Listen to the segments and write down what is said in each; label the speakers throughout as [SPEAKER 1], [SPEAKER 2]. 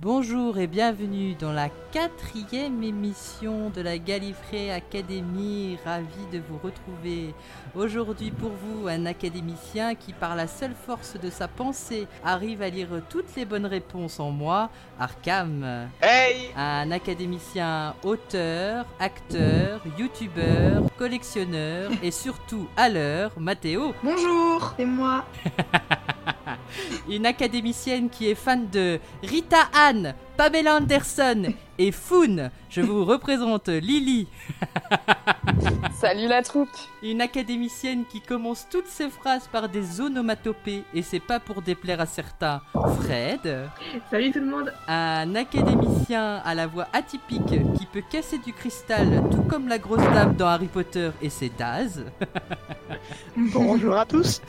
[SPEAKER 1] Bonjour et bienvenue dans la quatrième émission de la Gallifrey Academy. Ravi de vous retrouver. Aujourd'hui pour vous, un académicien qui par la seule force de sa pensée arrive à lire toutes les bonnes réponses en moi, Arkham.
[SPEAKER 2] Hey
[SPEAKER 1] Un académicien auteur, acteur, youtubeur, collectionneur et surtout à l'heure, Mathéo.
[SPEAKER 3] Bonjour, c'est moi.
[SPEAKER 1] Une académicienne qui est fan de Rita Anne, Pamela Anderson et Foon. Je vous représente Lily,
[SPEAKER 4] Salut la troupe
[SPEAKER 1] une académicienne qui commence toutes ses phrases par des onomatopées et c'est pas pour déplaire à certains. Fred,
[SPEAKER 3] Salut tout le monde.
[SPEAKER 1] un académicien à la voix atypique qui peut casser du cristal tout comme la grosse dame dans Harry Potter et ses Daz.
[SPEAKER 2] Bonjour à tous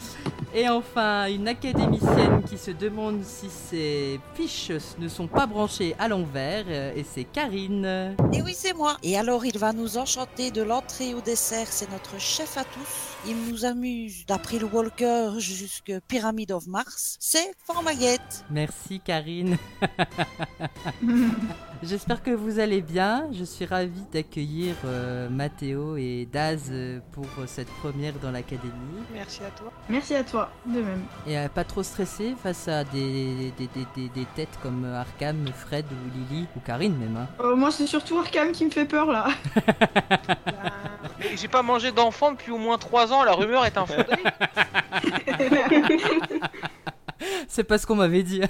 [SPEAKER 1] Et enfin, une académicienne qui se demande si ses fiches ne sont pas branchées à l'envers, euh, et c'est Karine.
[SPEAKER 5] Et oui, c'est moi. Et alors, il va nous enchanter de l'entrée au dessert. C'est notre chef à tous. Il nous amuse d'après le Walker jusque Pyramid of Mars. C'est Formaguette.
[SPEAKER 1] Merci Karine. J'espère que vous allez bien. Je suis ravie d'accueillir euh, Mathéo et Daz euh, pour euh, cette première dans l'académie.
[SPEAKER 2] Merci à toi.
[SPEAKER 3] Merci à toi, de même.
[SPEAKER 1] Et euh, pas trop stressé face à des, des, des- des- des têtes comme euh, Arkham, Fred ou Lily, ou Karine même. hein.
[SPEAKER 3] Euh, moi, c'est surtout Arkham qui me fait peur là.
[SPEAKER 2] Mais J'ai pas mangé d'enfant depuis au moins 3 ans, la rumeur est infondée.
[SPEAKER 1] C'est pas ce qu'on m'avait dit.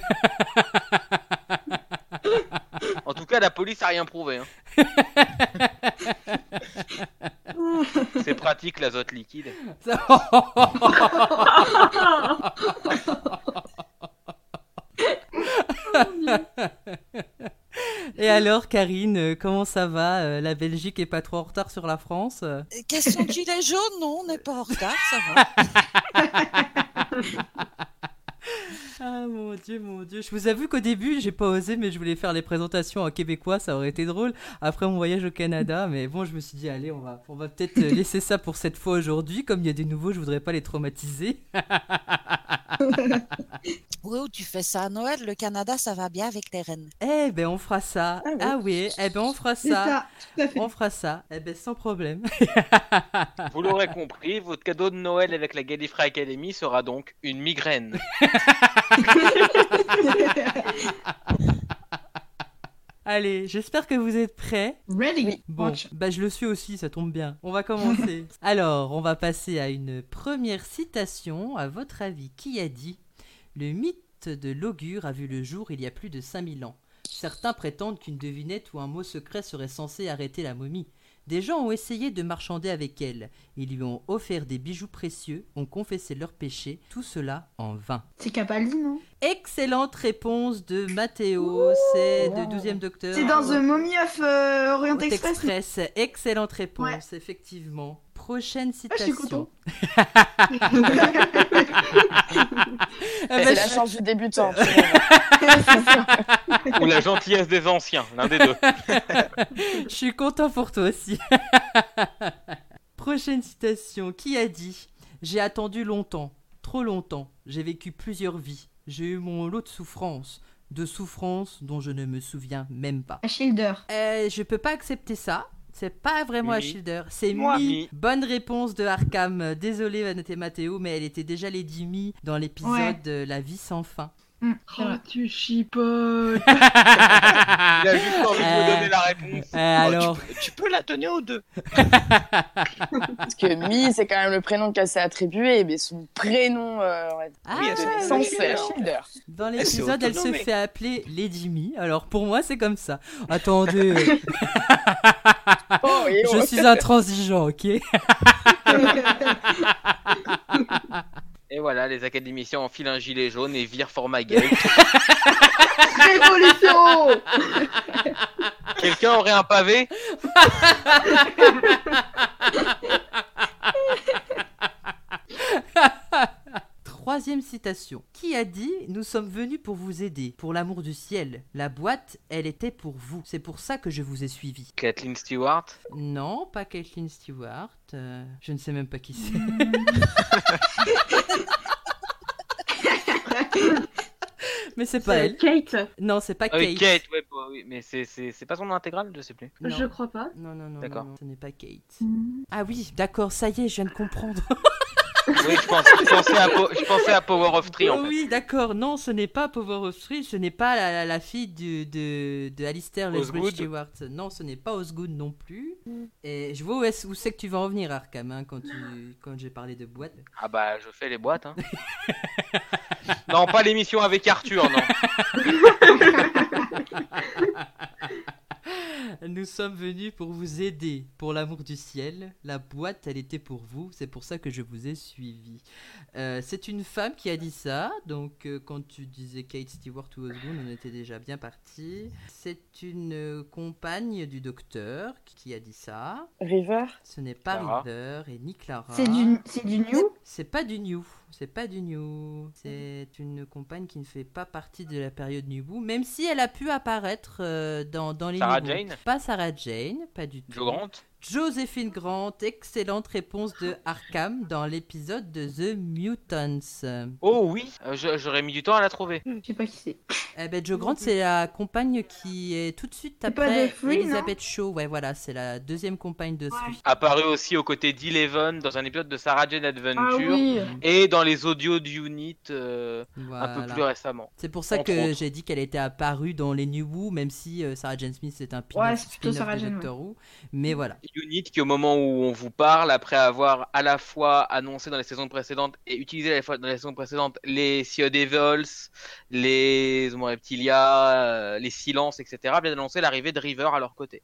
[SPEAKER 2] En tout cas, la police a rien prouvé. hein. C'est pratique l'azote liquide.
[SPEAKER 1] Et alors, Karine, euh, comment ça va Euh, La Belgique est pas trop en retard sur la France Euh,
[SPEAKER 5] Euh, Question de gilet jaune, non, on n'est pas en retard, ça va.
[SPEAKER 1] Ah mon dieu, mon dieu. Je vous avoue qu'au début, j'ai pas osé, mais je voulais faire les présentations en québécois, ça aurait été drôle. Après mon voyage au Canada, mais bon, je me suis dit, allez, on va, on va peut-être euh, laisser ça pour cette fois aujourd'hui. Comme il y a des nouveaux, je voudrais pas les traumatiser.
[SPEAKER 5] Ouais, ou tu fais ça à Noël, le Canada, ça va bien avec les rennes.
[SPEAKER 1] Eh ben, on fera ça.
[SPEAKER 5] Ah oui.
[SPEAKER 1] Ah oui, eh ben, on fera
[SPEAKER 3] c'est
[SPEAKER 1] ça.
[SPEAKER 3] ça, tout à fait.
[SPEAKER 1] On fera ça. Eh ben, sans problème.
[SPEAKER 2] Vous l'aurez compris, votre cadeau de Noël avec la Gallifrey Academy sera donc une migraine.
[SPEAKER 1] Allez, j'espère que vous êtes prêts.
[SPEAKER 3] Ready.
[SPEAKER 1] Bon,
[SPEAKER 3] Watch.
[SPEAKER 1] bah je le suis aussi, ça tombe bien. On va commencer. Alors, on va passer à une première citation. À votre avis, qui a dit Le mythe de l'augure a vu le jour il y a plus de 5000 ans. Certains prétendent qu'une devinette ou un mot secret serait censé arrêter la momie. Des gens ont essayé de marchander avec elle. Ils lui ont offert des bijoux précieux, ont confessé leurs péchés, tout cela en vain.
[SPEAKER 3] C'est Capaldi, non
[SPEAKER 1] Excellente réponse de Mathéo, c'est de 12e Docteur.
[SPEAKER 3] C'est dans The Mummy of euh, Orient
[SPEAKER 1] Route
[SPEAKER 3] Express.
[SPEAKER 1] Express, excellente réponse, effectivement. Prochaine
[SPEAKER 3] Ah, je suis
[SPEAKER 1] citation.
[SPEAKER 3] content.
[SPEAKER 1] Ah, bah,
[SPEAKER 4] C'est la
[SPEAKER 1] je-
[SPEAKER 4] chance du débutant.
[SPEAKER 2] Ou la gentillesse des anciens, l'un des deux.
[SPEAKER 1] je suis content pour toi aussi. Prochaine citation. Qui a dit J'ai attendu longtemps, trop longtemps. J'ai vécu plusieurs vies. J'ai eu mon lot de souffrances, de souffrances dont je ne me souviens même pas.
[SPEAKER 3] À Shielder.
[SPEAKER 1] Euh, je peux pas accepter ça. C'est pas vraiment
[SPEAKER 2] Mi.
[SPEAKER 1] à Shielder, c'est
[SPEAKER 2] Moi,
[SPEAKER 1] Mi.
[SPEAKER 2] Mi.
[SPEAKER 1] Bonne réponse de Arkham. Désolé, Vanette Mathéo, mais elle était déjà les 10 Mi dans l'épisode
[SPEAKER 3] Ouais.
[SPEAKER 1] de La vie sans fin.
[SPEAKER 3] Hmm, c'est vrai.
[SPEAKER 4] tu chipotes
[SPEAKER 2] Il a juste envie de me
[SPEAKER 1] Euh,
[SPEAKER 2] donner la réponse.
[SPEAKER 1] Euh, alors,
[SPEAKER 2] Oh, tu, peux, tu peux la donner aux deux.
[SPEAKER 4] Parce que Mi, c'est quand même le prénom qu'elle s'est attribué, mais son prénom euh, ouais,
[SPEAKER 1] Ah,
[SPEAKER 2] Oui,
[SPEAKER 4] de
[SPEAKER 2] c'est-
[SPEAKER 4] naissance, euh,
[SPEAKER 2] c'est-
[SPEAKER 4] c'est Schilder.
[SPEAKER 1] dans
[SPEAKER 2] elle s'est
[SPEAKER 1] l'épisode, elle se
[SPEAKER 2] autonomée.
[SPEAKER 1] fait appeler Lady Mi. Alors pour moi, c'est comme ça. Attendez, euh,
[SPEAKER 4] Oh, et
[SPEAKER 1] je
[SPEAKER 4] oh.
[SPEAKER 1] suis intransigeant, ok
[SPEAKER 2] Et voilà, les académiciens enfilent un gilet jaune et virent Formaguet.
[SPEAKER 3] Révolution
[SPEAKER 2] Quelqu'un aurait un pavé
[SPEAKER 1] Troisième citation. Qui a dit Nous sommes venus pour vous aider, pour l'amour du ciel. La boîte, elle était pour vous. C'est pour ça que je vous ai suivi.
[SPEAKER 2] Kathleen Stewart.
[SPEAKER 1] Non, pas Kathleen Stewart. euh, je ne sais même pas qui c'est. Mais c'est pas elle.
[SPEAKER 6] Kate.
[SPEAKER 1] Non, c'est pas
[SPEAKER 2] Ah oui,
[SPEAKER 1] Kate.
[SPEAKER 2] Kate, ouais, bah, oui, mais c'est- c'est c'est pas son intégrale, je sais plus.
[SPEAKER 1] Non.
[SPEAKER 6] Je crois pas. Mm.
[SPEAKER 1] Non, non, non,
[SPEAKER 2] D'accord.
[SPEAKER 1] non, non, ce n'est pas Kate. Ah oui, d'accord, ça y est, je viens de comprendre.
[SPEAKER 2] Oui, je, pense- je pensais à Po- je pensais à Power of Three en fait.
[SPEAKER 1] oui, d'accord, non, ce n'est pas Power of Three, ce n'est pas la, la- la fille du- de, de Alistair Lesbridge
[SPEAKER 2] Osgood.
[SPEAKER 1] Stewart. Non, ce n'est pas Osgood non plus.
[SPEAKER 6] Mm.
[SPEAKER 1] Et je vois où, est-ce- où c'est que tu vas en venir, Arkham, hein, quand, tu- quand j'ai parlé de boîte.
[SPEAKER 2] Ah bah, je fais les boîtes. Hein. non, pas l'émission avec Arthur, non.
[SPEAKER 1] Nous sommes venus pour vous aider, pour l'amour du ciel. La boîte, elle était pour vous, c'est pour ça que je vous ai suivi. Euh, c'est une femme qui a dit ça, donc euh, quand tu disais Kate Stewart ou Osgood, on était déjà bien parti. C'est une euh, compagne du docteur qui a dit ça.
[SPEAKER 4] River
[SPEAKER 1] Ce n'est pas
[SPEAKER 2] Clara.
[SPEAKER 1] River et ni Clara.
[SPEAKER 3] C'est du, c'est du new
[SPEAKER 1] C'est pas du New. C'est pas du New. C'est une compagne qui ne fait pas partie de la période New Who, même si elle a pu apparaître euh, dans, dans les
[SPEAKER 2] Sarah
[SPEAKER 1] New Who.
[SPEAKER 2] Jane
[SPEAKER 1] Pas Sarah Jane, pas du tout.
[SPEAKER 2] Joe Grant
[SPEAKER 1] Joséphine Grant, excellente réponse de Arkham dans l'épisode de The Mutants.
[SPEAKER 2] Oh oui, euh, je- j'aurais mis du temps à la trouver.
[SPEAKER 3] Je sais pas qui c'est.
[SPEAKER 1] Eh ben, Jo Grant, c'est la compagne qui est tout de suite
[SPEAKER 3] C'est pas
[SPEAKER 1] après
[SPEAKER 3] de Free, non
[SPEAKER 1] Elizabeth Shaw. Ouais, voilà, c'est la deuxième compagne de Sui.
[SPEAKER 2] Apparu aussi aux côtés d'Eleven dans un épisode de Sarah Jane Adventure
[SPEAKER 6] Ah oui.
[SPEAKER 2] et dans les audios d'Unit euh,
[SPEAKER 1] Voilà.
[SPEAKER 2] un peu plus récemment.
[SPEAKER 1] C'est pour ça
[SPEAKER 2] Entre
[SPEAKER 1] que
[SPEAKER 2] autres.
[SPEAKER 1] j'ai dit qu'elle était apparue dans les New Who, même si euh, Sarah Jane Smith c'est un pin
[SPEAKER 3] Ouais, Mm. c'est plutôt Sarah Jane,
[SPEAKER 1] Doctor Who. Mais voilà.
[SPEAKER 2] Unit qui au moment où on vous parle, après avoir à la fois annoncé dans les saisons précédentes et utilisé à la fois dans les saisons précédentes les Sea Devils, les Homo Reptilia, euh, les Silences, etc., vient d'annoncer l'arrivée de River à leur côté.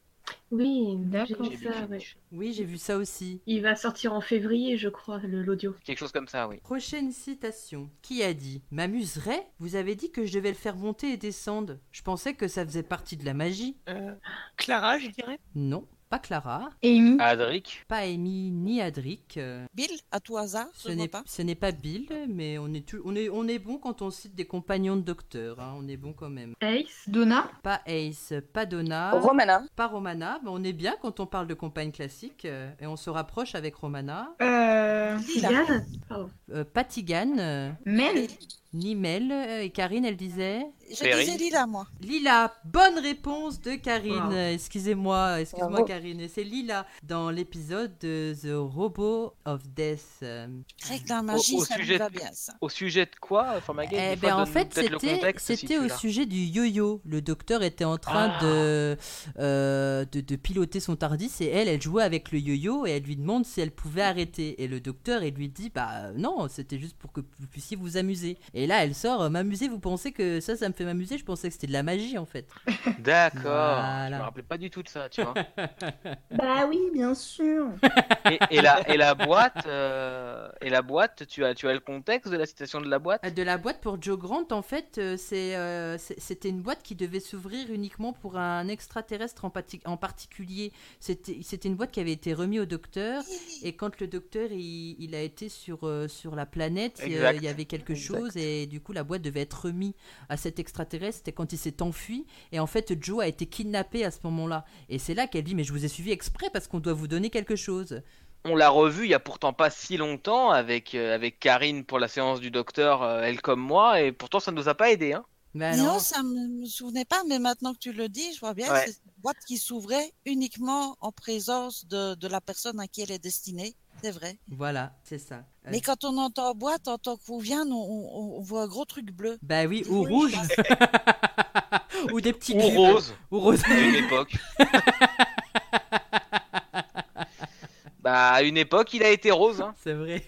[SPEAKER 6] Oui,
[SPEAKER 2] J'ai-
[SPEAKER 6] d'accord,
[SPEAKER 2] j'ai lu
[SPEAKER 6] ça,
[SPEAKER 2] le
[SPEAKER 6] ouais.
[SPEAKER 2] finish.
[SPEAKER 1] Oui, j'ai vu ça aussi.
[SPEAKER 6] Il va sortir en février, je crois, le- l'audio.
[SPEAKER 2] Quelque chose comme ça, oui.
[SPEAKER 1] Prochaine citation. Qui a dit M'amuserait Vous avez dit que je devais le faire monter et descendre. Je pensais que ça faisait partie de la magie.
[SPEAKER 7] Euh, Clara, je dirais.
[SPEAKER 1] Non, pas Clara,
[SPEAKER 3] Amy.
[SPEAKER 2] Adric,
[SPEAKER 1] pas Amy ni Adric. euh,
[SPEAKER 5] Bill, à tout hasard,
[SPEAKER 1] ce
[SPEAKER 5] ce
[SPEAKER 1] n'est
[SPEAKER 5] pas.
[SPEAKER 1] ce n'est pas Bill, mais on est, tout- on, est, on est bon quand on cite des compagnons de docteur. hein, on est bon quand même.
[SPEAKER 6] Ace.
[SPEAKER 3] Donna.
[SPEAKER 1] Pas Ace, pas
[SPEAKER 4] Ah.
[SPEAKER 1] Donna,
[SPEAKER 4] Romana.
[SPEAKER 1] pas Romana. mais on est bien quand on parle de compagne classique euh, et on se rapproche avec Romana.
[SPEAKER 3] Euh,
[SPEAKER 5] Lila.
[SPEAKER 6] Liliane.
[SPEAKER 1] Euh, pas Tigane, euh,
[SPEAKER 3] Mel.
[SPEAKER 1] ni Mel. euh, et Karine, elle disait
[SPEAKER 5] Je
[SPEAKER 2] Perry.
[SPEAKER 5] disais Lila, moi.
[SPEAKER 1] Lila, bonne réponse de Karine.
[SPEAKER 6] Wow.
[SPEAKER 1] Euh, Excusez-moi, excuse-moi
[SPEAKER 4] Bravo.
[SPEAKER 1] Karine. Et C'est Lila dans l'épisode de The Robo of Death. Euh,
[SPEAKER 5] Règle dans la magie,
[SPEAKER 2] au
[SPEAKER 5] ça
[SPEAKER 2] sujet
[SPEAKER 5] me va
[SPEAKER 2] de-
[SPEAKER 5] bien, ça.
[SPEAKER 2] au sujet de quoi Formagate,
[SPEAKER 1] Eh
[SPEAKER 2] des fois,
[SPEAKER 1] ben, en
[SPEAKER 2] donne-nous
[SPEAKER 1] fait,
[SPEAKER 2] peut-être le
[SPEAKER 1] c'était
[SPEAKER 2] contexte, si
[SPEAKER 1] c'était
[SPEAKER 2] tu
[SPEAKER 1] au
[SPEAKER 2] l'as.
[SPEAKER 1] sujet du yo-yo. Le docteur était en train
[SPEAKER 2] Ah.
[SPEAKER 1] de, euh, de de piloter son tardis et elle, elle jouait avec le yo-yo et elle lui demande si elle pouvait arrêter. Et le docteur, il lui dit bah non, c'était juste pour que vous puissiez vous amuser. Et là, elle sort euh, m'amuser. Vous pensez que ça, ça me fait m'amuser Je pensais que c'était de la magie en fait.
[SPEAKER 2] D'accord, je
[SPEAKER 1] Voilà.
[SPEAKER 2] me rappelais pas du tout de ça, tu vois.
[SPEAKER 3] Bah oui, bien sûr.
[SPEAKER 2] et, et la, et la boîte, euh, et la boîte, tu as, tu as le contexte de la citation de la boîte
[SPEAKER 1] Euh, De la boîte pour Joe Grant, en fait, euh, c'est, euh, c'est- c'était une boîte qui devait s'ouvrir uniquement pour un extraterrestre en, pati- en particulier. C'était, c'était une boîte qui avait été remise au docteur. Et quand le docteur il, il a été sur, euh, sur la planète, il y a-
[SPEAKER 2] Exact.
[SPEAKER 1] il y avait quelque chose et du coup la boîte devait être remise à cet extraterrestre. C'était quand il s'est enfui. Et en fait, Joe a été kidnappé à ce moment-là. Et c'est là qu'elle dit Mais je vous ai suivi exprès parce qu'on doit vous donner quelque chose.
[SPEAKER 2] On l'a revu il y a pourtant pas si longtemps avec, euh, avec Karine pour la séance du docteur, euh, elle comme moi, et pourtant ça nous a pas aidé. Hein.
[SPEAKER 1] Mais
[SPEAKER 5] non,
[SPEAKER 1] alors-
[SPEAKER 5] ça me, me souvenait pas, mais maintenant que tu le dis, je vois bien
[SPEAKER 2] Ouais.
[SPEAKER 5] c'est une boîte qui s'ouvrait uniquement en présence de, de la personne à qui elle est destinée. C'est vrai.
[SPEAKER 1] Voilà, c'est ça. Euh,
[SPEAKER 5] Mais quand on entend boîte, en tant que vous vient, on, on- on voit un gros truc bleu.
[SPEAKER 1] Bah oui, ou
[SPEAKER 5] Oui,
[SPEAKER 1] rouge. ou des petits
[SPEAKER 2] Ou
[SPEAKER 1] cubes.
[SPEAKER 2] Rose,
[SPEAKER 1] Ou rose.
[SPEAKER 2] à une époque. bah, à une époque, il a été rose. Hein.
[SPEAKER 1] C'est vrai,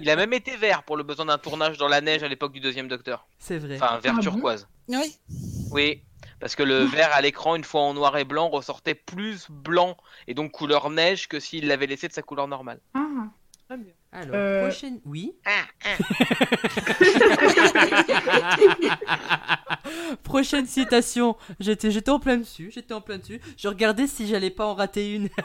[SPEAKER 2] Il a même été vert pour le besoin d'un tournage dans la neige à l'époque du deuxième docteur.
[SPEAKER 1] c'est vrai.
[SPEAKER 2] Enfin, vert
[SPEAKER 3] Ah bon
[SPEAKER 2] turquoise.
[SPEAKER 5] Oui,
[SPEAKER 2] Oui, parce que le vert à l'écran, une fois en noir et blanc, ressortait plus blanc et donc couleur neige que s'il l'avait laissé de sa couleur normale.
[SPEAKER 3] Ah.
[SPEAKER 7] Très bien.
[SPEAKER 1] Alors,
[SPEAKER 3] euh,
[SPEAKER 1] prochaine. Oui. prochaine citation. J'étais, j'étais en plein dessus. J'étais en plein dessus. Je regardais si j'allais pas en rater une.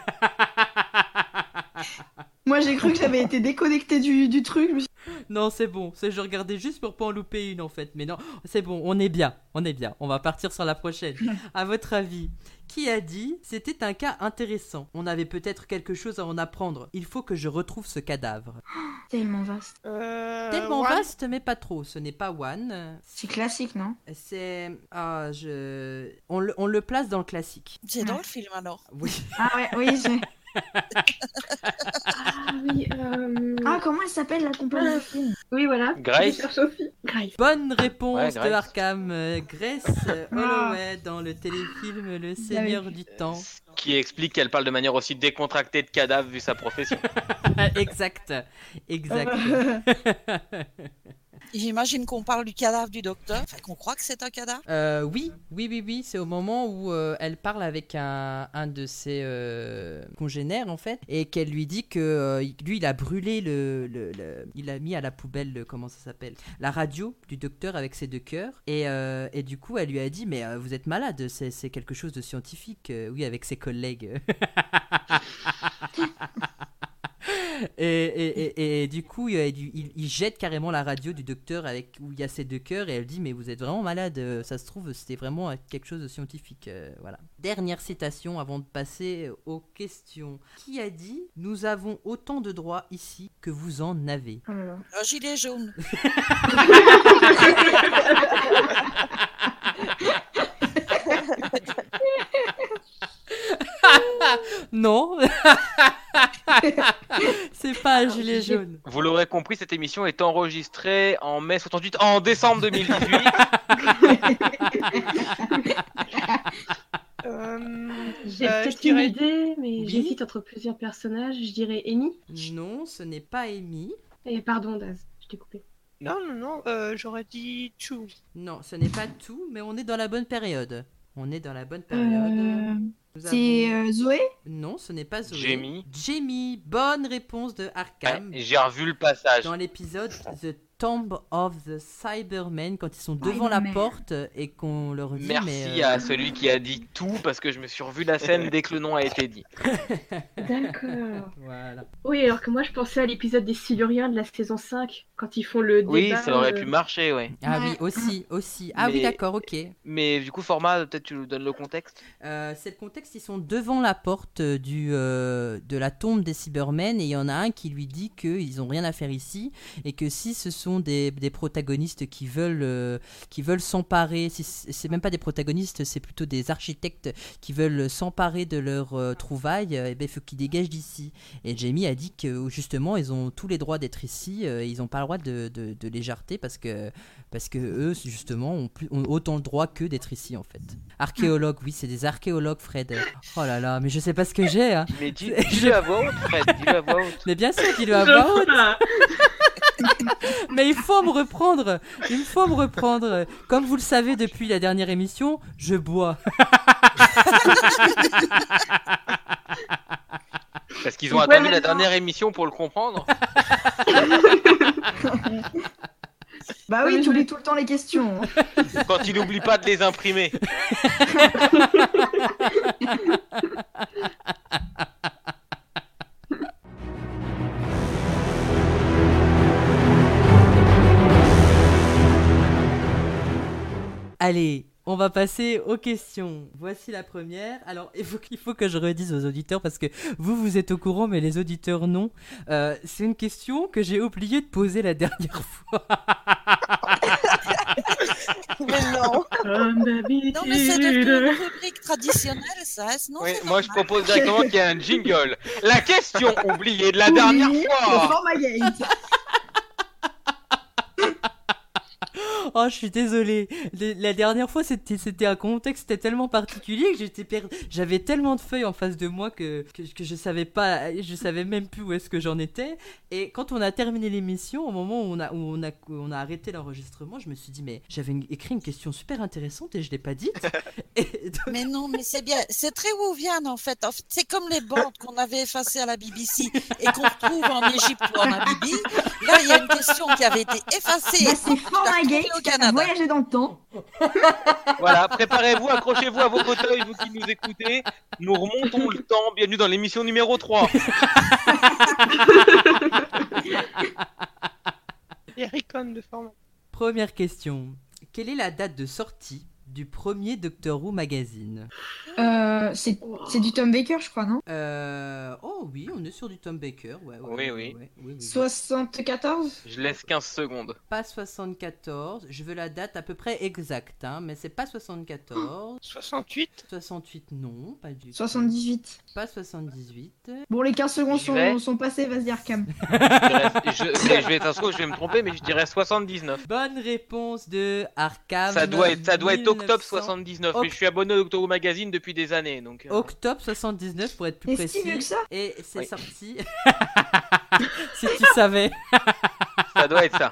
[SPEAKER 3] Moi, j'ai cru que j'avais été déconnectée du, du truc. je me suis-
[SPEAKER 1] Non, c'est bon. C'est je regardais juste pour pas en louper une en fait. Mais non, c'est bon. On est bien. On est bien. On va partir sur la prochaine. À votre avis, qui a dit c'était un cas intéressant On avait peut-être quelque chose à en apprendre. Il faut que je retrouve ce cadavre.
[SPEAKER 3] Tellement vaste.
[SPEAKER 7] Euh,
[SPEAKER 1] Tellement
[SPEAKER 7] Juan,
[SPEAKER 1] vaste, mais pas trop. Ce n'est pas One. euh,
[SPEAKER 3] C'est classique, non
[SPEAKER 1] C'est ah je. On le, on le place dans le classique.
[SPEAKER 5] C'est dans le film alors.
[SPEAKER 1] Oui.
[SPEAKER 3] Ah ouais, oui, j'ai...
[SPEAKER 6] Ah oui, euh...
[SPEAKER 3] Ah, comment elle s'appelle, la compagne du film
[SPEAKER 6] oui, voilà.
[SPEAKER 2] Grace.
[SPEAKER 6] Je cherche Sophie. Grace.
[SPEAKER 1] Bonne réponse
[SPEAKER 2] Ouais, Grace.
[SPEAKER 1] de Arkham. euh, Grace euh, Holloway dans le téléfilm Le Seigneur du Temps.
[SPEAKER 2] Ce qui explique qu'elle parle de manière aussi décontractée de cadavre vu sa profession.
[SPEAKER 1] exact. Exact.
[SPEAKER 3] Ah,
[SPEAKER 5] J'imagine qu'on parle du cadavre du docteur, enfin qu'on croit que c'est un cadavre.
[SPEAKER 1] Euh, oui, oui, oui, oui. C'est au moment où euh, elle parle avec un, un de ses euh, congénères, en fait, et qu'elle lui dit que euh, il- lui, il a brûlé le, le- le- Il a mis à la poubelle, le- comment ça s'appelle La radio du docteur avec ses deux cœurs. Et, euh, et du coup, elle lui a dit Mais euh, vous êtes malade, c'est c'est quelque chose de scientifique. Euh, oui, avec ses collègues. Et, et- et- et du coup, il, il- il jette carrément la radio du docteur avec où il y a ces deux cœurs et elle dit mais vous êtes vraiment malade, euh, ça se trouve c'était vraiment euh, quelque chose de scientifique, euh, voilà. Dernière citation avant de passer euh, aux questions. Qui a dit nous avons autant de droits ici que vous en avez
[SPEAKER 3] Oh là là.
[SPEAKER 5] Un gilet jaune.
[SPEAKER 1] Non, c'est pas un gilet jaune.
[SPEAKER 2] Vous l'aurez compris, cette émission est enregistrée en mai 78, en décembre 2018.
[SPEAKER 7] euh,
[SPEAKER 6] J'ai
[SPEAKER 7] Euh,
[SPEAKER 6] peut-être
[SPEAKER 7] je dirais-
[SPEAKER 6] une idée, mais
[SPEAKER 1] Oui.
[SPEAKER 6] j'hésite entre plusieurs personnages. Je dirais Amy.
[SPEAKER 1] Non, ce n'est pas Amy.
[SPEAKER 6] Et pardon, Daz, je t'ai coupé.
[SPEAKER 7] Non, non, non, euh, j'aurais dit Chou.
[SPEAKER 1] Non, ce n'est pas tout, mais on est dans la bonne période. On est dans la bonne période.
[SPEAKER 3] Euh,
[SPEAKER 1] Nous
[SPEAKER 3] C'est
[SPEAKER 1] avons-
[SPEAKER 3] euh, Zoé
[SPEAKER 1] Non, ce n'est pas Zoé.
[SPEAKER 2] Jamie. Ah,
[SPEAKER 1] Jamie, bonne réponse de Arkham.
[SPEAKER 2] Ouais, J'ai revu le passage.
[SPEAKER 1] dans l'épisode The Tomb of the Cybermen, quand ils sont devant la
[SPEAKER 3] Cybermen.
[SPEAKER 1] porte et qu'on leur dit
[SPEAKER 2] Merci
[SPEAKER 1] mais, euh,
[SPEAKER 2] à celui qui a dit tout parce que je me suis revu la scène dès que le nom a été dit.
[SPEAKER 6] D'accord.
[SPEAKER 1] Voilà.
[SPEAKER 6] Oui, alors que moi, je pensais à l'épisode des Siluriens de la saison 5, quand ils font le débat.
[SPEAKER 2] Oui, ça aurait
[SPEAKER 6] euh,
[SPEAKER 2] pu marcher, ouais.
[SPEAKER 1] Ah
[SPEAKER 3] Ouais.
[SPEAKER 1] oui, aussi, aussi. Ah oui,
[SPEAKER 2] Mais-
[SPEAKER 1] d'accord, ok.
[SPEAKER 2] Mais du coup, format, peut-être tu nous donnes le contexte.
[SPEAKER 1] Euh, c'est le contexte, ils sont devant la porte du, euh, de la tombe des Cybermen et il y en a un qui lui dit qu'ils n'ont rien à faire ici et que si ce sont des, des protagonistes qui veulent, euh, qui veulent s'emparer, si c- c'est même pas des protagonistes, c'est plutôt des architectes qui veulent s'emparer de leur euh, trouvaille, euh, eh ben, il faut qu'ils dégagent d'ici. Et Jamie a dit que justement ils ont tous les droits d'être ici euh, et ils n'ont pas le droit de, de, de les jarter parce que, parce que eux justement ont, plus- ont autant le droit que d'être ici en fait. Archéologue, oui, c'est des archéologues, Fred. Oh là là, mais je sais pas ce que j'ai. Hein.
[SPEAKER 2] Mais dis- dis-le à voix haute, Fred, dis-le à voix haute.
[SPEAKER 1] Mais bien sûr qu'il doit
[SPEAKER 6] je
[SPEAKER 1] avoir
[SPEAKER 6] vois.
[SPEAKER 1] Mais il faut me reprendre. Il faut me reprendre. Comme vous le savez depuis la dernière émission, je bois.
[SPEAKER 2] Parce qu'ils ont
[SPEAKER 6] Ouais,
[SPEAKER 2] attendu
[SPEAKER 6] mais
[SPEAKER 2] la
[SPEAKER 6] non.
[SPEAKER 2] dernière émission pour le comprendre.
[SPEAKER 3] Bah
[SPEAKER 6] Ah,
[SPEAKER 3] oui,
[SPEAKER 6] mais
[SPEAKER 3] tu
[SPEAKER 6] je-
[SPEAKER 3] oublies tout le temps les questions.
[SPEAKER 2] Quand il n'oublie pas de les imprimer.
[SPEAKER 1] Allez, on va passer aux questions. Voici la première. Alors, il faut, il faut que je redise aux auditeurs parce que vous, vous êtes au courant, mais les auditeurs non. Euh, c'est une question que j'ai oublié de poser la dernière fois.
[SPEAKER 4] Mais non.
[SPEAKER 6] Comme
[SPEAKER 5] Non mais c'est devenu
[SPEAKER 6] d'habitude.
[SPEAKER 5] une rubrique traditionnelle ça, hein, sinon
[SPEAKER 2] Oui,
[SPEAKER 5] c'est
[SPEAKER 2] moi, je propose directement qu'il y ait un jingle. La question oubliée de la dernière
[SPEAKER 3] Oublié, Le
[SPEAKER 2] fois.
[SPEAKER 3] format gate.
[SPEAKER 1] Oh, je suis désolée. Le- La dernière fois, c'était, c'était un contexte tellement particulier que j'étais per- j'avais tellement de feuilles en face de moi que, que, que je savais pas, je savais même plus où est-ce que j'en étais. Et quand on a terminé l'émission, au moment où on a, où on a, où on a arrêté l'enregistrement, je me suis dit, mais j'avais une- écrit une question super intéressante et je l'ai pas dite. Et donc, connais.
[SPEAKER 5] Mais non, mais c'est bien. C'est très Wovian en fait. En fait, C'est comme les bandes qu'on avait effacées à la BBC et qu'on retrouve en Égypte ou en Namibie. Là, il y a une question qui avait été effacée.
[SPEAKER 3] Bah, c'est Formagate
[SPEAKER 5] au
[SPEAKER 3] qui a
[SPEAKER 5] Canada.
[SPEAKER 3] voyagé dans le temps.
[SPEAKER 2] Voilà, préparez-vous, accrochez-vous à vos fauteuils, vous qui nous écoutez. Nous remontons le temps. Bienvenue dans l'émission numéro 3.
[SPEAKER 7] Les Ricon de forme.
[SPEAKER 1] Première question. Quelle est la date de sortie du premier Doctor Who magazine
[SPEAKER 3] Euh, c'est c'est du Tom Baker, je crois, non
[SPEAKER 1] Euh, Oh oui, on est sur du Tom Baker. Ouais, ouais,
[SPEAKER 2] Oui,
[SPEAKER 1] ouais,
[SPEAKER 2] oui.
[SPEAKER 1] ouais, oui, oui.
[SPEAKER 3] 74
[SPEAKER 2] Je laisse 15 secondes.
[SPEAKER 1] Pas 74. Je veux la date à peu près exacte, hein, mais c'est pas 74.
[SPEAKER 7] 68.
[SPEAKER 1] 68 non, pas du tout.
[SPEAKER 3] 78.
[SPEAKER 1] Pas 78.
[SPEAKER 3] Bon, les 15 secondes
[SPEAKER 2] J'y vais.
[SPEAKER 3] sont, sont passées, vas-y Arkham.
[SPEAKER 2] Je, dirais- je- mais je vais être un scoop, je vais me tromper, mais je dirais 79.
[SPEAKER 1] Bonne réponse de Arkham.
[SPEAKER 2] Ça doit être, ça doit être octobre
[SPEAKER 1] 1900.
[SPEAKER 2] 79. Mais je suis abonné au Doctor Who Magazine depuis des années, donc. euh,
[SPEAKER 1] Octobre 79 pour être plus
[SPEAKER 3] Et si
[SPEAKER 1] précis.
[SPEAKER 3] mieux que ça
[SPEAKER 1] Et c'est
[SPEAKER 2] Oui.
[SPEAKER 1] sorti. si tu savais.
[SPEAKER 2] Ça doit être ça.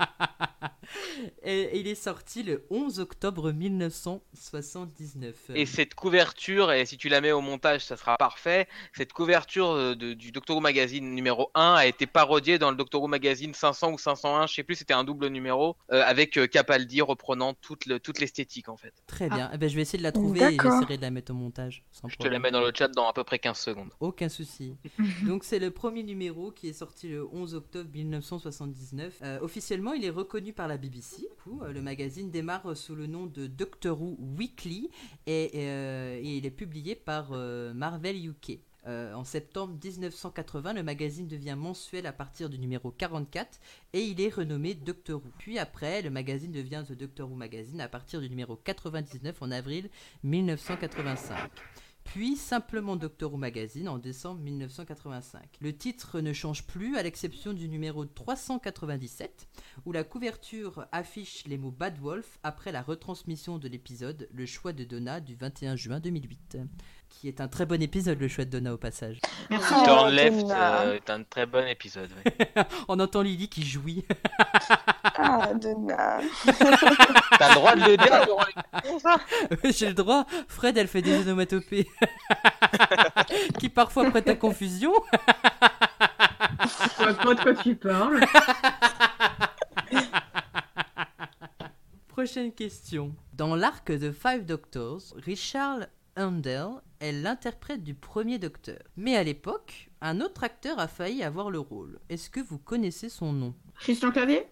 [SPEAKER 1] Et il est sorti le 11 octobre 1979.
[SPEAKER 2] Et cette couverture, et si tu la mets au montage, ça sera parfait. Cette couverture euh, de- du Doctor Who Magazine numéro 1 a été parodiée dans le Doctor Who Magazine 500 ou 501, je sais plus, c'était un double numéro, euh, avec euh, Capaldi reprenant toute le- toute l'esthétique en fait.
[SPEAKER 1] Très bien. Eh ben, je vais essayer de la trouver et
[SPEAKER 3] D'accord.
[SPEAKER 1] j'essaierai de la mettre au montage. Sans
[SPEAKER 2] Je te la
[SPEAKER 1] problème.
[SPEAKER 2] mets dans le chat dans à peu près 15 secondes.
[SPEAKER 1] Aucun souci. Donc c'est le premier numéro qui est sorti le 11 octobre 1979. Euh, officiellement, il est reconnu par la BBC. Du coup, euh, le magazine démarre euh, sous le nom de Doctor Who Weekly et, euh, et il est publié par euh, Marvel UK. Euh, en septembre 1980, le magazine devient mensuel à partir du numéro 44 et il est renommé Doctor Who. Puis après, le magazine devient The Doctor Who Magazine à partir du numéro 99 en avril 1985 puis simplement Doctor Who Magazine en décembre 1985. Le titre ne change plus à l'exception du numéro 397 où la couverture affiche les mots Bad Wolf après la retransmission de l'épisode Le choix de Donna du 21 juin 2008, qui est un très bon épisode le choix de Donna au passage.
[SPEAKER 3] Merci.
[SPEAKER 4] Oh,
[SPEAKER 2] Turn Left
[SPEAKER 4] Donna.
[SPEAKER 2] euh, est un très bon épisode. ouais.
[SPEAKER 1] On entend Lily qui jouit.
[SPEAKER 4] Ah, Donna.
[SPEAKER 2] T'as le droit de le dire durant l'émission, ça
[SPEAKER 1] J'ai le droit, Fred elle fait des onomatopées qui parfois prêtent à confusion.
[SPEAKER 6] Je vois pas de quoi tu parles.
[SPEAKER 1] Prochaine question. Dans l'arc de Five Doctors, Richard Handel est l'interprète du premier docteur. Mais à l'époque, un autre acteur a failli avoir le rôle. Est-ce que vous connaissez son nom
[SPEAKER 3] Christian Clavier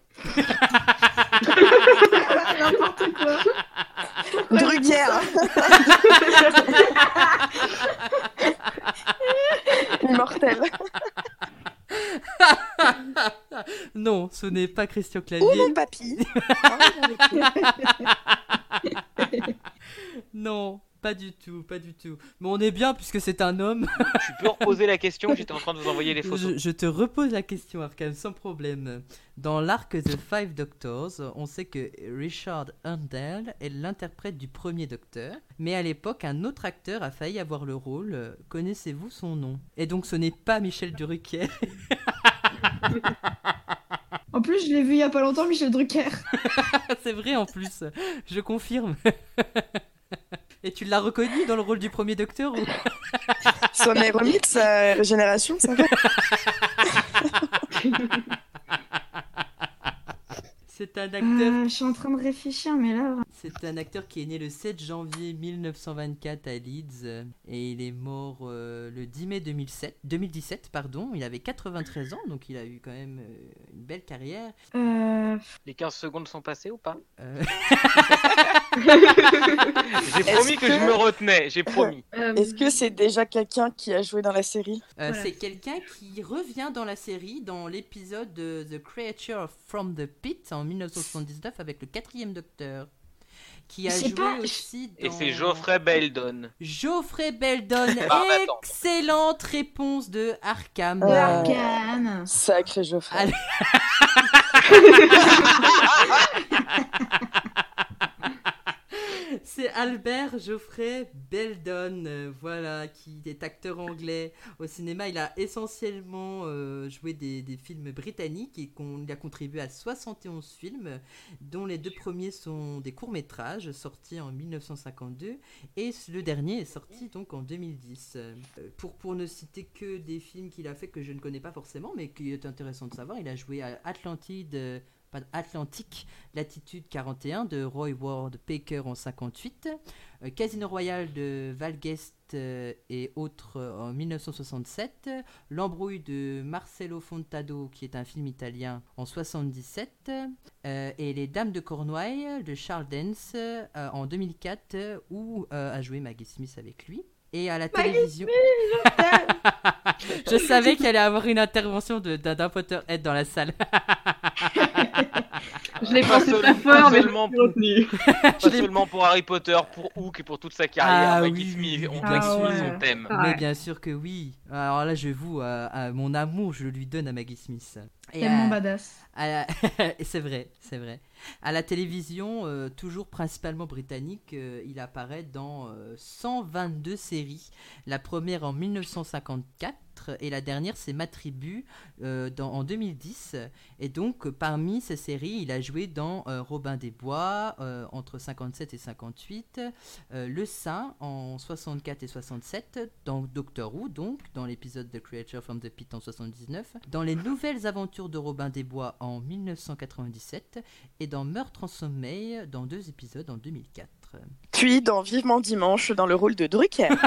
[SPEAKER 3] N'importe quoi.
[SPEAKER 4] Drucker. Immortel.
[SPEAKER 1] Non, ce n'est pas Christian Clavier.
[SPEAKER 4] Ou mon papy.
[SPEAKER 1] Non, pas du tout, pas du tout. Mais on est bien puisque c'est un homme.
[SPEAKER 2] Tu peux reposer la question, j'étais en train de vous envoyer les photos.
[SPEAKER 1] Je, je te repose la question, Arkham, sans problème. Dans l'arc The Five Doctors, on sait que Richard Handel est l'interprète du premier docteur, mais à l'époque, un autre acteur a failli avoir le rôle. Euh, Connaissez-vous son nom Et donc, ce n'est pas Michel Drucker.
[SPEAKER 3] En plus, je l'ai vu il y a pas longtemps, Michel Drucker.
[SPEAKER 1] C'est vrai en plus, je confirme. Et tu l'as reconnu dans le rôle du premier docteur ou-
[SPEAKER 4] Son remix, euh, Régénération, ça va.
[SPEAKER 1] C'est un acteur
[SPEAKER 3] Euh, je suis en train de réfléchir, mais là.
[SPEAKER 1] C'est un acteur qui est né le 7 janvier 1924 à Leeds euh, et il est mort euh, le 10 mai 2007, 2017. Pardon. Il avait 93 ans, donc il a eu quand même euh, une belle carrière.
[SPEAKER 3] Euh...
[SPEAKER 2] Les 15 secondes sont passées ou pas
[SPEAKER 1] Euh,
[SPEAKER 2] J'ai promis que,
[SPEAKER 4] que-
[SPEAKER 2] je me retenais, j'ai promis.
[SPEAKER 6] Euh,
[SPEAKER 4] Est-ce que c'est déjà quelqu'un qui a joué dans la série
[SPEAKER 1] euh,
[SPEAKER 6] Voilà.
[SPEAKER 1] C'est quelqu'un qui revient dans la série dans l'épisode de The Creature from the Pit en 1979 avec le quatrième docteur. Qui a
[SPEAKER 3] C'est
[SPEAKER 1] joué
[SPEAKER 3] pas-
[SPEAKER 1] aussi dans...
[SPEAKER 2] Et c'est Geoffrey Beldon.
[SPEAKER 1] Geoffrey Beldon.
[SPEAKER 2] Ah, mais attends.
[SPEAKER 1] Excellente réponse de Arkham.
[SPEAKER 4] Euh,
[SPEAKER 3] Ah, Arcane.
[SPEAKER 4] Sacré Geoffrey.
[SPEAKER 1] Allez. C'est Albert Geoffrey Beldon, euh, voilà, qui est acteur anglais au cinéma. Il a essentiellement euh, joué des, des films britanniques et qu'on il a contribué à 71 films, dont les deux premiers sont des courts-métrages sortis en 1952 et le dernier est sorti donc en 2010. Euh, pour, pour ne citer que des films qu'il a fait que je ne connais pas forcément, mais qui est intéressant de savoir, il a joué à Atlantide. euh, pardon, Atlantique, Latitude 41 de Roy Ward Baker en 58, euh, Casino Royal de Val Guest euh, et autres euh, en 1967, L'embrouille de Marcello Fontado qui est un film italien en 77, euh, et Les Dames de Cornouailles de Charles Dance euh, en 2004 euh, où euh, a joué Maggie Smith avec lui. Et à la
[SPEAKER 3] Maggie
[SPEAKER 1] télévision. Je savais qu'il allait avoir une intervention de- d'un d'un Potterhead dans la salle.
[SPEAKER 6] Je l'ai
[SPEAKER 2] Pas
[SPEAKER 6] pensé
[SPEAKER 2] seul-
[SPEAKER 6] très
[SPEAKER 2] pas
[SPEAKER 6] fort, mais je
[SPEAKER 2] seulement
[SPEAKER 6] l'ai retenu.
[SPEAKER 2] Pas seulement pour Harry Potter, pour Hook et pour toute sa carrière.
[SPEAKER 1] Ah
[SPEAKER 2] Maggie
[SPEAKER 1] oui, oui,
[SPEAKER 2] Smith, on
[SPEAKER 1] oui.
[SPEAKER 2] doit
[SPEAKER 1] Ah
[SPEAKER 2] suivre
[SPEAKER 1] ouais.
[SPEAKER 2] son thème.
[SPEAKER 6] Ah.
[SPEAKER 1] Mais
[SPEAKER 6] Ouais.
[SPEAKER 1] bien sûr que oui. Alors là, je vous, euh, euh, mon amour, je lui donne à Maggie Smith. Et,
[SPEAKER 3] Tellement
[SPEAKER 1] euh,
[SPEAKER 3] badass.
[SPEAKER 1] à la- Et c'est vrai, c'est vrai. À la télévision, euh, toujours principalement britannique, euh, il apparaît dans euh, 122 séries. La première en 1954 et la dernière, c'est Ma tribu euh, dans, en 2010. Et donc, euh, parmi ces séries, il a joué dans euh, Robin des Bois euh, entre 57 et 58, euh, Le Saint en 64 et 67, dans Doctor Who, donc, dans l'épisode The Creature from the Pit en 79, dans Les Nouvelles Aventures de Robin des Bois en 1997, et dans Meurtre en Sommeil, dans deux épisodes en 2004.
[SPEAKER 4] Puis dans Vivement Dimanche, dans le rôle de Drucker.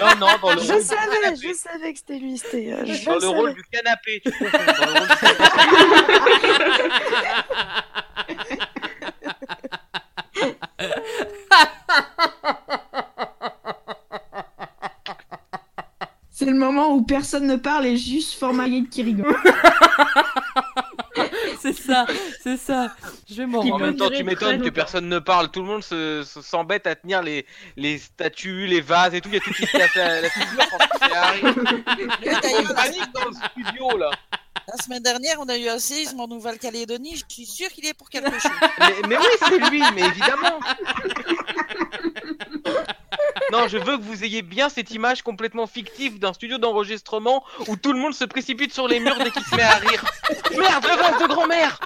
[SPEAKER 2] Non, non, dans le
[SPEAKER 4] je
[SPEAKER 2] rôle-
[SPEAKER 4] savais, je savais que c'était lui, c'était. euh, je
[SPEAKER 2] dans le
[SPEAKER 4] savais.
[SPEAKER 2] rôle du canapé. tu comprends, dans le rôle du canapé.
[SPEAKER 3] C'est le moment où personne ne parle et juste Formagate qui rigole.
[SPEAKER 1] C'est ça, c'est ça. Je vais m'en
[SPEAKER 6] Qui
[SPEAKER 2] En
[SPEAKER 1] rends-
[SPEAKER 6] me
[SPEAKER 2] même temps,
[SPEAKER 6] dirait
[SPEAKER 2] tu
[SPEAKER 6] très
[SPEAKER 2] m'étonnes que
[SPEAKER 6] longtemps.
[SPEAKER 2] personne ne parle. Tout le monde se- se- s'embête à tenir les, les statues, les vases et tout. Il y a tout qui se casse la, la figure quand c'est Harry.
[SPEAKER 5] Et
[SPEAKER 2] On
[SPEAKER 5] d'ailleurs,
[SPEAKER 2] panique dans le studio là.
[SPEAKER 5] La semaine dernière, on a eu un séisme en Nouvelle-Calédonie. Je suis sûre qu'il est pour quelque chose.
[SPEAKER 2] Mais, mais oui, c'est lui, mais évidemment. Non, je veux que vous ayez bien cette image complètement fictive d'un studio d'enregistrement où tout le monde se précipite sur les murs dès qu'il se met à rire. Merde, la vase de grand-mère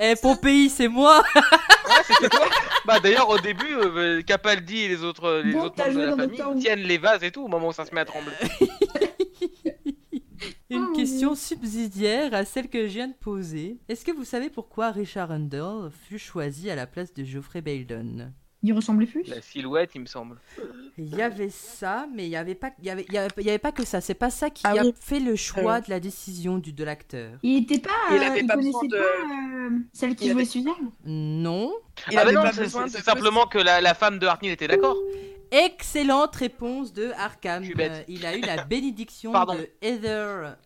[SPEAKER 1] Eh, Pompéi, c'est moi
[SPEAKER 2] Ouais, Ah, c'était toi. Bah d'ailleurs au début, euh, Capaldi et les autres, euh, les
[SPEAKER 3] Bon,
[SPEAKER 2] autres
[SPEAKER 3] t'as
[SPEAKER 2] membres de
[SPEAKER 3] joué
[SPEAKER 2] la
[SPEAKER 3] dans
[SPEAKER 2] famille
[SPEAKER 3] Doctor Who.
[SPEAKER 2] tiennent les vases et tout au moment où ça se met à trembler.
[SPEAKER 1] Une
[SPEAKER 3] Oh.
[SPEAKER 1] question subsidiaire à celle que je viens de poser. Est-ce que vous savez pourquoi Richard Handel fut choisi à la place de Geoffrey Baildon
[SPEAKER 3] Il ressemblait plus
[SPEAKER 2] La silhouette, il me semble.
[SPEAKER 1] Il y avait ça, mais il n'y avait, pas- il y avait, il y avait, il y avait pas que ça. C'est pas ça qui
[SPEAKER 4] Ah
[SPEAKER 1] a
[SPEAKER 4] oui. Euh.
[SPEAKER 1] fait le choix de la décision du, de l'acteur.
[SPEAKER 3] Il était pas.
[SPEAKER 4] Il
[SPEAKER 3] euh,
[SPEAKER 4] avait pas besoin
[SPEAKER 3] connaissait
[SPEAKER 4] de-
[SPEAKER 3] pas, euh, celle qui
[SPEAKER 4] Il
[SPEAKER 3] jouait
[SPEAKER 4] avait-
[SPEAKER 3] Suzanne.
[SPEAKER 1] Non.
[SPEAKER 4] Il
[SPEAKER 2] ah
[SPEAKER 4] avait
[SPEAKER 2] bah non,
[SPEAKER 4] pas
[SPEAKER 2] c'est-
[SPEAKER 4] besoin
[SPEAKER 2] c'est
[SPEAKER 4] de
[SPEAKER 2] c'est simplement que la, la femme de Hartnell était d'accord.
[SPEAKER 1] Excellente réponse de Arkham.
[SPEAKER 2] Je suis bête.
[SPEAKER 1] Euh, Il a eu la bénédiction
[SPEAKER 2] Pardon.
[SPEAKER 1] de Heather
[SPEAKER 2] Je t'ai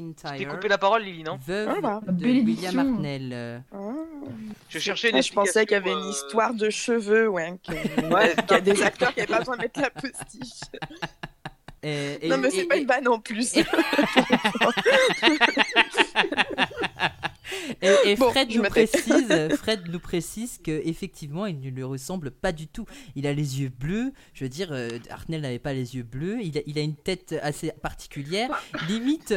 [SPEAKER 1] McIntyre,
[SPEAKER 2] coupé la parole, Lily, non
[SPEAKER 1] veuve
[SPEAKER 4] Ah, bah.
[SPEAKER 1] de
[SPEAKER 3] Bénédiction.
[SPEAKER 1] William Hartnell. Euh,
[SPEAKER 2] Je cherchais une
[SPEAKER 4] Ah, je pensais qu'il y avait
[SPEAKER 2] explication,
[SPEAKER 4] une
[SPEAKER 2] euh,
[SPEAKER 4] histoire de cheveux, ouais. que-
[SPEAKER 2] Ouais.
[SPEAKER 4] qu'il y a des acteurs qui n'avaient pas besoin de mettre la postiche.
[SPEAKER 1] et- et-
[SPEAKER 4] non, mais c'est
[SPEAKER 1] et-
[SPEAKER 4] pas une banne en plus.
[SPEAKER 1] Et, et
[SPEAKER 4] Bon,
[SPEAKER 1] Fred,
[SPEAKER 4] je
[SPEAKER 1] nous
[SPEAKER 4] me tais.
[SPEAKER 1] précise, Fred nous précise que effectivement, il ne lui ressemble pas du tout. Il a les yeux bleus. Je veux dire, euh, Hartnell n'avait pas les yeux bleus. Il a, il a une tête assez particulière.
[SPEAKER 4] Bah.
[SPEAKER 1] Limite.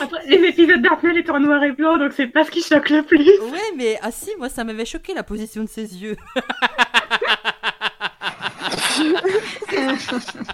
[SPEAKER 6] Après, les épisodes d'Arnel étaient en noir et blanc, donc c'est pas ce qui choque le plus.
[SPEAKER 1] Ouais, mais ah si, moi ça m'avait choqué la position de ses yeux.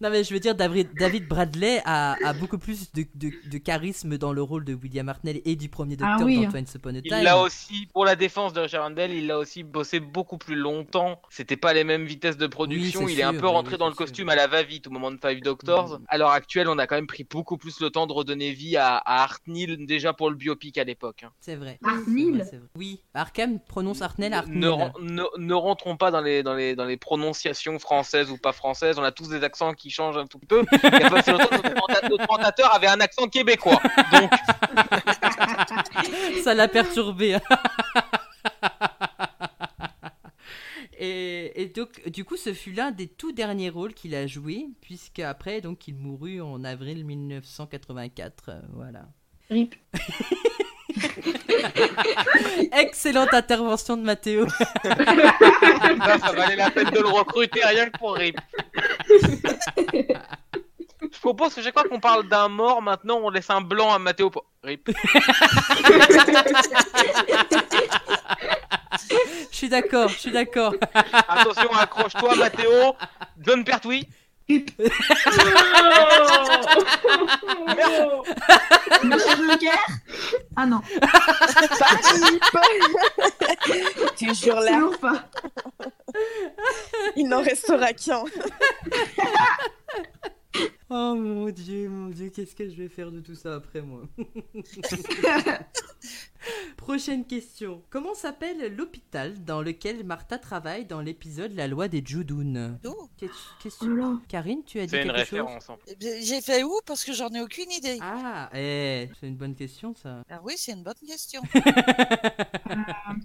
[SPEAKER 1] Non mais je veux dire, David, David Bradley a, a beaucoup plus de, de- de charisme dans le rôle de William Hartnell et du premier
[SPEAKER 3] Ah
[SPEAKER 1] docteur
[SPEAKER 3] oui.
[SPEAKER 1] d'Antoine Upon a
[SPEAKER 2] Il
[SPEAKER 1] Time.
[SPEAKER 2] l'a aussi, pour la défense de Richard Handel, il l'a aussi bossé beaucoup plus longtemps. C'était pas les mêmes vitesses de production.
[SPEAKER 1] Oui, c'est
[SPEAKER 2] il est un
[SPEAKER 1] sûr,
[SPEAKER 2] peu
[SPEAKER 1] oui,
[SPEAKER 2] rentré
[SPEAKER 1] oui,
[SPEAKER 2] dans
[SPEAKER 1] c'est
[SPEAKER 2] le
[SPEAKER 1] sûr.
[SPEAKER 2] costume à la va-vite au moment de Five Doctors.
[SPEAKER 1] Mhm.
[SPEAKER 2] À l'heure actuelle, on a quand même pris beaucoup plus le temps de redonner vie à, à Hartnell, déjà pour le biopic à l'époque. hein.
[SPEAKER 1] C'est vrai.
[SPEAKER 3] Hartnell
[SPEAKER 1] C'est vrai, c'est vrai. Oui, Arkham prononce Hartnell, Hartnell.
[SPEAKER 2] Ne, ren- ne- ne rentrons pas dans les, dans, les, dans les prononciations françaises ou pas françaises. On a tous des accents qui changent un tout petit peu. Il y a pas si longtemps, notre présenta- notre présentateur avait un accent québécois. Donc,
[SPEAKER 1] ça l'a perturbé. Et, et donc, du coup, ce fut l'un des tout derniers rôles qu'il a joué, puisque après, donc, il mourut en avril 1984. euh, Voilà.
[SPEAKER 6] Rip.
[SPEAKER 1] Excellente intervention de Mathéo.
[SPEAKER 2] Ça, ça valait la peine de le recruter rien que pour Rip. Je propose que chaque fois qu'on parle d'un mort, maintenant on laisse un blanc à Mathéo pour Rip.
[SPEAKER 1] Je suis d'accord, je suis d'accord.
[SPEAKER 2] Attention, accroche-toi Mathéo. Donne Pertwee.
[SPEAKER 6] Oh
[SPEAKER 3] Monsieur Drucker Ah non,
[SPEAKER 4] Tu jures là,
[SPEAKER 3] toujours pas.
[SPEAKER 4] il n'en restera qu'un.
[SPEAKER 1] Oh mon dieu, mon dieu, qu'est-ce que je vais faire de tout ça après moi Prochaine question. Comment s'appelle l'hôpital dans lequel Martha travaille dans l'épisode La loi des Judun
[SPEAKER 5] D'où
[SPEAKER 3] Oh là là.
[SPEAKER 1] Karine, tu as dit
[SPEAKER 2] Mm. C'est une
[SPEAKER 1] quelque chose
[SPEAKER 2] référence. en fait.
[SPEAKER 5] Eh J'ai fait où Parce que j'en ai aucune idée.
[SPEAKER 1] Ah, eh, c'est une bonne question ça.
[SPEAKER 5] Ah oui, c'est une bonne question.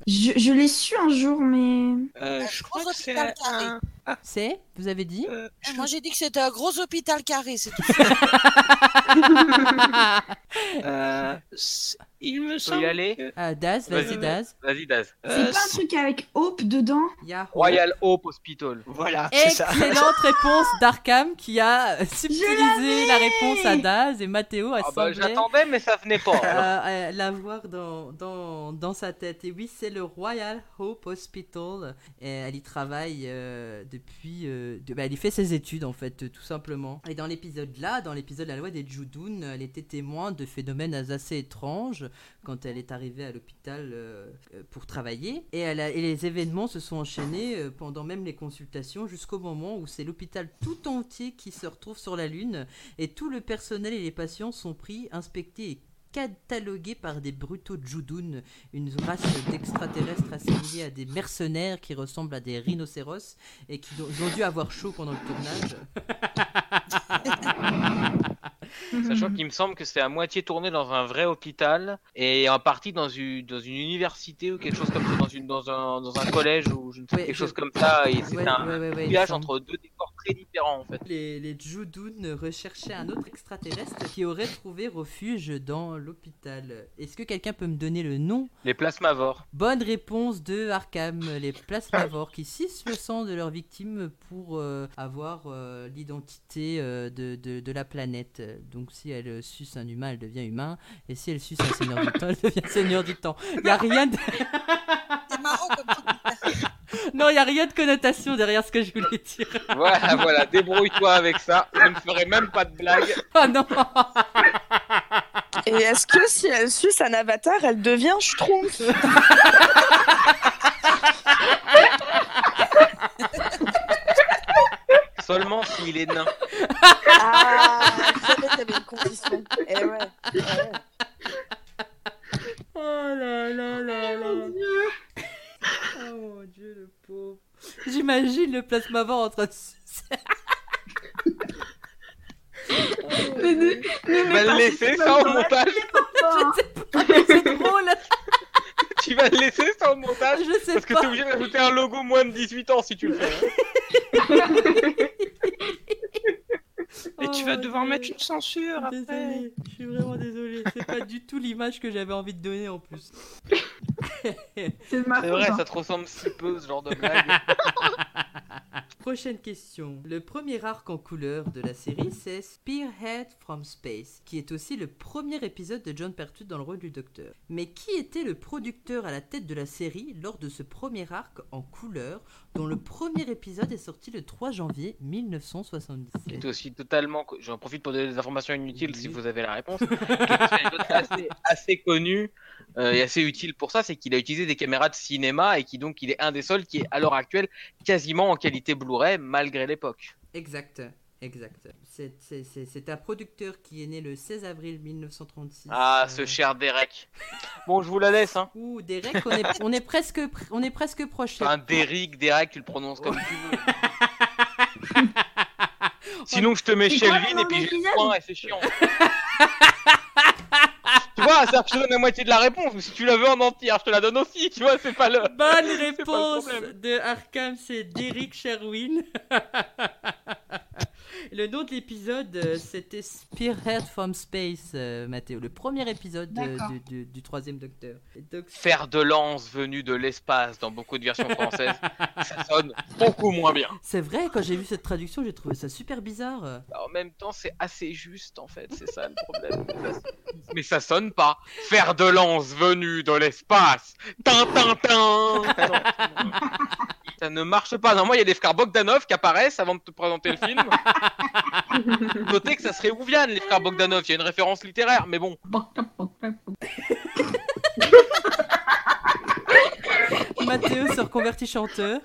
[SPEAKER 3] Je, je l'ai su un jour, mais.
[SPEAKER 7] Euh, je crois que c'est
[SPEAKER 5] Hôpital Carré.
[SPEAKER 7] un.
[SPEAKER 2] Ah.
[SPEAKER 1] C'est Vous avez dit
[SPEAKER 7] euh,
[SPEAKER 5] Eh, Moi, j'ai dit que c'était un gros hôpital carré, c'est tout.
[SPEAKER 7] euh, c'est- il me
[SPEAKER 2] Tu peux
[SPEAKER 7] semble.
[SPEAKER 2] y aller
[SPEAKER 7] que-
[SPEAKER 1] Ah, Daz, vas-y
[SPEAKER 2] Vas-y.
[SPEAKER 1] Daz.
[SPEAKER 2] Vas-y, Daz.
[SPEAKER 7] euh,
[SPEAKER 3] C'est pas un
[SPEAKER 7] c'est-
[SPEAKER 3] truc avec Hope dedans
[SPEAKER 1] Yahoo.
[SPEAKER 2] Royal Hope Hospital.
[SPEAKER 7] Voilà, c'est ça.
[SPEAKER 1] Excellente réponse d'Arkham qui a subtilisé la réponse à Daz et Mathéo a
[SPEAKER 2] Ah bah,
[SPEAKER 1] semblé
[SPEAKER 2] J'attendais, mais ça venait pas. alors.
[SPEAKER 1] euh, euh, l'avoir dans, dans, dans sa tête. Et oui, c'est le Royal Hope Hospital. Et elle y travaille euh, depuis... euh, de- bah, elle y fait ses études en fait, euh, tout simplement. Et dans l'épisode là, dans l'épisode La loi des Judoun, elle était témoin de phénomènes assez étranges quand elle est arrivée à l'hôpital euh, euh, pour travailler. Et, elle a- et les événements se sont enchaînés euh, pendant même les consultations jusqu'au moment où c'est l'hôpital tout entier qui se retrouve sur la Lune et tout le personnel et les patients sont pris, inspectés et catalogués par des brutaux Judoun, une race d'extraterrestres assimilés à des mercenaires qui ressemblent à des rhinocéros et qui do- ont dû avoir chaud pendant le tournage.
[SPEAKER 2] Sachant qu'il me semble que c'est à moitié tourné dans un vrai hôpital et en partie dans une, dans une université ou quelque chose comme ça, dans, une, dans, un, dans un collège ou je ne sais,
[SPEAKER 1] Ouais,
[SPEAKER 2] quelque
[SPEAKER 1] je-
[SPEAKER 2] chose comme ça. Et c'est
[SPEAKER 1] Ouais,
[SPEAKER 2] un
[SPEAKER 1] ouais, ouais, ouais, il
[SPEAKER 2] village
[SPEAKER 1] semble.
[SPEAKER 2] entre deux décors très différents en fait.
[SPEAKER 1] Les, les Judoun recherchaient un autre extraterrestre qui aurait trouvé refuge dans l'hôpital. Est-ce que quelqu'un peut me donner le nom
[SPEAKER 2] Les plasmavores.
[SPEAKER 1] Bonne réponse de Arkham, les plasmavores qui cissent le sang de leurs victimes pour euh, avoir euh, l'identité euh, de, de- de la planète. Donc si elle euh, suce un humain, elle devient humain. Et si elle suce un seigneur du temps, elle devient seigneur du temps. Il n'y a, rien de...
[SPEAKER 5] C'est marrant comme truc.
[SPEAKER 1] non, y a rien de connotation derrière ce que je voulais dire.
[SPEAKER 2] voilà, voilà, débrouille-toi avec ça. Je ne ferai même pas de blague.
[SPEAKER 1] Oh non
[SPEAKER 4] Et est-ce que si elle suce un avatar, elle devient schtroumpf
[SPEAKER 2] Seulement s'il est nain.
[SPEAKER 4] Ah, il savais qu'il y avait une condition. Eh ouais.
[SPEAKER 1] Oh là là là là Oh mon dieu, le pauvre. J'imagine le plasmavore en train de sucer.
[SPEAKER 3] Mais ne-
[SPEAKER 2] Tu vas le laisser ça au montage.
[SPEAKER 1] Je sais pas, mais c'est drôle
[SPEAKER 2] Tu vas le laisser ça au montage.
[SPEAKER 1] Je sais
[SPEAKER 2] Parce que
[SPEAKER 1] pas
[SPEAKER 2] t'es obligé d'ajouter un logo moins de 18 ans si tu le fais. hein.
[SPEAKER 7] Et tu vas devoir mettre une censure après.
[SPEAKER 1] Oh, Désolée, je suis vraiment désolée. C'est pas du tout l'image que j'avais envie de donner en plus.
[SPEAKER 3] C'est de ma
[SPEAKER 2] C'est
[SPEAKER 3] faute,
[SPEAKER 2] vrai,
[SPEAKER 3] hein.
[SPEAKER 2] ça te ressemble si peu ce genre de blague.
[SPEAKER 1] Prochaine question. Le premier arc en couleur de la série, c'est Spearhead from Space, qui est aussi le premier épisode de John Pertwee dans le rôle du Docteur. Mais qui était le producteur à la tête de la série lors de ce premier arc en couleur, dont le premier épisode est sorti le 3 janvier
[SPEAKER 2] qui
[SPEAKER 1] 1977
[SPEAKER 2] est aussi totalement. co- J'en profite pour donner des informations inutiles si
[SPEAKER 1] Oui.
[SPEAKER 2] vous avez la réponse. qui est aussi une anecdote assez, assez connue euh, et assez utile pour ça, c'est qu'il a utilisé des caméras de cinéma et qui donc il est un des seuls qui est à l'heure actuelle quasiment en qualité Blu-ray malgré l'époque.
[SPEAKER 1] Exact, exact. C'est- c'est- C'est c'est un producteur qui est né le 16 avril 1936.
[SPEAKER 2] Ah,
[SPEAKER 1] euh,
[SPEAKER 2] ce cher Derek. Bon, je vous la laisse. Hein.
[SPEAKER 1] Ouh, Derek, on est, on est presque, pr- on est presque proche.
[SPEAKER 2] Enfin, Derek, Derek, tu le prononces comme tu veux. Sinon, je te mets
[SPEAKER 3] C'est
[SPEAKER 2] Shelvin
[SPEAKER 3] quoi le nom
[SPEAKER 2] et
[SPEAKER 3] de
[SPEAKER 2] puis j'ai le
[SPEAKER 3] l'épisode
[SPEAKER 2] point et c'est chiant. tu vois, ça je te donne la moitié de la réponse. mais Si tu la veux en entière, je te la donne aussi. Tu vois, c'est pas le.
[SPEAKER 1] Bonne
[SPEAKER 2] C'est pas le
[SPEAKER 1] réponse
[SPEAKER 2] problème.
[SPEAKER 1] de Arkham, c'est Derek Sherwin. Le nom de l'épisode, euh, c'était Spearhead from Space, euh, Mathéo. Le premier épisode euh,
[SPEAKER 3] D'accord.
[SPEAKER 1] du, du- du troisième Docteur. Et donc,
[SPEAKER 2] Fer de lance venu de l'espace dans beaucoup de versions françaises, ça sonne beaucoup moins bien.
[SPEAKER 1] c'est vrai, quand j'ai vu cette traduction, j'ai trouvé ça super bizarre.
[SPEAKER 2] Bah, en même temps, c'est assez juste en fait, c'est ça le problème. Mais ça- Mais ça sonne pas. Fer de lance venu de l'espace. Tin, tin, tin. Non, c'est bon. Ça ne marche pas. Normalement, il y a des frères Bogdanov qui apparaissent avant de te présenter le film. Notez que ça serait Ouviane, les frères Bogdanov. Il y a une référence littéraire, mais bon.
[SPEAKER 1] Mathéo se reconvertit chanteur.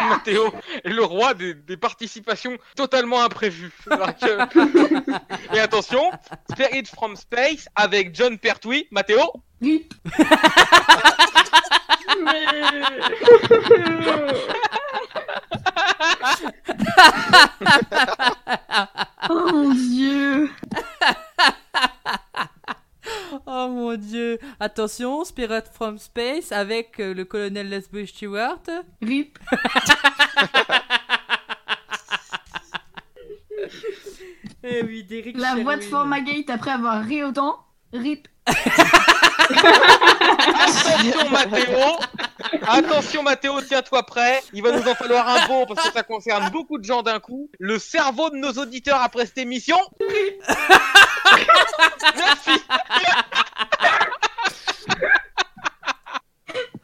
[SPEAKER 2] Mathéo est le roi des, des participations totalement imprévues. Alors que- Et attention, Spirit from Space avec John Pertwee. Mathéo,
[SPEAKER 3] Rip.
[SPEAKER 6] oh mon dieu
[SPEAKER 1] Oh mon dieu. Attention, Spirit from Space avec euh, le colonel Leslie Stewart.
[SPEAKER 3] Rip.
[SPEAKER 1] Eh oui, Derek
[SPEAKER 3] La voix de
[SPEAKER 1] Sherwin.
[SPEAKER 3] Formagate après avoir ri autant. Rip.
[SPEAKER 2] attention Mathéo, attention Mathéo, tiens-toi prêt. Il va nous en falloir un bon parce que ça concerne beaucoup de gens d'un coup. Le cerveau de nos auditeurs après cette émission. Merci.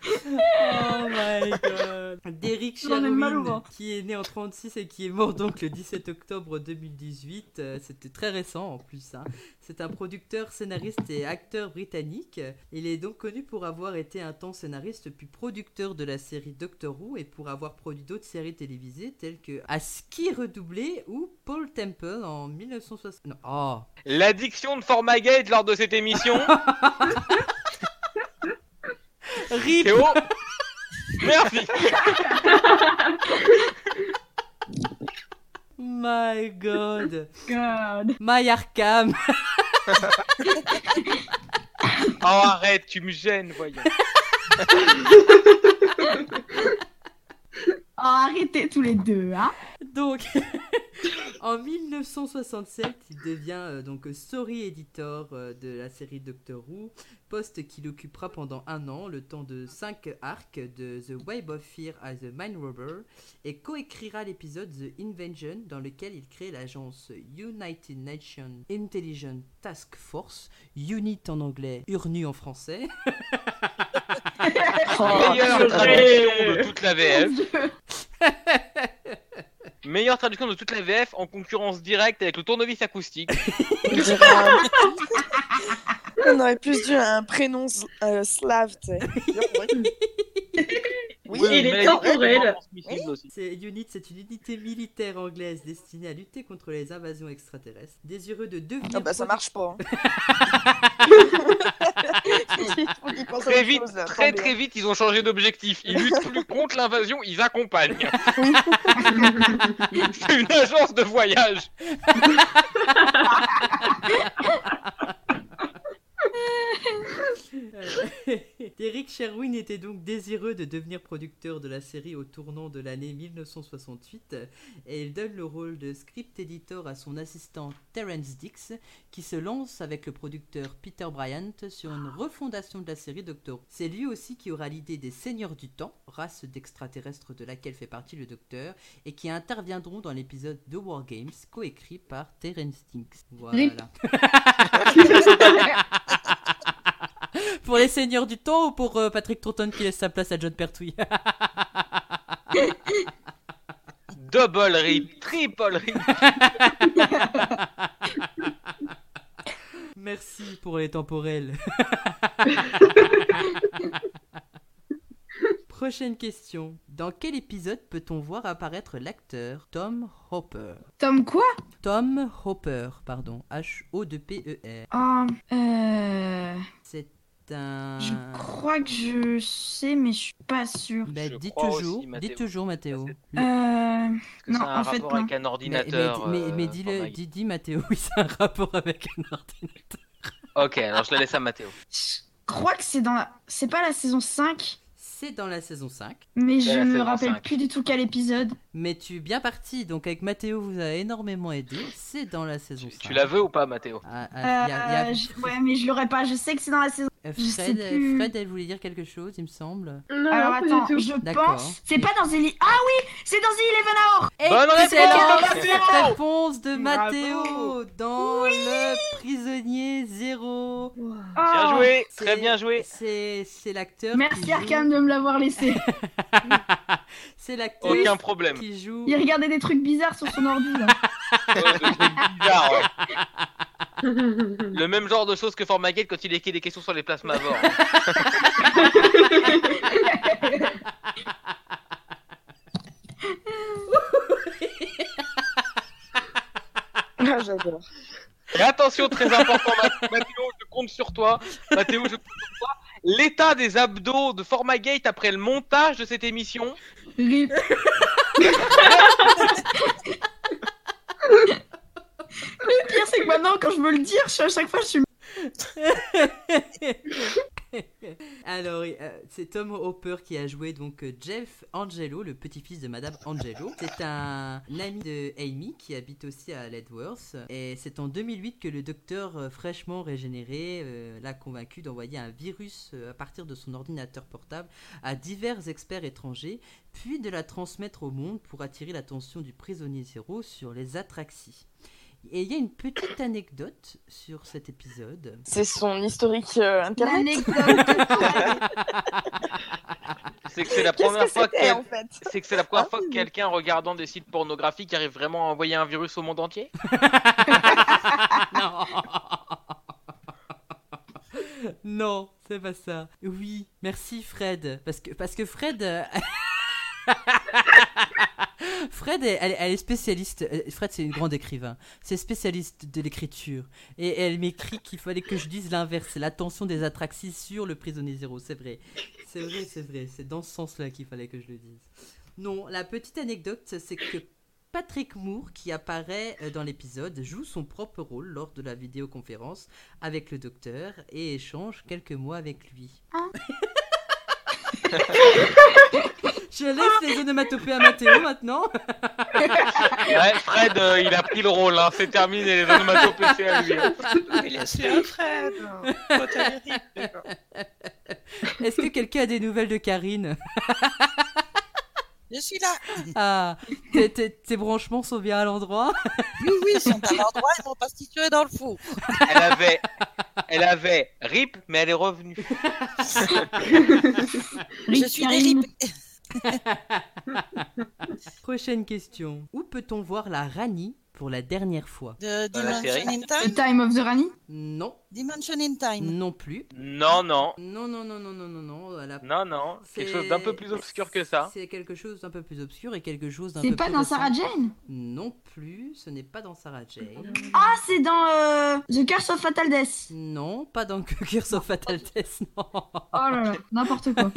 [SPEAKER 1] Oh my god. Derek
[SPEAKER 3] J'en ai mal au
[SPEAKER 1] Sherwin,
[SPEAKER 3] ventre.
[SPEAKER 1] qui est né en 36 et qui est mort donc le 17 octobre 2018. Euh, C'était très récent en plus. hein. C'est un producteur, scénariste et acteur britannique. Il est donc connu pour avoir été un temps scénariste puis producteur de la série Doctor Who et pour avoir produit d'autres séries télévisées telles que À ski redoublé ou Paul Temple en 1960. Non. Oh.
[SPEAKER 2] L'addiction de Formagate lors de cette émission.
[SPEAKER 1] Rip.
[SPEAKER 2] Théo, merci.
[SPEAKER 1] My god.
[SPEAKER 3] God.
[SPEAKER 1] My Arkham.
[SPEAKER 2] Oh arrête, tu me gênes, voyons.
[SPEAKER 3] Oh, arrêtez tous les deux, hein.
[SPEAKER 1] Donc, en 1967, il devient euh, donc story editor euh, de la série Doctor Who, poste qu'il occupera pendant un an, le temps de cinq arcs de The Web of Fear à The Mind Robber, et coécrira l'épisode The Invention, dans lequel il crée l'agence United Nations Intelligent Task Force, UNIT en anglais, URNU en français.
[SPEAKER 4] Oh,
[SPEAKER 2] Meilleure traduction de toute la VF.
[SPEAKER 3] Mon Dieu.
[SPEAKER 2] Meilleure traduction de toute la VF en concurrence directe avec le tournevis acoustique.
[SPEAKER 4] On dirait un- On aurait plus dû un prénom sl- euh, slave, tu sais.
[SPEAKER 2] Oui,
[SPEAKER 6] il est
[SPEAKER 2] mais-
[SPEAKER 6] temporel.
[SPEAKER 2] aussi.
[SPEAKER 1] C'est Unit, c'est une unité militaire anglaise destinée à lutter contre les invasions extraterrestres. Désireux de devenir
[SPEAKER 4] Ah bah ça
[SPEAKER 1] produ-
[SPEAKER 4] marche pas. hein. Il faut qu'il pense à
[SPEAKER 2] Très
[SPEAKER 4] autre
[SPEAKER 2] vite,
[SPEAKER 4] chose, là,
[SPEAKER 2] très
[SPEAKER 4] attendez.
[SPEAKER 2] très vite, ils ont changé d'objectif. Ils luttent plus contre l'invasion, ils accompagnent. C'est une agence de voyage.
[SPEAKER 1] Euh, Derek Sherwin était donc désireux de devenir producteur de la série au tournant de l'année 1968 et il donne le rôle de script editor à son assistant Terence Dix qui se lance avec le producteur Peter Bryant sur une refondation de la série Doctor Who. C'est lui aussi qui aura l'idée des Seigneurs du Temps, race d'extraterrestres de laquelle fait partie le Docteur et qui interviendront dans l'épisode de War Games coécrit par Terence Dix. Voilà. Pour les seigneurs du temps ou pour euh, Patrick Troughton qui laisse sa place à John Pertwee
[SPEAKER 2] Double rip, triple rip.
[SPEAKER 1] Merci pour les temporels. Prochaine question. Dans quel épisode peut-on voir apparaître l'acteur Tom Hopper
[SPEAKER 3] Tom quoi
[SPEAKER 1] Tom Hopper, pardon. H-O-P-E-R.
[SPEAKER 3] Ah, euh,
[SPEAKER 1] E C'est un...
[SPEAKER 3] Je crois que je sais, mais je suis pas sûre.
[SPEAKER 1] Bah,
[SPEAKER 2] Je
[SPEAKER 1] dis
[SPEAKER 2] crois
[SPEAKER 1] toujours,
[SPEAKER 2] aussi, Mathéo. Bah,
[SPEAKER 1] dis toujours Mathéo.
[SPEAKER 3] Euh...
[SPEAKER 2] Que ça
[SPEAKER 3] Non,
[SPEAKER 2] a un
[SPEAKER 3] en fait,
[SPEAKER 2] rapport
[SPEAKER 3] non.
[SPEAKER 2] avec un
[SPEAKER 1] Mais,
[SPEAKER 2] ordinateur.
[SPEAKER 1] mais- mais
[SPEAKER 2] euh,
[SPEAKER 1] dis-le,
[SPEAKER 2] Fortnite.
[SPEAKER 1] dis, dis Mathéo, oui, c'est un rapport avec un ordinateur. Ah,
[SPEAKER 2] Ok, alors je la laisse à Mathéo.
[SPEAKER 3] Je crois que c'est dans la... C'est pas la saison 5
[SPEAKER 1] c'est dans la saison 5.
[SPEAKER 3] Mais je
[SPEAKER 2] la
[SPEAKER 3] me
[SPEAKER 2] saison
[SPEAKER 3] rappelle
[SPEAKER 2] cinq.
[SPEAKER 3] plus du tout quel épisode.
[SPEAKER 1] Mais tu es bien parti, donc avec Mathéo vous a énormément aidé, c'est dans la saison
[SPEAKER 2] Tu,
[SPEAKER 1] 5.
[SPEAKER 2] tu la veux ou pas, Mathéo
[SPEAKER 1] Ah, ah, y a- y a-
[SPEAKER 3] Euh, je- Ouais, mais je l'aurais pas. Je sais que c'est dans la saison.
[SPEAKER 1] Euh,
[SPEAKER 3] je sais
[SPEAKER 1] Fred,
[SPEAKER 3] plus.
[SPEAKER 1] Fred, elle voulait dire quelque chose, il me semble.
[SPEAKER 6] Non,
[SPEAKER 3] Alors
[SPEAKER 6] non, Ah, pas
[SPEAKER 3] attends,
[SPEAKER 6] du tout.
[SPEAKER 3] je
[SPEAKER 1] D'accord.
[SPEAKER 3] pense. C'est pas dans Eli. Ah oui, c'est dans The Eleven Hour.
[SPEAKER 2] Bonne
[SPEAKER 1] Excellente
[SPEAKER 2] réponse
[SPEAKER 1] réponse de
[SPEAKER 7] Bravo
[SPEAKER 1] Mathéo dans Le Prisonnier Zéro.
[SPEAKER 2] Bien
[SPEAKER 3] Oh,
[SPEAKER 2] joué,
[SPEAKER 1] C'est-
[SPEAKER 2] très bien joué.
[SPEAKER 1] C'est c'est l'acteur. qui
[SPEAKER 3] Merci
[SPEAKER 1] joue-
[SPEAKER 3] Arkane de me l'avoir laissé.
[SPEAKER 1] C'est l'acteur
[SPEAKER 2] Aucun problème.
[SPEAKER 1] qui joue.
[SPEAKER 3] Il regardait des trucs bizarres sur son ordi. là.
[SPEAKER 2] Bizarre, ouais. Le même genre de choses que Formaguette quand il écrit des questions sur les plasmavores.
[SPEAKER 4] Ah, J'adore.
[SPEAKER 2] Et attention, très important, Math- Mathéo, je compte sur toi. Mathéo, je compte sur toi. L'état des abdos de Formagate après le montage de cette émission.
[SPEAKER 3] Rip. Le pire, c'est que maintenant, quand je veux le dire, je- à chaque fois, je suis.
[SPEAKER 1] Alors, euh, c'est Tom Hopper qui a joué donc euh, Jeff Angelo, le petit-fils de Madame Angelo. C'est un ami de Amy qui habite aussi à Ledworth. Et c'est en 2008 que le docteur euh, fraîchement régénéré euh, l'a convaincu d'envoyer un virus euh, à partir de son ordinateur portable à divers experts étrangers, puis de la transmettre au monde pour attirer l'attention du prisonnier zéro sur les atraxis. Et il y a une petite anecdote sur cet épisode.
[SPEAKER 4] C'est son historique euh, internet.
[SPEAKER 3] L'anecdote.
[SPEAKER 2] C'est que c'est la
[SPEAKER 4] Qu'est-ce
[SPEAKER 2] première
[SPEAKER 4] que
[SPEAKER 2] fois
[SPEAKER 4] c'était
[SPEAKER 2] que
[SPEAKER 4] en fait
[SPEAKER 2] c'est que c'est la première
[SPEAKER 4] Ah
[SPEAKER 2] fois que
[SPEAKER 4] oui.
[SPEAKER 2] quelqu'un regardant des sites pornographiques arrive vraiment à envoyer un virus au monde entier.
[SPEAKER 1] non Non, c'est pas ça. Oui, merci Fred. Parce que, parce que Fred... euh, Fred, est- elle, elle est spécialiste. euh, Fred, c'est une grande écrivain. C'est spécialiste de l'écriture. Et elle m'écrit qu'il fallait que je dise l'inverse. C'est l'attention des atraxis sur le prisonnier zéro. C'est vrai. C'est vrai, c'est vrai. C'est dans ce sens-là qu'il fallait que je le dise. Non, la petite anecdote, c'est que Patrick Moore, qui apparaît euh, dans l'épisode, joue son propre rôle lors de la vidéoconférence avec le docteur et échange quelques mots avec lui. Je laisse les onomatopées à Mathéo maintenant.
[SPEAKER 2] Ouais, Fred, euh, il a pris le rôle, hein. c'est terminé, les onomatopées c'est à lui. hein.
[SPEAKER 7] Mais laisse-le à Fred. Toi, t'as les rites, quoi.
[SPEAKER 1] Est-ce que quelqu'un a des nouvelles de Karine
[SPEAKER 5] Je suis là.
[SPEAKER 1] Ah, tes, tes- tes branchements sont bien à l'endroit
[SPEAKER 5] Oui, oui, ils sont à l'endroit, ils vont pas se situer dans le four.
[SPEAKER 2] Elle avait, elle avait rip, mais elle est revenue.
[SPEAKER 5] Je suis
[SPEAKER 3] Karine.
[SPEAKER 5] déripée.
[SPEAKER 1] Prochaine question. Où peut-on voir la Rani pour la dernière fois
[SPEAKER 5] De
[SPEAKER 2] Dans la
[SPEAKER 5] Dimension
[SPEAKER 2] série.
[SPEAKER 5] in Time.
[SPEAKER 3] The Time of the Rani.
[SPEAKER 1] Non,
[SPEAKER 5] Dimension in Time.
[SPEAKER 1] non plus.
[SPEAKER 2] Non, non,
[SPEAKER 1] Non, non, non, non, non, non, non. elle a-
[SPEAKER 2] non, non, quelque
[SPEAKER 1] C'est-
[SPEAKER 2] chose d'un peu plus obscur que ça.
[SPEAKER 1] C'est quelque chose d'un peu plus obscur et quelque chose d'un peu
[SPEAKER 3] C'est
[SPEAKER 1] plus.
[SPEAKER 3] pas dans
[SPEAKER 1] récent.
[SPEAKER 3] Sarah Jane
[SPEAKER 1] Non plus, ce n'est pas dans Sarah Jane.
[SPEAKER 3] Ah, c'est dans euh, The Curse of Fatal Death.
[SPEAKER 1] Non, pas dans Curse of Fatal Death,
[SPEAKER 3] Oh
[SPEAKER 1] non.
[SPEAKER 3] là là, n'importe quoi.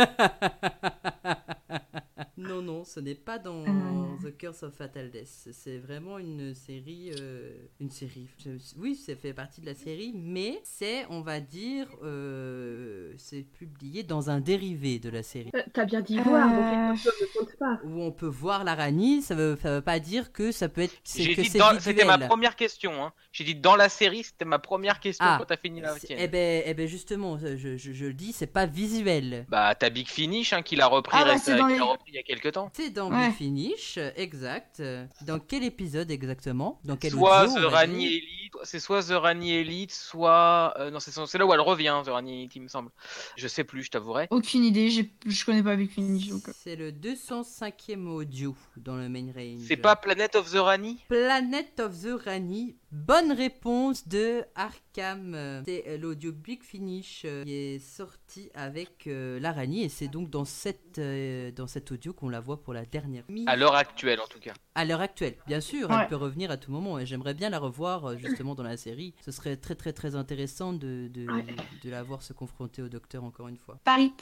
[SPEAKER 1] Non, non, ce n'est pas dans
[SPEAKER 3] Euh.
[SPEAKER 1] The Curse of Fatal Death. C'est vraiment une série. euh, une série. Je- Oui, ça fait partie de la série, mais c'est, on va dire, euh, c'est publié dans un dérivé de la série.
[SPEAKER 6] Euh, T'as bien dit voir, donc
[SPEAKER 3] Euh.
[SPEAKER 6] les personnes ne comptent pas.
[SPEAKER 1] Où on peut voir la Rani, ça ne veut, ça veut pas dire que ça peut être. c'est
[SPEAKER 2] J'ai
[SPEAKER 1] que
[SPEAKER 2] dit
[SPEAKER 1] c'est
[SPEAKER 2] dans- C'était ma
[SPEAKER 1] visuel.
[SPEAKER 2] première question. Hein. J'ai dit dans la série, c'était ma première question
[SPEAKER 1] Ah.
[SPEAKER 2] quand t'as fini la
[SPEAKER 1] C'est-
[SPEAKER 2] tienne.
[SPEAKER 1] Eh ben, eh ben justement, je, je- je le dis, c'est pas visuel.
[SPEAKER 2] Bah, t'as Big Finish hein, qui l'a repris,
[SPEAKER 3] Ah, bah,
[SPEAKER 2] récem-
[SPEAKER 3] c'est dans
[SPEAKER 2] qui
[SPEAKER 3] les-
[SPEAKER 2] l'a repris il y a quelques temps.
[SPEAKER 1] C'est dans
[SPEAKER 3] Ouais.
[SPEAKER 1] le Finish, euh, exact. Euh, Dans quel épisode exactement Dans quel
[SPEAKER 2] Soit
[SPEAKER 1] audio,
[SPEAKER 2] The
[SPEAKER 1] on va
[SPEAKER 2] Rani
[SPEAKER 1] dire
[SPEAKER 2] Elite, c'est soit The Rani Elite, soit. euh, non, c'est son- c'est là où elle revient, The Rani Elite, il me semble. Je sais plus, je t'avouerai.
[SPEAKER 3] Aucune idée, j'ai- je connais pas Big Finish. donc, euh.
[SPEAKER 1] C'est le 205e audio dans le main range.
[SPEAKER 2] C'est pas Planet of the Rani
[SPEAKER 1] Planet of the Rani. Bonne réponse de Arkham. Euh, C'est euh, l'audio Big Finish euh, qui est sorti avec euh, la Rani et c'est donc dans, cette, euh, dans cet audio qu'on la voit pour la dernière.
[SPEAKER 2] À l'heure actuelle, en tout cas.
[SPEAKER 1] À l'heure actuelle, bien sûr,
[SPEAKER 3] Ouais.
[SPEAKER 1] elle peut revenir à tout moment et j'aimerais bien la revoir euh, justement dans la série. Ce serait très très très intéressant de, de,
[SPEAKER 6] Ouais.
[SPEAKER 1] de la voir se confronter au docteur encore une fois.
[SPEAKER 3] Paris.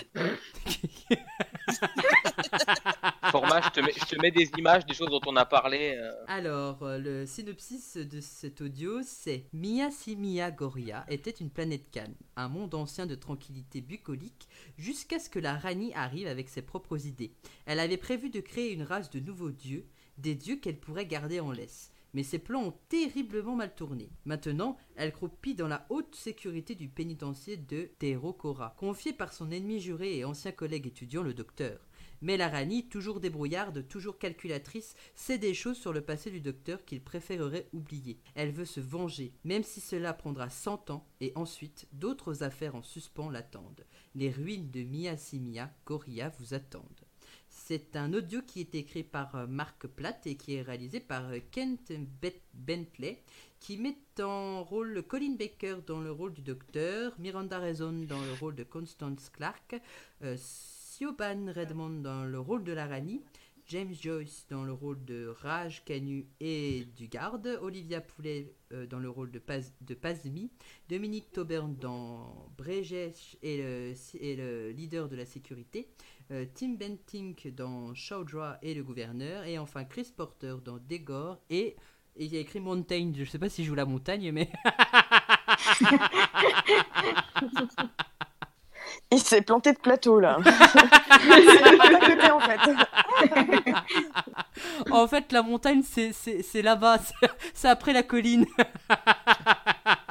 [SPEAKER 2] Format, je te mets, mets, je te mets des images des choses dont on a parlé. euh.
[SPEAKER 1] Alors, euh, le synopsis de cet audio, c'est Mia Simia Goria était une planète calme, un monde ancien de tranquillité bucolique, jusqu'à ce que la Rani arrive avec ses propres idées. Elle avait prévu de créer une race de nouveaux dieux, des dieux qu'elle pourrait garder en laisse. Mais ses plans ont terriblement mal tourné. Maintenant, elle croupit dans la haute sécurité du pénitencier de Terokora, confié par son ennemi juré et ancien collègue étudiant, le docteur. Mais la Rani, toujours débrouillarde, toujours calculatrice, sait des choses sur le passé du docteur qu'il préférerait oublier. Elle veut se venger, même si cela prendra cent ans, et ensuite, d'autres affaires en suspens l'attendent. Les ruines de Miasimia, Koria vous attendent. C'est un audio qui est écrit par euh, Marc Platt et qui est réalisé par euh, Kent Bet- Bentley, qui met en rôle Colin Baker dans le rôle du docteur, Miranda Rezon dans le rôle de Constance Clark, euh, Siobhan Redmond dans le rôle de la Rani, James Joyce dans le rôle de Raj Canu et du garde, Olivia Poulet euh, dans le rôle de, Paz, de Pazmi, Dominique Taubern dans Bregesh et le, et le leader de la sécurité, euh, Tim Bentink dans Chaudra et le gouverneur, et enfin Chris Porter dans Degor et, et il y a écrit Mountain, je sais pas si je joue la montagne, mais
[SPEAKER 4] Il s'est planté de plateau là. C'est pas à côté, en fait.
[SPEAKER 1] Oh, en fait la montagne c'est- c'est c'est là-bas, c'est- c'est après la colline.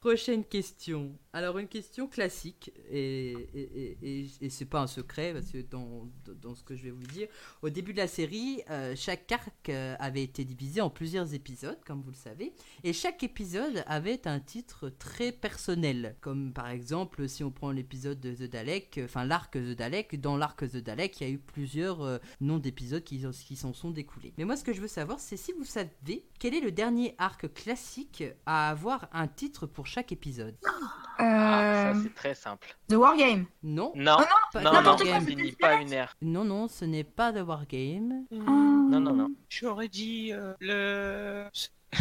[SPEAKER 1] Prochaine question. Alors une question classique et, et, et- et- et c'est pas un secret parce que dans, dans ce que je vais vous dire, au début de la série, euh, chaque arc euh, avait été divisé en plusieurs épisodes, comme vous le savez, et chaque épisode avait un titre très personnel. Comme par exemple, si on prend l'épisode de The Dalek, euh, enfin l'arc The Dalek, dans l'arc The Dalek, il y a eu plusieurs euh, noms d'épisodes qui, qui s'en sont découlés. Mais moi, ce que je veux savoir, c'est si vous savez quel est le dernier arc classique à avoir un titre pour chaque épisode.
[SPEAKER 2] Ah,
[SPEAKER 3] Euh,
[SPEAKER 2] ça c'est très simple.
[SPEAKER 3] The Wargame.
[SPEAKER 1] Non,
[SPEAKER 2] Non,
[SPEAKER 1] pas
[SPEAKER 2] non,
[SPEAKER 1] The
[SPEAKER 2] non,
[SPEAKER 3] Oh n'importe quoi,
[SPEAKER 1] Wargame.
[SPEAKER 2] c'est ni pas une ère.
[SPEAKER 1] non, non, ce n'est pas The Wargame.
[SPEAKER 2] Ah.
[SPEAKER 3] Ah.
[SPEAKER 2] Non, non, non.
[SPEAKER 7] J'aurais dit euh, le...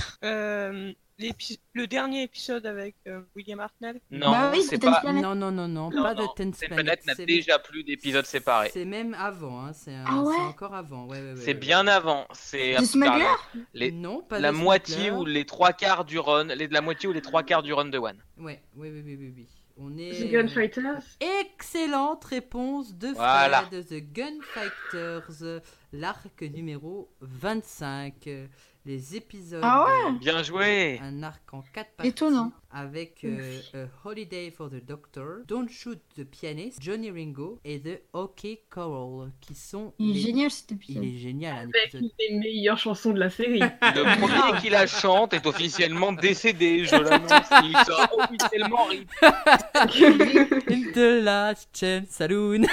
[SPEAKER 7] euh, l'épi- le dernier épisode avec euh, William Hartnell.
[SPEAKER 2] Non,
[SPEAKER 3] bah oui,
[SPEAKER 2] c'est
[SPEAKER 3] Captain
[SPEAKER 2] pas.
[SPEAKER 3] Planet.
[SPEAKER 1] Non, non, non, non,
[SPEAKER 2] Non,
[SPEAKER 1] pas
[SPEAKER 2] non,
[SPEAKER 1] The Tenth
[SPEAKER 2] Cette
[SPEAKER 1] Planet.
[SPEAKER 2] planète n'a
[SPEAKER 1] C'est-
[SPEAKER 2] déjà plus d'épisodes séparés.
[SPEAKER 1] C'est même avant, hein, c'est un-
[SPEAKER 3] Ah ouais
[SPEAKER 1] c'est encore avant. ouais, ouais, ouais, ouais,
[SPEAKER 2] C'est
[SPEAKER 1] ouais.
[SPEAKER 2] bien avant. C'est
[SPEAKER 3] The Smuggler
[SPEAKER 2] les-
[SPEAKER 1] Non, pas
[SPEAKER 2] la
[SPEAKER 1] The
[SPEAKER 2] moitié
[SPEAKER 1] Smuggler.
[SPEAKER 2] ou les trois quarts du run, les, la moitié ou les trois quarts du run de One.
[SPEAKER 1] Ouais, oui, oui, oui, oui, oui. On est.
[SPEAKER 6] The Gunfighters.
[SPEAKER 1] Excellente réponse de Fred
[SPEAKER 2] Voilà.
[SPEAKER 1] de The Gunfighters, l'arc numéro 25. Les épisodes.
[SPEAKER 3] Ah ouais
[SPEAKER 2] Bien joué.
[SPEAKER 1] Un arc en 4 parties.
[SPEAKER 3] Étonnant.
[SPEAKER 1] Avec euh, A Holiday for the Doctor, Don't Shoot the Pianist, Johnny Ringo et The OK Coral, qui sont.
[SPEAKER 3] Il
[SPEAKER 1] les-
[SPEAKER 3] est génial cet
[SPEAKER 1] Il
[SPEAKER 3] épisode.
[SPEAKER 1] est génial, hein, un
[SPEAKER 6] Avec
[SPEAKER 1] épisode.
[SPEAKER 6] une des meilleures chansons de la série.
[SPEAKER 2] Le premier qui la chante est officiellement décédé. Je l'annonce. Il sera officiellement rip.
[SPEAKER 1] In the Last Chance Saloon.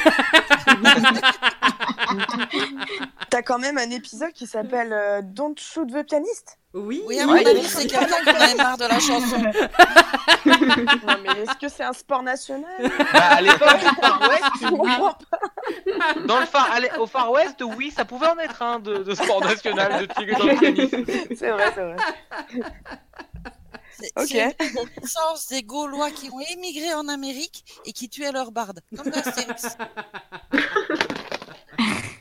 [SPEAKER 4] T'as quand même un épisode qui s'appelle euh, Don't Shoot the Pianist.
[SPEAKER 1] Oui,
[SPEAKER 5] Oui, à mon avis, c'est quelqu'un qui en avait marre de la chanson.
[SPEAKER 4] Non, mais est-ce que c'est un sport national
[SPEAKER 2] Bah, à l'époque,
[SPEAKER 4] Ouais, je comprends pas.
[SPEAKER 2] dans le far, allez, au Far West, oui, ça pouvait en être un de, de sport national de tigre dans le tennis.
[SPEAKER 4] C'est vrai, c'est vrai.
[SPEAKER 5] C'est
[SPEAKER 4] Ok.
[SPEAKER 5] c'est une puissance des Gaulois qui ont émigré en Amérique et qui tuaient leurs bardes. Comme dans Astérix.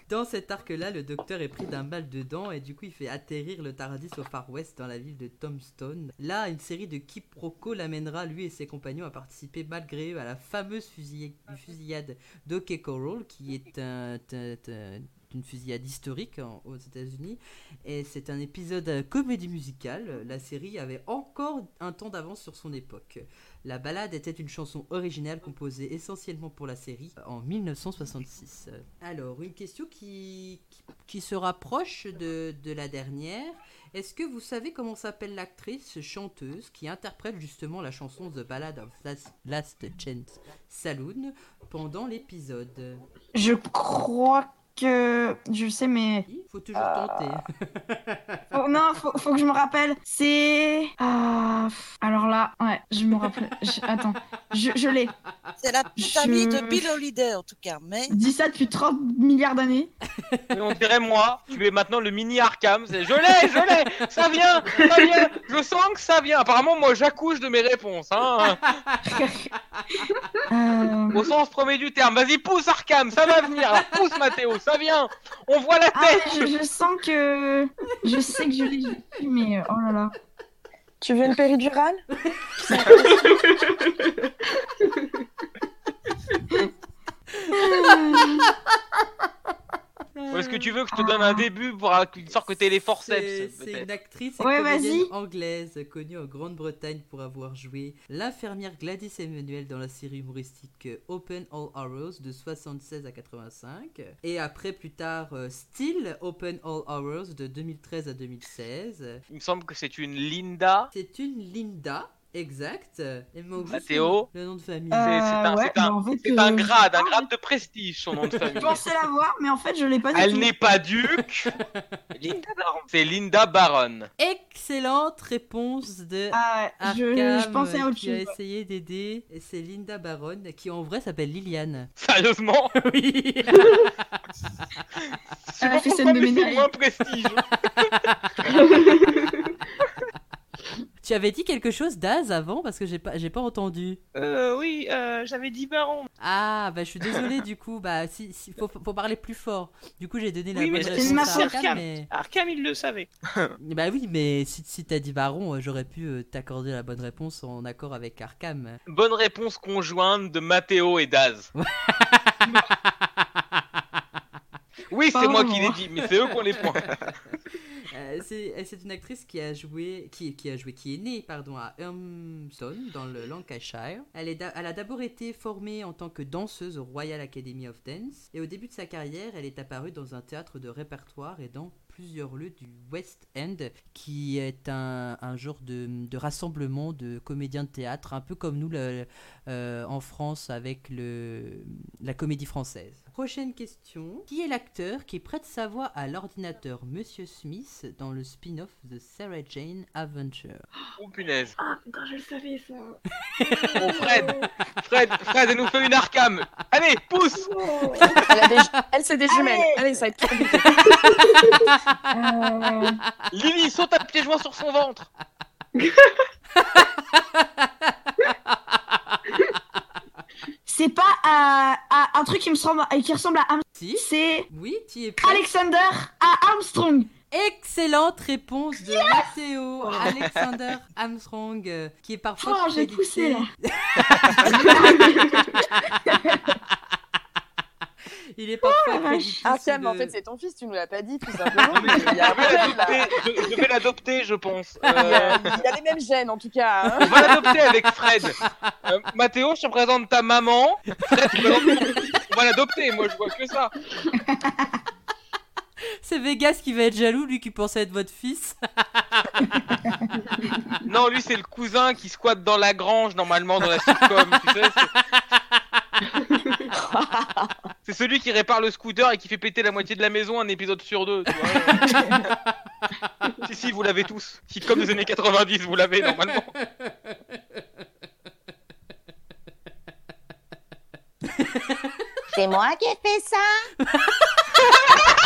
[SPEAKER 1] Dans cet arc-là, le docteur est pris d'un mal de dents et du coup il fait atterrir le Tardis au Far West dans la ville de Tombstone. Là, une série de quiproquos l'amènera lui et ses compagnons à participer malgré eux à la fameuse fusilla- fusillade d'Ok Coral qui est un- un- un- une fusillade historique en- aux États-Unis. Et c'est un épisode euh, comédie musicale. La série avait encore un temps d'avance sur son époque. La balade était une chanson originale composée essentiellement pour la série euh, en 1966. Alors, une question qui, qui, qui se rapproche de, de la dernière. Est-ce que vous savez comment s'appelle l'actrice chanteuse qui interprète justement la chanson The Ballad of Last, Last Chance Saloon pendant l'épisode
[SPEAKER 3] Je crois que. Je sais, mais.
[SPEAKER 1] Il faut toujours tenter.
[SPEAKER 3] Oh, faut, non, faut, faut que je me rappelle. C'est. Ah, pff, alors là, ouais, je me rappelle. je- Attends, je, je l'ai.
[SPEAKER 5] C'est la petite amie de
[SPEAKER 3] Je-
[SPEAKER 5] Bill Holiday, en tout cas. Mais
[SPEAKER 3] Dis ça depuis 30 milliards d'années.
[SPEAKER 2] Mais on dirait moi, tu es maintenant le mini Arkham. C'est, je l'ai, je l'ai, ça vient, ça vient, je sens que ça vient. Apparemment, moi, j'accouche de mes réponses, hein,
[SPEAKER 3] Euh,
[SPEAKER 2] au sens premier du terme. Vas-y, pousse Arkham, ça va venir, pousse Mathéo, ça vient. On voit la
[SPEAKER 3] Ah, mais
[SPEAKER 2] tête.
[SPEAKER 3] je, je sens que. Je sais que je l'ai je- mais euh, oh là là.
[SPEAKER 4] Tu veux une péridurale
[SPEAKER 1] Ah.
[SPEAKER 2] Ou est-ce que tu veux que je te donne un début pour euh, une sorte que t'aies les
[SPEAKER 1] C'est-
[SPEAKER 2] forceps
[SPEAKER 1] C'est
[SPEAKER 2] peut-être
[SPEAKER 1] une actrice et
[SPEAKER 3] Ouais,
[SPEAKER 1] comédienne
[SPEAKER 3] vas-y.
[SPEAKER 1] anglaise connue en Grande-Bretagne pour avoir joué l'infirmière Gladys Emmanuel dans la série humoristique Open All Hours de 76 à 85 et après plus tard euh, Still Open All Hours de 2013 à 2016.
[SPEAKER 2] Il me semble que c'est une Linda.
[SPEAKER 1] C'est une Linda, exact. Et moi, juste
[SPEAKER 2] Mathéo.
[SPEAKER 1] le nom de famille.
[SPEAKER 3] Euh,
[SPEAKER 2] c'est un-
[SPEAKER 3] ouais,
[SPEAKER 2] c'est un-
[SPEAKER 3] bah, en fait,
[SPEAKER 2] C'est un
[SPEAKER 3] euh,
[SPEAKER 2] grade, un
[SPEAKER 3] ah,
[SPEAKER 2] grade de prestige, son nom de
[SPEAKER 3] Je
[SPEAKER 2] famille.
[SPEAKER 3] pensais l'avoir, mais en fait, je l'ai pas du
[SPEAKER 2] Elle
[SPEAKER 3] tout.
[SPEAKER 2] n'est pas duc. Linda Baron. C'est Linda Baron.
[SPEAKER 1] Excellente réponse de
[SPEAKER 3] Ah, ouais, je,
[SPEAKER 1] Arkham, euh,
[SPEAKER 3] je pensais à autre
[SPEAKER 1] qui a
[SPEAKER 3] chose.
[SPEAKER 1] essayé d'aider. Et c'est Linda Baron qui en vrai s'appelle Liliane.
[SPEAKER 2] Sérieusement
[SPEAKER 1] Oui.
[SPEAKER 3] Elle a fait
[SPEAKER 2] Pourquoi
[SPEAKER 3] scène de
[SPEAKER 2] mais c'est
[SPEAKER 3] ménage.
[SPEAKER 2] moins prestige.
[SPEAKER 1] tu avais dit quelque chose d'Az avant parce que j'ai pas j'ai pas entendu.
[SPEAKER 7] Euh, oui, euh, j'avais dit baron.
[SPEAKER 1] Ah bah je suis désolée du coup bah si, si- faut, faut parler plus fort. Du coup j'ai donné la
[SPEAKER 7] Oui, mais
[SPEAKER 1] bonne
[SPEAKER 7] c'est
[SPEAKER 1] réponse
[SPEAKER 3] ma
[SPEAKER 1] à
[SPEAKER 3] faute.
[SPEAKER 1] Arkham, mais-
[SPEAKER 7] Arkham, il le savait.
[SPEAKER 1] Bah oui mais si, si t'as dit Baron euh, j'aurais pu euh, t'accorder la bonne réponse en accord avec Arkham.
[SPEAKER 2] Bonne réponse conjointe de Mathéo et Daz. oui, c'est
[SPEAKER 3] Pardon.
[SPEAKER 2] moi qui l'ai dit, mais c'est eux qui ont les points.
[SPEAKER 1] Euh, c'est euh, c'est une actrice qui a joué, qui, qui a joué, qui est née, pardon, à Elmstone, dans le Lancashire. Elle, est d'a- elle a d'abord été formée en tant que danseuse au Royal Academy of Dance, et au début de sa carrière, elle est apparue dans un théâtre de répertoire et dans plusieurs lieux du West End, qui est un, un genre de, de rassemblement de comédiens de théâtre, un peu comme nous le- euh, en France avec le, la comédie française. Prochaine question. Qui est l'acteur qui prête sa voix à l'ordinateur Monsieur Smith dans le spin-off de Sarah Jane Adventure
[SPEAKER 2] Oh punaise.
[SPEAKER 6] Ah putain, je le savais ça.
[SPEAKER 2] Bon, Fred, Fred, Fred, elle nous fait une Arkham. Allez, pousse
[SPEAKER 4] Elle, a des ju- elle, c'est des jumelles. Allez, ça va être trop bien.
[SPEAKER 3] Euh,
[SPEAKER 2] Lily, saute à pieds joints sur son ventre.
[SPEAKER 3] C'est pas euh, à un truc qui me ressemble, qui ressemble à Am-
[SPEAKER 1] Si
[SPEAKER 3] C'est
[SPEAKER 1] Oui, tu y es prêt.
[SPEAKER 3] Alexander à Armstrong.
[SPEAKER 1] Excellente réponse de Mathéo Alexander Armstrong, euh, qui est parfois
[SPEAKER 3] Oh, j'ai poussé, là.
[SPEAKER 1] Il est parfois
[SPEAKER 3] Oh, la
[SPEAKER 1] prédictif
[SPEAKER 4] Arkham,
[SPEAKER 1] de-
[SPEAKER 4] Ah, en fait, c'est ton fils, tu nous l'as pas dit, tout
[SPEAKER 2] Non,
[SPEAKER 4] simplement.
[SPEAKER 2] mais je
[SPEAKER 4] Il y, a un
[SPEAKER 2] vais
[SPEAKER 4] problème, là.
[SPEAKER 2] l'adopter, je- je vais l'adopter, je pense.
[SPEAKER 4] Il y
[SPEAKER 2] Euh,
[SPEAKER 4] a- il y a les mêmes gènes, en tout cas. hein.
[SPEAKER 2] on va l'adopter avec Fred. Euh, Mathéo, je te présente ta maman. Fred, je te présente ton fils. On va l'adopter, moi je vois que ça.
[SPEAKER 1] C'est Vegas qui va être jaloux, lui qui pensait être votre fils.
[SPEAKER 2] Non, lui, c'est le cousin qui squatte dans la grange, normalement, dans la sitcom, tu sais. c'est- C'est celui qui répare le scooter et qui fait péter la moitié de la maison un épisode sur deux, tu vois. si, si, vous l'avez tous. Sitcom des années 90, vous l'avez, normalement.
[SPEAKER 8] C'est moi qui ai fait ça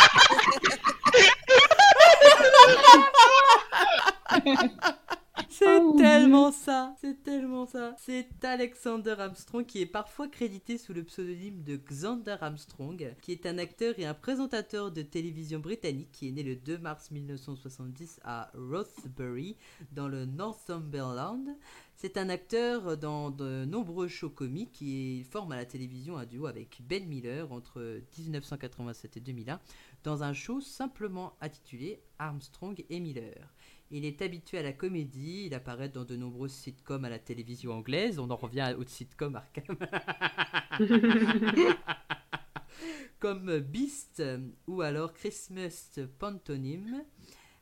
[SPEAKER 1] C'est
[SPEAKER 3] Oh mon
[SPEAKER 1] tellement ça, c'est tellement ça. C'est Alexander Armstrong qui est parfois crédité sous le pseudonyme de Xander Armstrong, qui est un acteur et un présentateur de télévision britannique qui est né le 2 mars 1970 à Rothbury, dans le Northumberland. C'est un acteur dans de nombreux shows comiques et il forme à la télévision un duo avec Ben Miller entre 1987 et 2001 dans un show simplement intitulé Armstrong et Miller. Il est habitué à la comédie, il apparaît dans de nombreuses sitcoms à la télévision anglaise. On en revient aux sitcoms Arkham, comme Beast euh, ou alors Christmas Pantomime.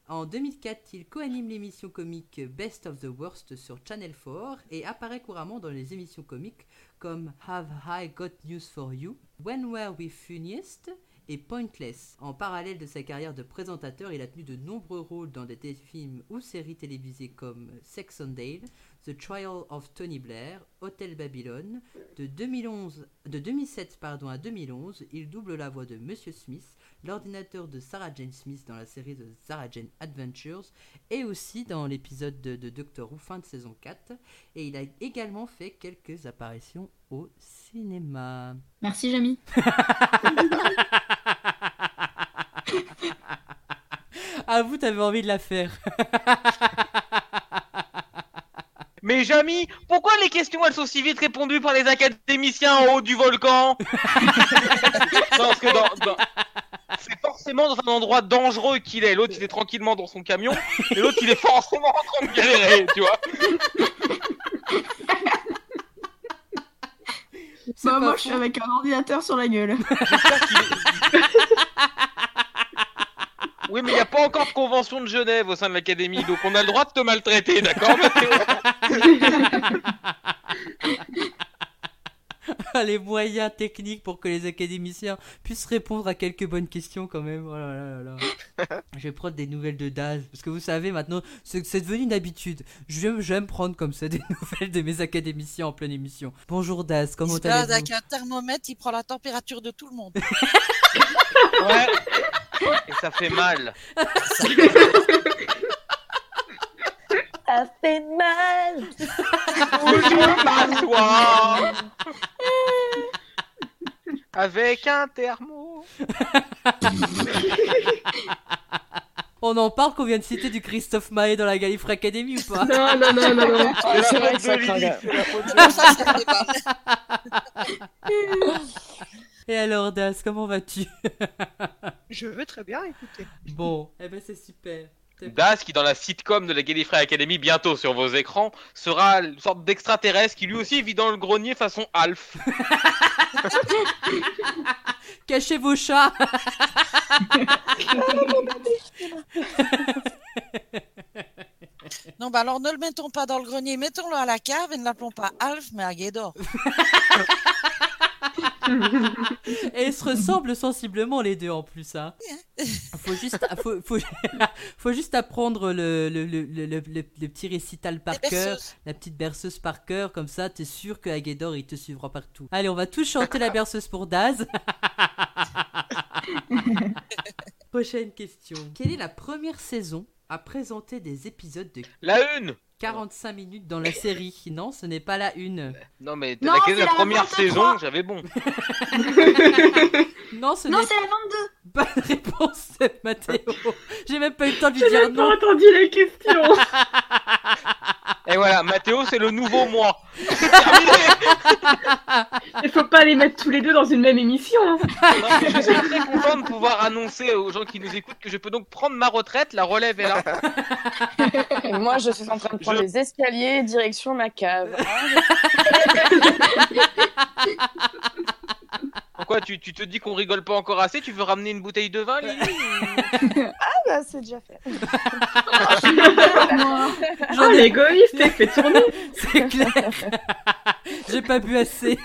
[SPEAKER 1] En 2004, il co-anime l'émission comique Best of the Worst sur Channel 4 et apparaît couramment dans les émissions comiques comme Have I Got News for You, When Were We Funniest et Pointless. En parallèle de sa carrière de présentateur, il a tenu de nombreux rôles dans des téléfilms ou séries télévisées comme Sex on Dale, The Trial of Tony Blair, Hotel Babylone. De, 2011, de 2007 pardon, à 2011, il double la voix de Monsieur Smith, l'ordinateur de Sarah Jane Smith dans la série de Sarah Jane Adventures et aussi dans l'épisode de, de Doctor Who fin de saison 4. Et il a également fait quelques apparitions au cinéma.
[SPEAKER 8] Merci, Jamie.
[SPEAKER 1] Ah, vous, t'avais envie de la faire.
[SPEAKER 2] Mais Jamy, pourquoi les questions elles sont si vite répondues par les académiciens en haut du volcan Non, parce que dans- dans- c'est forcément dans un endroit dangereux qu'il est. L'autre il est tranquillement dans son camion, et l'autre il est forcément en train de galérer, tu vois.
[SPEAKER 1] C'est
[SPEAKER 3] Bah,
[SPEAKER 1] pas
[SPEAKER 3] moi, je suis
[SPEAKER 1] faux.
[SPEAKER 3] avec un ordinateur sur la gueule.
[SPEAKER 2] J'espère qu'il est- Oui, mais il n'y a pas encore de convention de Genève au sein de l'académie, donc on a le droit de te maltraiter, d'accord Mathéo
[SPEAKER 1] Ah, les moyens techniques pour que les académiciens puissent répondre à quelques bonnes questions quand même. Oh là là là là. je vais prendre des nouvelles de Daz parce que vous savez maintenant c'est c'est devenu une habitude. Je- J'aime prendre comme ça des nouvelles de mes académiciens en pleine émission. Bonjour Daz, comment
[SPEAKER 5] il se balade
[SPEAKER 1] allez-vous
[SPEAKER 5] avec un thermomètre, il prend la température de tout le monde.
[SPEAKER 2] Ouais. Et ça fait mal.
[SPEAKER 9] Ça fait mal.
[SPEAKER 1] Oh,
[SPEAKER 2] Bonjour, m'asseoir. Avec un thermo.
[SPEAKER 1] On en parle qu'on vient de citer du Christophe Maé dans la Galifre Academy ou pas
[SPEAKER 6] Non, non, non, non, non.
[SPEAKER 4] Ah, c'est vrai que ça craint, là.
[SPEAKER 5] Ça, c'est le débat.
[SPEAKER 1] Et alors Daz, comment vas-tu
[SPEAKER 7] Je veux très bien écouter.
[SPEAKER 1] Bon, eh ben c'est super.
[SPEAKER 2] Das, qui dans la sitcom de la Gallifrey Academy, bientôt sur vos écrans, sera une sorte d'extraterrestre qui lui aussi vit dans le grenier façon Alf.
[SPEAKER 1] Cachez vos chats
[SPEAKER 5] Non, bah alors ne le mettons pas dans le grenier, mettons-le à la cave et ne l'appelons pas Alf, mais Aguédor.
[SPEAKER 1] Et ils se ressemblent sensiblement les deux en plus. Hein. Faut juste, faut, faut, faut juste apprendre le, le, le, le, le- le- le petit récital par
[SPEAKER 5] Les
[SPEAKER 1] cœur,
[SPEAKER 5] berceuses.
[SPEAKER 1] la petite berceuse par cœur, comme ça t'es sûr que Aguédor il te suivra partout. Allez, on va tous chanter la berceuse pour Daz. Prochaine question. Quelle est la première saison à présenter des épisodes de
[SPEAKER 2] La une
[SPEAKER 1] 45 minutes dans la série Non, ce n'est pas la une.
[SPEAKER 2] Non, mais
[SPEAKER 3] Non,
[SPEAKER 2] la,
[SPEAKER 3] c'est
[SPEAKER 2] la
[SPEAKER 3] la
[SPEAKER 2] première
[SPEAKER 3] 23.
[SPEAKER 2] saison, j'avais bon.
[SPEAKER 1] Non, ce
[SPEAKER 3] Non,
[SPEAKER 1] n'est
[SPEAKER 3] c'est la 22.
[SPEAKER 1] pas la réponse de Mathéo. J'ai même pas eu le temps de lui
[SPEAKER 6] J'ai
[SPEAKER 1] dire
[SPEAKER 6] même
[SPEAKER 1] non.
[SPEAKER 6] pas entendu la question.
[SPEAKER 2] Et voilà, Mathéo, c'est le nouveau moi. C'est terminé.
[SPEAKER 6] Il faut pas les mettre tous les deux dans une même émission. hein.
[SPEAKER 2] Non, mais je suis très content de pouvoir annoncer aux gens qui nous écoutent que je peux donc prendre ma retraite, la relève est là.
[SPEAKER 4] Et Moi, je suis en train de prendre
[SPEAKER 2] Je-
[SPEAKER 4] les escaliers direction ma cave.
[SPEAKER 2] Pourquoi tu, tu te dis qu'on rigole pas encore assez Tu veux ramener une bouteille de vin, Lily
[SPEAKER 9] Ah bah c'est déjà fait.
[SPEAKER 2] Ah,
[SPEAKER 6] Oh, l'égoïste, elle fait tourner.
[SPEAKER 1] C'est clair. J'ai pas bu assez.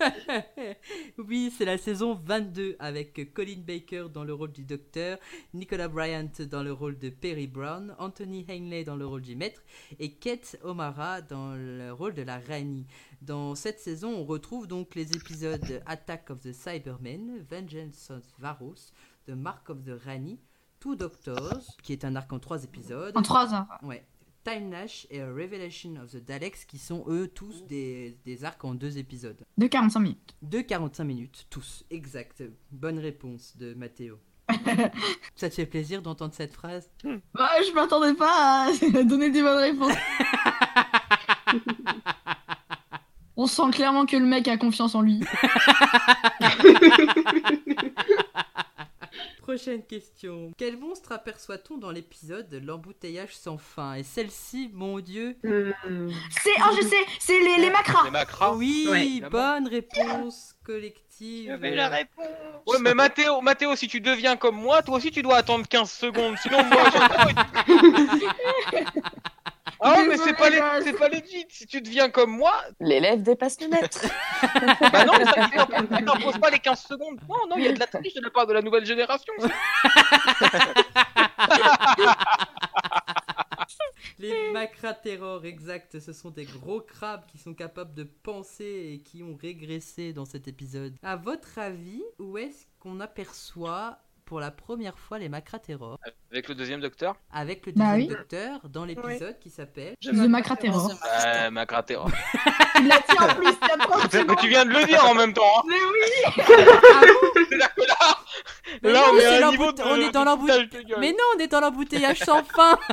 [SPEAKER 1] oui, c'est la saison 22 avec Colin Baker dans le rôle du docteur, Nicolas Bryant dans le rôle de Perry Brown, Anthony Hanley dans le rôle du maître et Kate O'Mara dans le rôle de la Rani. Dans cette saison, on retrouve donc les épisodes Attack of the Cybermen, Vengeance of Varos, The Mark of the Rani, Two Doctors, qui est un arc en trois épisodes,
[SPEAKER 3] En 3 ans.
[SPEAKER 1] Ouais. Time Lash et A Revelation of the Daleks qui sont eux tous des, des arcs en deux épisodes.
[SPEAKER 3] De 45 minutes.
[SPEAKER 1] De 45 minutes, tous, exact. Bonne réponse de Mathéo. Ça te fait plaisir d'entendre cette phrase
[SPEAKER 3] Ouais, Bah, je m'attendais pas à donner des bonnes réponses. On sent clairement que le mec a confiance en lui.
[SPEAKER 1] Prochaine question. Quel monstre aperçoit-on dans l'épisode L'embouteillage sans fin Et celle-ci, mon dieu
[SPEAKER 6] Hmm.
[SPEAKER 3] C'est, oh, je sais, c'est les, les macras.
[SPEAKER 2] Les macras.
[SPEAKER 1] Oui,
[SPEAKER 6] ouais,
[SPEAKER 2] Oh, évidemment.
[SPEAKER 1] bonne réponse collective.
[SPEAKER 7] J'avais la réponse.
[SPEAKER 2] Ouais, mais Mathéo, Mathéo, si tu deviens comme moi, toi aussi tu dois attendre 15 secondes, sinon moi je... Ah mais
[SPEAKER 3] Désolé,
[SPEAKER 2] c'est pas, lé-
[SPEAKER 3] guys.
[SPEAKER 2] c'est pas legit. Si tu deviens comme moi,
[SPEAKER 4] L'élève dépasse le maître.
[SPEAKER 2] bah non, ça il t'en- il t'impose pas les 15 secondes. Non, non, il y a de la triche de la part de la nouvelle génération.
[SPEAKER 1] Les macraterrors, exact, ce sont des gros crabes qui sont capables de penser et qui ont régressé dans cet épisode. À votre avis, où est-ce qu'on aperçoit pour la première fois les macraterrors
[SPEAKER 2] Avec le deuxième docteur
[SPEAKER 1] Avec le
[SPEAKER 3] Bah
[SPEAKER 1] deuxième
[SPEAKER 3] oui.
[SPEAKER 1] docteur dans l'épisode qui s'appelle
[SPEAKER 7] Je
[SPEAKER 3] The
[SPEAKER 7] m'appelle-
[SPEAKER 5] hein.
[SPEAKER 3] Macraterror.
[SPEAKER 2] Euh, Macraterror.
[SPEAKER 3] Il l'a dit en plus, il y a trop de
[SPEAKER 2] tu viens de le dire en même temps. hein.
[SPEAKER 3] Mais oui
[SPEAKER 2] C'est-à-dire que là,
[SPEAKER 1] Mais
[SPEAKER 2] là
[SPEAKER 1] non,
[SPEAKER 2] on
[SPEAKER 1] mais
[SPEAKER 2] est
[SPEAKER 1] c'est
[SPEAKER 2] à un
[SPEAKER 1] l'emboute-
[SPEAKER 2] niveau de.
[SPEAKER 1] on est dans l'emboute-
[SPEAKER 2] foutage de gueule.
[SPEAKER 1] Mais non, on est dans l'embouteillage sans fin.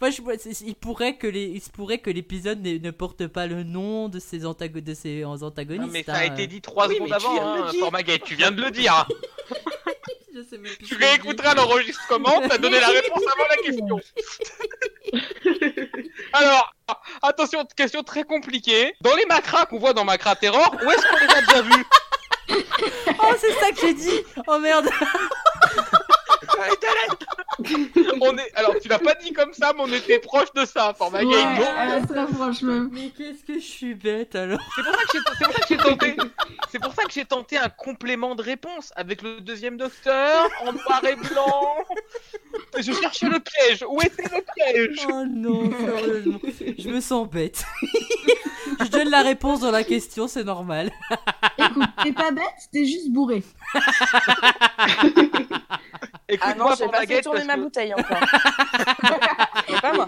[SPEAKER 1] Moi, je, moi, c'est- il pourrait que les, il se pourrait que l'épisode n'ait- ne porte pas le nom de ses, antago- de ses antagonistes.
[SPEAKER 2] Non, Ah, mais ça a
[SPEAKER 1] hein.
[SPEAKER 2] été dit 3
[SPEAKER 7] Oui,
[SPEAKER 2] secondes
[SPEAKER 7] mais tu
[SPEAKER 2] avant,
[SPEAKER 7] viens de le
[SPEAKER 2] hein,
[SPEAKER 7] dire.
[SPEAKER 2] Formaguet, tu viens de le dire. hein.
[SPEAKER 1] Je sais même plus
[SPEAKER 2] Tu
[SPEAKER 1] ce que j'ai dit.
[SPEAKER 2] réécouteras l'enregistrement, t'as donné la réponse avant la question. Alors, attention, question très compliquée. Dans les macras qu'on voit dans Macra Terror, où est-ce qu'on les a déjà vus
[SPEAKER 1] Oh, c'est ça que j'ai dit. Oh merde.
[SPEAKER 2] On est... Alors, tu l'as pas dit comme ça, mais on était proche de ça, Formaguet.
[SPEAKER 3] Ouais,
[SPEAKER 2] Donc,
[SPEAKER 3] euh, ça, franchement.
[SPEAKER 1] Mais qu'est-ce que je suis bête alors.
[SPEAKER 2] C'est pour ça que j'ai- c'est pour ça que j'ai tenté. C'est pour ça que j'ai tenté un complément de réponse avec le deuxième docteur en noir et blanc. Je cherchais le piège. Où était le piège
[SPEAKER 1] Oh non, sérieusement. Je me sens bête. je donne la réponse dans la question, c'est normal.
[SPEAKER 3] Écoute, t'es pas bête, t'es juste bourré.
[SPEAKER 4] Ah non,
[SPEAKER 2] Écoute-moi,
[SPEAKER 4] j'ai pas fait
[SPEAKER 2] Formaguette,
[SPEAKER 4] tourner
[SPEAKER 2] parce
[SPEAKER 4] ma
[SPEAKER 2] que-
[SPEAKER 4] bouteille encore. C'est pas moi.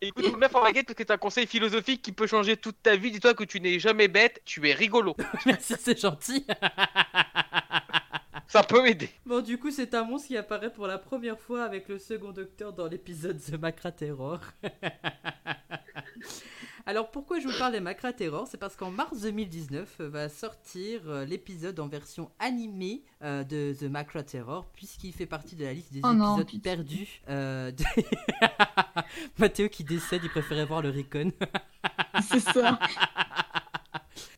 [SPEAKER 2] Écoute-moi, Formaguette, parce que c'est un conseil philosophique qui peut changer toute ta vie. Dis-toi que tu n'es jamais bête, tu es rigolo.
[SPEAKER 1] Merci, c'est gentil.
[SPEAKER 2] Ça peut m'aider.
[SPEAKER 1] Bon, du coup, c'est un monstre qui apparaît pour la première fois avec le second docteur dans l'épisode The Macra Terror. Alors, pourquoi je vous parle des Macra Terror C'est parce qu'en mars 2019 euh, va sortir euh, l'épisode en version animée euh, de The Macra Terror, puisqu'il fait partie de la liste des
[SPEAKER 3] Oh non,
[SPEAKER 1] épisodes
[SPEAKER 3] pitié.
[SPEAKER 1] perdus. euh, de- Mathéo qui décède, il préférait voir le Recon.
[SPEAKER 3] C'est ça.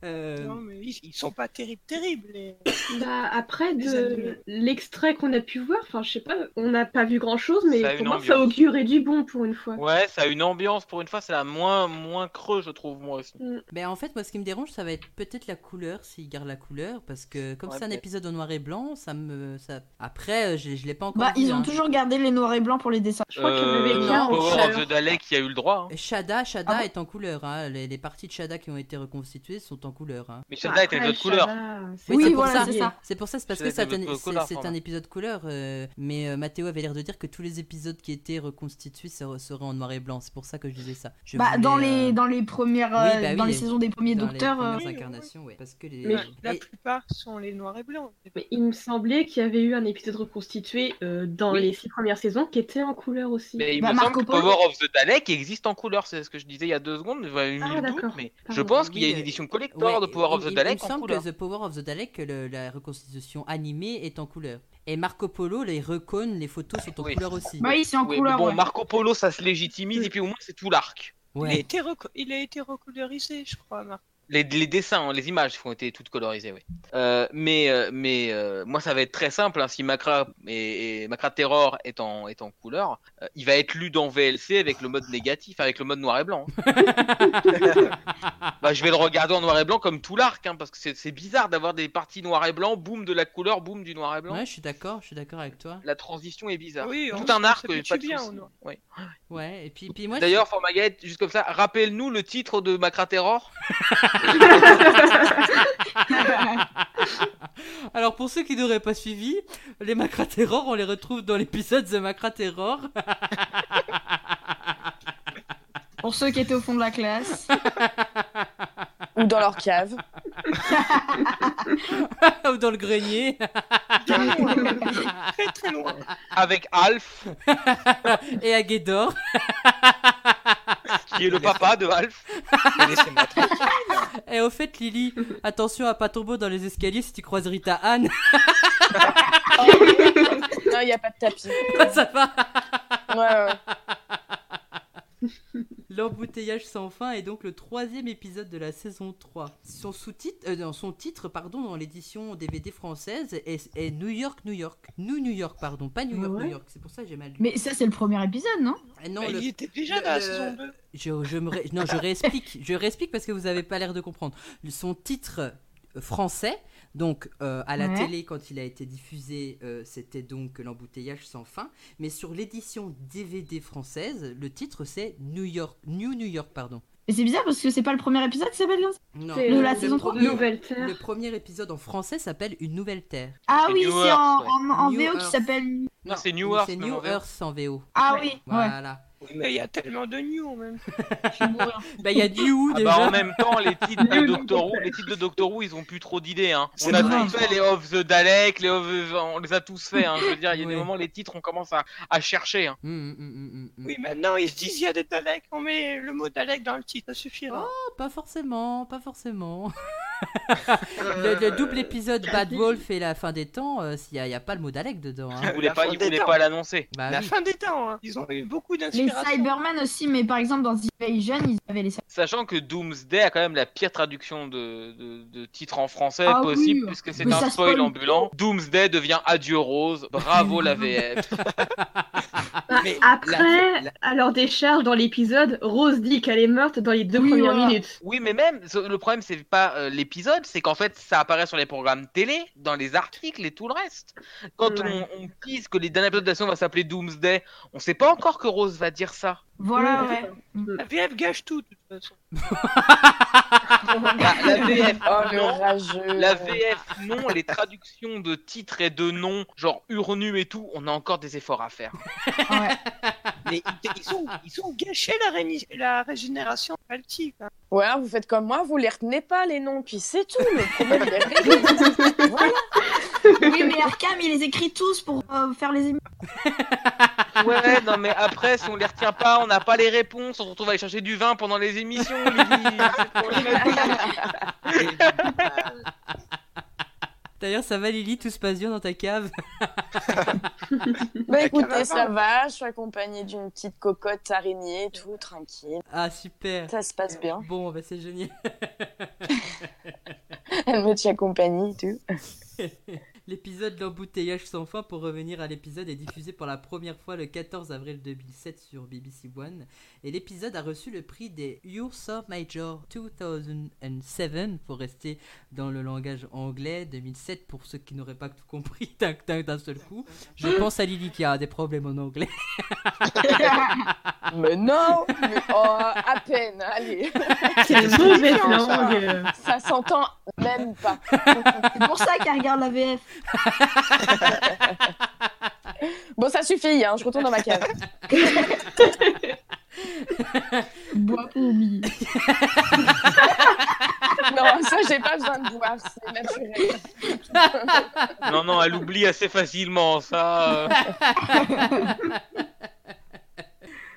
[SPEAKER 1] Euh,
[SPEAKER 3] Oh
[SPEAKER 7] Non, mais ils, ils sont pas terribles, terribles. Les...
[SPEAKER 6] Bah, après,
[SPEAKER 7] Les
[SPEAKER 6] de
[SPEAKER 7] animaux.
[SPEAKER 6] l'extrait qu'on a pu voir, enfin, je sais pas, on n'a pas vu grand chose, mais
[SPEAKER 2] Ça a
[SPEAKER 6] pour
[SPEAKER 2] une
[SPEAKER 6] moi, ça
[SPEAKER 2] ambiance.
[SPEAKER 6] augurait du bon pour une fois.
[SPEAKER 2] Ouais, ça a une ambiance pour une fois, c'est la moins, moins creux, je trouve, moi aussi.
[SPEAKER 1] Ben en fait, moi, ce qui me dérange, ça va être peut-être la couleur, s'il garde la couleur, parce que comme
[SPEAKER 2] Ouais,
[SPEAKER 1] c'est un
[SPEAKER 2] peut-être.
[SPEAKER 1] épisode en noir et blanc, ça me. Ça... Après, euh, je, je l'ai pas encore.
[SPEAKER 3] Bah,
[SPEAKER 1] vu,
[SPEAKER 3] ils ont
[SPEAKER 1] hein.
[SPEAKER 3] toujours gardé les noirs et blancs pour les dessins.
[SPEAKER 6] Je crois que le
[SPEAKER 2] Euh,
[SPEAKER 6] Rebecca en
[SPEAKER 2] Power of
[SPEAKER 6] couleur.
[SPEAKER 2] the Dalek, il y a eu le droit. hein.
[SPEAKER 1] Euh, Shada, Shada
[SPEAKER 3] Ah bon
[SPEAKER 1] est en couleur. hein. Les, les parties de Shada qui ont été reconstituées sont en couleur. hein.
[SPEAKER 2] Mais celle-là était
[SPEAKER 6] Bah, Après,
[SPEAKER 2] une autre couleur.
[SPEAKER 6] Shada, c'est-
[SPEAKER 3] Oui,
[SPEAKER 1] c'est pour
[SPEAKER 3] voilà,
[SPEAKER 1] ça.
[SPEAKER 3] c'est ça.
[SPEAKER 1] C'est pour ça, c'est parce
[SPEAKER 2] C'est
[SPEAKER 1] que ça
[SPEAKER 2] des
[SPEAKER 1] tenait-
[SPEAKER 2] autres
[SPEAKER 1] c'est
[SPEAKER 2] couleurs,
[SPEAKER 1] c'est un
[SPEAKER 2] pardon.
[SPEAKER 1] épisode couleur. euh, mais euh, Mathéo avait l'air de dire que tous les épisodes qui étaient reconstitués ser- seraient en noir et blanc. C'est pour ça que je disais ça. Je
[SPEAKER 3] Bah,
[SPEAKER 1] voulais,
[SPEAKER 3] dans
[SPEAKER 1] euh,
[SPEAKER 3] les, dans les premières,
[SPEAKER 1] oui,
[SPEAKER 3] euh,
[SPEAKER 1] bah oui,
[SPEAKER 3] dans les
[SPEAKER 1] les-
[SPEAKER 3] saisons des premiers
[SPEAKER 1] dans les
[SPEAKER 3] docteurs. euh,
[SPEAKER 1] premières
[SPEAKER 7] oui, oui,
[SPEAKER 1] incarnations, ouais, parce que les. euh,
[SPEAKER 6] Mais-
[SPEAKER 7] La
[SPEAKER 1] et-
[SPEAKER 7] plupart sont les noirs et blancs.
[SPEAKER 6] Mais il me semblait qu'il y avait eu un épisode reconstitué euh, dans
[SPEAKER 2] Oui.
[SPEAKER 6] les six premières saisons qui était en couleur aussi.
[SPEAKER 2] Mais il
[SPEAKER 3] Bah,
[SPEAKER 2] me
[SPEAKER 3] Marco
[SPEAKER 2] semble que
[SPEAKER 3] Polo.
[SPEAKER 2] Power of the Dalek existe en couleur, c'est ce que je disais il y a deux secondes, j'ai eu
[SPEAKER 6] Ah,
[SPEAKER 2] le doute,
[SPEAKER 6] d'accord.
[SPEAKER 2] mais je
[SPEAKER 6] Pardon.
[SPEAKER 2] pense qu'il y a
[SPEAKER 1] Oui,
[SPEAKER 2] une
[SPEAKER 1] euh,
[SPEAKER 2] édition collector de
[SPEAKER 1] Ouais,
[SPEAKER 2] Power of
[SPEAKER 1] il-
[SPEAKER 2] the
[SPEAKER 1] il-
[SPEAKER 2] Dalek
[SPEAKER 1] Il me
[SPEAKER 2] en
[SPEAKER 1] semble
[SPEAKER 2] couleur.
[SPEAKER 1] que The Power of the Dalek, le- la reconstitution animée est en couleur. Et Marco Polo, les recons, les photos sont en
[SPEAKER 2] Oui.
[SPEAKER 1] couleur aussi.
[SPEAKER 3] Bah oui, c'est en
[SPEAKER 2] Oui, mais
[SPEAKER 3] couleur.
[SPEAKER 2] bon,
[SPEAKER 3] ouais.
[SPEAKER 2] Marco Polo, ça se légitimise, et puis au moins c'est tout l'arc.
[SPEAKER 7] Il, a
[SPEAKER 1] Ouais.
[SPEAKER 7] été reco- il a été recolorisé, je crois, Marc.
[SPEAKER 2] Les, les dessins, hein, les images ont été toutes colorisées, oui. Euh, mais euh, mais euh, moi, ça va être très simple. hein, si Macra et, et Macra Terror est en, est en couleur, euh, il va être lu dans VLC avec le mode négatif, avec le mode noir et blanc. hein. bah, je vais le regarder en noir et blanc comme tout l'arc, hein, parce que c'est c'est bizarre d'avoir des parties noir et blanc, boum de la couleur, boum du noir et blanc.
[SPEAKER 1] Ouais, je suis d'accord, je suis d'accord avec toi.
[SPEAKER 2] La transition est bizarre.
[SPEAKER 7] Oui, on-
[SPEAKER 2] Tout un
[SPEAKER 7] on
[SPEAKER 2] arc,
[SPEAKER 7] s'habitue
[SPEAKER 2] pas de
[SPEAKER 7] bien
[SPEAKER 2] soucis.
[SPEAKER 7] au noir.
[SPEAKER 2] Ouais.
[SPEAKER 1] Ouais, et puis, puis moi. je-
[SPEAKER 2] D'ailleurs, Formaguette, juste comme ça, rappelle-nous le titre de Macra Terror.
[SPEAKER 1] Alors pour ceux qui n'auraient pas suivi, les Macra Terror, on les retrouve dans l'épisode The Macra Terror.
[SPEAKER 3] Pour ceux qui étaient au fond de la classe.
[SPEAKER 4] Ou dans leur cave.
[SPEAKER 1] ou dans le grenier.
[SPEAKER 7] Très très loin.
[SPEAKER 2] avec Alf,
[SPEAKER 1] et à Guédor.
[SPEAKER 2] qui est le papa de Alf.
[SPEAKER 1] Et au fait, Lily, attention à pas tomber dans les escaliers si tu croises Rita Anne.
[SPEAKER 4] Non, il n'y a pas de tapis.
[SPEAKER 1] Ça va.
[SPEAKER 4] Ouais, ouais.
[SPEAKER 1] L'embouteillage sans fin est donc le troisième épisode de la saison 3. Son sous-titre, euh, non, son titre, pardon, dans l'édition DVD française est, est New York, New York. New New York, pardon, pas New York,
[SPEAKER 3] Ouais.
[SPEAKER 1] New York. C'est pour ça que j'ai mal lu.
[SPEAKER 3] Mais ça, c'est le premier épisode, non
[SPEAKER 1] Ah non,
[SPEAKER 7] Bah,
[SPEAKER 1] le-
[SPEAKER 7] Il était déjà
[SPEAKER 1] le-
[SPEAKER 7] dans la
[SPEAKER 1] le-
[SPEAKER 7] saison 2.
[SPEAKER 1] je, je me ré- non, je réexplique. Je réexplique parce que vous n'avez pas l'air de comprendre. Le- Son titre euh, français, donc euh, à la
[SPEAKER 3] Ouais.
[SPEAKER 1] télé quand il a été diffusé, euh, c'était donc l'embouteillage sans fin. Mais sur l'édition DVD française, le titre c'est New York, New New York, pardon.
[SPEAKER 3] Mais c'est bizarre parce que c'est pas le premier épisode qui s'appelle comme ça.
[SPEAKER 1] Non,
[SPEAKER 6] C'est
[SPEAKER 3] De
[SPEAKER 6] euh,
[SPEAKER 3] la
[SPEAKER 6] le
[SPEAKER 3] saison
[SPEAKER 6] pro-
[SPEAKER 3] trois.
[SPEAKER 1] le,
[SPEAKER 6] Nouvelle Terre.
[SPEAKER 1] le premier épisode en français s'appelle Une Nouvelle Terre.
[SPEAKER 3] Ah
[SPEAKER 2] C'est
[SPEAKER 3] oui,
[SPEAKER 2] New
[SPEAKER 3] c'est
[SPEAKER 2] Earth,
[SPEAKER 3] en,
[SPEAKER 2] ouais.
[SPEAKER 3] en, en
[SPEAKER 1] New
[SPEAKER 3] VO qui
[SPEAKER 1] Earth.
[SPEAKER 3] s'appelle.
[SPEAKER 2] Non, c'est New
[SPEAKER 1] mais
[SPEAKER 2] Earth,
[SPEAKER 1] C'est
[SPEAKER 2] même
[SPEAKER 1] New
[SPEAKER 2] en VO.
[SPEAKER 1] Earth en VO.
[SPEAKER 3] Ah oui, ouais.
[SPEAKER 1] Voilà.
[SPEAKER 7] Oui, mais il y a tellement de news même.
[SPEAKER 3] Je suis bourrée.
[SPEAKER 1] Bah il y a New
[SPEAKER 2] Ah
[SPEAKER 1] déjà.
[SPEAKER 2] bah, en même temps, les titres de
[SPEAKER 6] Nul,
[SPEAKER 2] Doctor Who,
[SPEAKER 6] nul.
[SPEAKER 2] les titres de Doctor Who, ils ont plus trop d'idées. Hein.
[SPEAKER 4] C'est
[SPEAKER 2] On a
[SPEAKER 4] vrai.
[SPEAKER 2] tous fait les Of the Dalek, les Of the- on les a tous fait. Hein. Je veux dire, il y a
[SPEAKER 1] Oui.
[SPEAKER 2] des moments, les titres, on commence à, à chercher. Hein.
[SPEAKER 1] Hum, hum, hum, hum, hum.
[SPEAKER 7] Oui, maintenant ils se disent il y a des Daleks, on met le mot Dalek dans le titre, ça suffira.
[SPEAKER 1] Oh, Pas forcément, pas forcément.
[SPEAKER 7] Euh,
[SPEAKER 1] Le, le double épisode Bad Wolf et la fin des temps, euh, s'il n'y a, il y a pas le mot Dalek dedans. hein.
[SPEAKER 2] Ils voulaient
[SPEAKER 7] La
[SPEAKER 2] pas,
[SPEAKER 7] fin
[SPEAKER 2] ils
[SPEAKER 7] des
[SPEAKER 2] voulaient
[SPEAKER 7] temps.
[SPEAKER 2] pas l'annoncer.
[SPEAKER 1] Bah
[SPEAKER 7] la
[SPEAKER 1] oui.
[SPEAKER 7] fin des temps, hein. ils ont eu beaucoup
[SPEAKER 3] Les
[SPEAKER 7] d'inspiration.
[SPEAKER 3] Cybermen aussi, mais par exemple dans The Invasion, ils avaient les Cybermen.
[SPEAKER 2] Sachant que Doomsday a quand même la pire traduction de, de, de titre en français
[SPEAKER 3] Ah
[SPEAKER 2] possible,
[SPEAKER 3] oui.
[SPEAKER 2] puisque c'est
[SPEAKER 3] Mais
[SPEAKER 2] un
[SPEAKER 3] ça
[SPEAKER 2] spoil
[SPEAKER 3] spoil
[SPEAKER 2] ambulant. Doomsday devient Adieu Rose. Bravo la VF.
[SPEAKER 6] Bah,
[SPEAKER 7] Mais
[SPEAKER 6] après,
[SPEAKER 7] la- la-
[SPEAKER 6] à leur décharge dans l'épisode, Rose dit qu'elle est morte dans les deux
[SPEAKER 3] Oui,
[SPEAKER 6] premières
[SPEAKER 3] voilà.
[SPEAKER 6] minutes.
[SPEAKER 2] Oui, mais même, ce- le problème, c'est pas euh, l'épisode, c'est qu'en fait, ça apparaît sur les programmes télé, dans les articles et tout le reste. Quand
[SPEAKER 6] Ouais.
[SPEAKER 2] on, on tease que les derniers épisodes de la saison va s'appeler Doomsday, on sait pas encore que Rose va dire ça.
[SPEAKER 3] Voilà,
[SPEAKER 6] Oui,
[SPEAKER 3] ouais.
[SPEAKER 7] La VF gâche tout de toute façon.
[SPEAKER 2] Bah, la VF,
[SPEAKER 4] Oh, le
[SPEAKER 2] non.
[SPEAKER 4] rageux.
[SPEAKER 2] La VF, non, les traductions de titres et de noms, genre Urnu et tout, on a encore des efforts à faire.
[SPEAKER 3] ouais.
[SPEAKER 7] Mais ils, ils ont, ils ont gâché la, réni- la régénération baltique. hein.
[SPEAKER 4] Ou alors, vous faites comme moi, vous les retenez pas, les noms, puis c'est tout. Le problème, il est réglé. Voilà.
[SPEAKER 3] Oui, mais Arkham, il les écrit tous pour euh, faire les émissions.
[SPEAKER 2] Ouais, non, mais après, si on les retient pas, on n'a pas les réponses, on se retrouve à aller chercher du vin pendant les émissions, Lily. C'est
[SPEAKER 7] Ah
[SPEAKER 2] problématique.
[SPEAKER 1] D'ailleurs, ça va Lily, tout se passe bien dans ta cave.
[SPEAKER 4] Bah
[SPEAKER 7] caravane.
[SPEAKER 4] écoutez, ça va, je suis accompagnée d'une petite cocotte araignée, tout tranquille.
[SPEAKER 1] Ah, super.
[SPEAKER 4] Ça se passe bien.
[SPEAKER 1] Bon, bah c'est génial.
[SPEAKER 4] Elle me tient compagnie, tout.
[SPEAKER 1] L'épisode L'embouteillage sans fin, pour revenir à l'épisode, est diffusé pour la première fois le 14 avril 2007 sur BBC One. Et l'épisode a reçu le prix des You're So Major 2007, pour rester dans le langage anglais, 2007 pour ceux qui n'auraient pas tout compris d'un- d'un d'un seul coup. Je pense à Lily qui a des problèmes en anglais.
[SPEAKER 4] Mais non mais, oh, À peine, allez.
[SPEAKER 6] C'est une mauvaise langue.
[SPEAKER 4] Ça s'entend même pas.
[SPEAKER 3] C'est pour ça qu'elle regarde la VF.
[SPEAKER 4] Bon, ça suffit, hein, je retourne dans ma cave.
[SPEAKER 3] Bois pour oublier.
[SPEAKER 4] Non, ça, j'ai pas besoin de boire, c'est naturel.
[SPEAKER 2] Non, non, elle oublie assez facilement, ça. euh.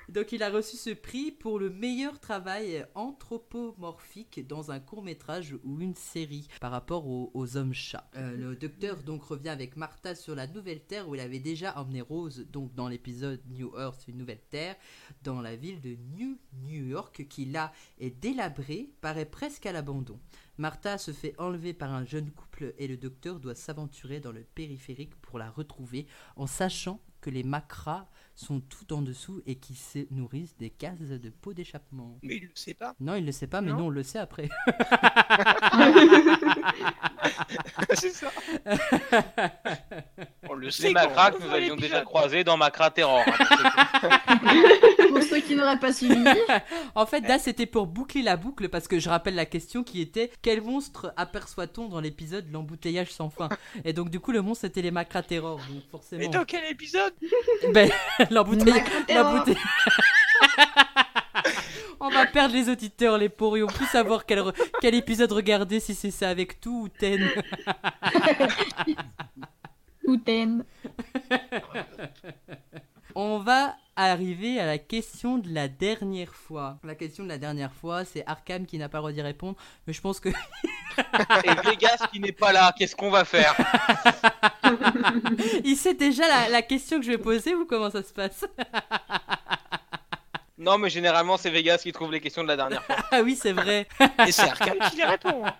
[SPEAKER 1] Donc il a reçu ce prix pour le meilleur travail anthropomorphique dans un court métrage ou une série par rapport aux, aux hommes chats. Euh, le docteur donc revient avec Martha sur la Nouvelle Terre où il avait déjà emmené Rose donc dans l'épisode New Earth, une nouvelle terre, dans la ville de New New York qui là est délabrée, paraît presque à l'abandon. Martha se fait enlever par un jeune couple et le docteur doit s'aventurer dans le périphérique pour la retrouver en sachant que les macras sont tout en dessous et qui se nourrissent des cases de peau d'échappement.
[SPEAKER 7] Mais il le sait pas.
[SPEAKER 1] Non, il le sait pas, mais
[SPEAKER 7] Non.
[SPEAKER 1] non, on le sait après.
[SPEAKER 7] c'est ça. On le sait.
[SPEAKER 2] Les
[SPEAKER 7] quand on
[SPEAKER 2] Macra que
[SPEAKER 7] revoit
[SPEAKER 2] nous avions déjà
[SPEAKER 7] l'épisode.
[SPEAKER 2] croisés dans Macra Terror. hein, pour ceux qui-
[SPEAKER 3] Pour ceux qui n'auraient pas suivi.
[SPEAKER 1] En fait,
[SPEAKER 7] Eh.
[SPEAKER 1] là, c'était pour boucler la boucle parce que je rappelle la question qui était quel monstre aperçoit-on dans l'épisode l'embouteillage sans fin Et donc, du coup, le monstre c'était les macra terror, donc
[SPEAKER 7] Mais
[SPEAKER 1] forcément.
[SPEAKER 7] dans quel épisode
[SPEAKER 1] Ben, l'embouteillage.
[SPEAKER 3] Terror.
[SPEAKER 1] l'embouteillage- On va perdre les auditeurs, les pourris. On peut savoir quel, re- quel épisode regarder, si c'est ça avec tout ou ten.
[SPEAKER 3] Gluten.
[SPEAKER 1] On va arriver à la question de la dernière fois. La question de la dernière fois, c'est Arkham qui n'a pas redit répondre, mais je pense que
[SPEAKER 2] Et Vegas qui n'est pas là, qu'est-ce qu'on va faire
[SPEAKER 1] il sait déjà la, la question que je vais poser ou comment ça se passe.
[SPEAKER 2] Non, mais généralement, c'est Vegas qui trouve les questions de la dernière fois.
[SPEAKER 1] Ah oui, c'est vrai.
[SPEAKER 7] Et c'est Arkham qui les répond. hein.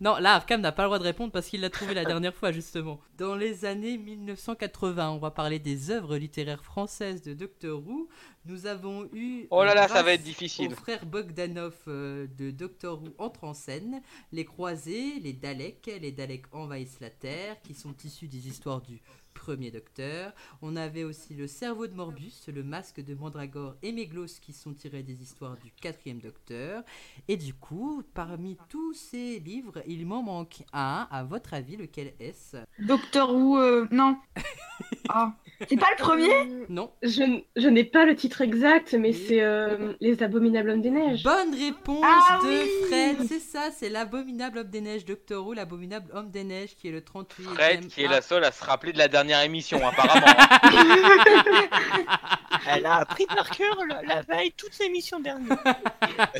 [SPEAKER 1] Non, là, Arkham n'a pas le droit de répondre parce qu'il l'a trouvé la dernière fois, justement. Dans les années 1980, on va parler des œuvres littéraires françaises de Doctor Who. Nous avons eu.
[SPEAKER 2] Oh là là, ça
[SPEAKER 1] grâce
[SPEAKER 2] va être
[SPEAKER 1] Aux
[SPEAKER 2] difficile.
[SPEAKER 1] frères Bogdanov euh, de Doctor Who entre en scène, les croisés, les Daleks, les Daleks envahissent la Terre, qui sont issus des histoires du premier Docteur. On avait aussi le cerveau de Morbus, le masque de Mandragore et Méglos, qui sont tirés des histoires du quatrième Docteur. Et du coup, parmi tous ces livres, il m'en manque un. À votre avis, lequel est-ce
[SPEAKER 3] Docteur Who, euh, non. Ah. C'est pas le premier
[SPEAKER 1] Non.
[SPEAKER 6] Je, n- je n'ai pas le titre exact, mais
[SPEAKER 1] Oui. Bah.
[SPEAKER 6] c'est euh, Les Abominables Hommes des Neiges.
[SPEAKER 1] Bonne réponse
[SPEAKER 3] Ah
[SPEAKER 1] de
[SPEAKER 3] oui
[SPEAKER 1] Fred. C'est ça, c'est l'abominable homme des neiges, Doctor Who, l'abominable homme des neiges qui est le 38.
[SPEAKER 2] Fred, qui est la seule à se rappeler de la dernière émission, apparemment. hein.
[SPEAKER 7] Elle a appris par cœur le- la veille toute l'émission dernière.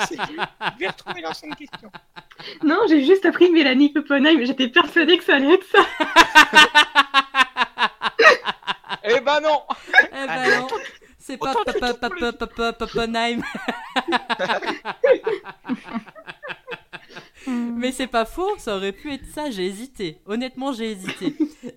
[SPEAKER 7] C'est- Je vais retrouver l'ancienne question.
[SPEAKER 6] Non, j'ai juste appris Mélanie Oppenheim, j'étais persuadée que ça allait être ça.
[SPEAKER 2] eh ben non
[SPEAKER 1] Eh ben non, c'est pas
[SPEAKER 7] autant
[SPEAKER 1] papa
[SPEAKER 7] tu
[SPEAKER 1] papa papa
[SPEAKER 7] trouves le-
[SPEAKER 1] papa Pappenheim. Mais c'est pas faux, ça aurait pu être ça, j'ai hésité. Honnêtement, j'ai hésité.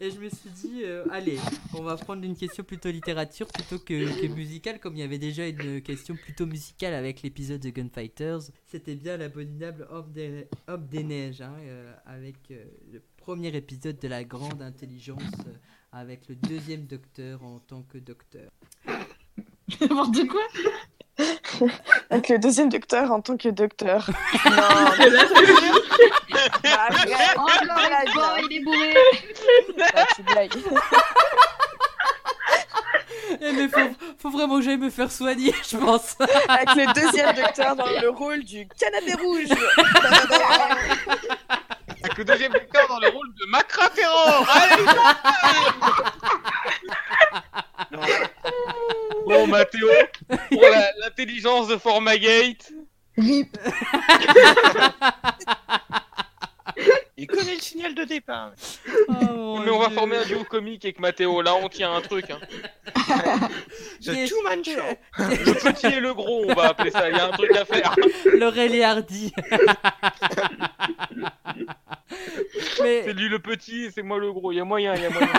[SPEAKER 1] Et je me suis dit, euh, allez, on va prendre une question plutôt littérature plutôt que, que musicale, comme il y avait déjà une question plutôt musicale avec l'épisode de Gunfighters. C'était bien l'abominable homme des, homme des neiges, hein, euh, avec euh, le premier épisode de la grande intelligence, euh, avec le deuxième docteur en tant que docteur.
[SPEAKER 3] N'importe quoi.
[SPEAKER 4] Avec le deuxième docteur en tant que docteur. Non, Bah, arrête,
[SPEAKER 3] Oh là
[SPEAKER 4] blague,
[SPEAKER 3] là,
[SPEAKER 4] là.
[SPEAKER 3] il est bourré.
[SPEAKER 4] là, tu blagues.
[SPEAKER 1] Eh, mais faut, faut vraiment que j'aille me faire soigner, je pense.
[SPEAKER 4] Avec le deuxième docteur dans le rôle du canapé rouge.
[SPEAKER 2] Avec le deuxième acteur dans le rôle de Macra Ferrand Allez, c'est parti Bon, Mathéo, pour la- l'intelligence de Formagate,
[SPEAKER 3] Rip.
[SPEAKER 7] Il connaît le signal de départ.
[SPEAKER 1] Oh,
[SPEAKER 2] mais on va former un duo comique avec Mathéo. Là, on tient un truc. Hein.
[SPEAKER 7] The
[SPEAKER 1] Yes.
[SPEAKER 7] Two Man Show.
[SPEAKER 2] Le petit et le gros, on va appeler ça. Il y a un truc à faire.
[SPEAKER 1] Laurel et Hardy.
[SPEAKER 2] C'est
[SPEAKER 1] mais
[SPEAKER 2] lui le petit, c'est moi le gros. Il y a moyen, il y a moyen.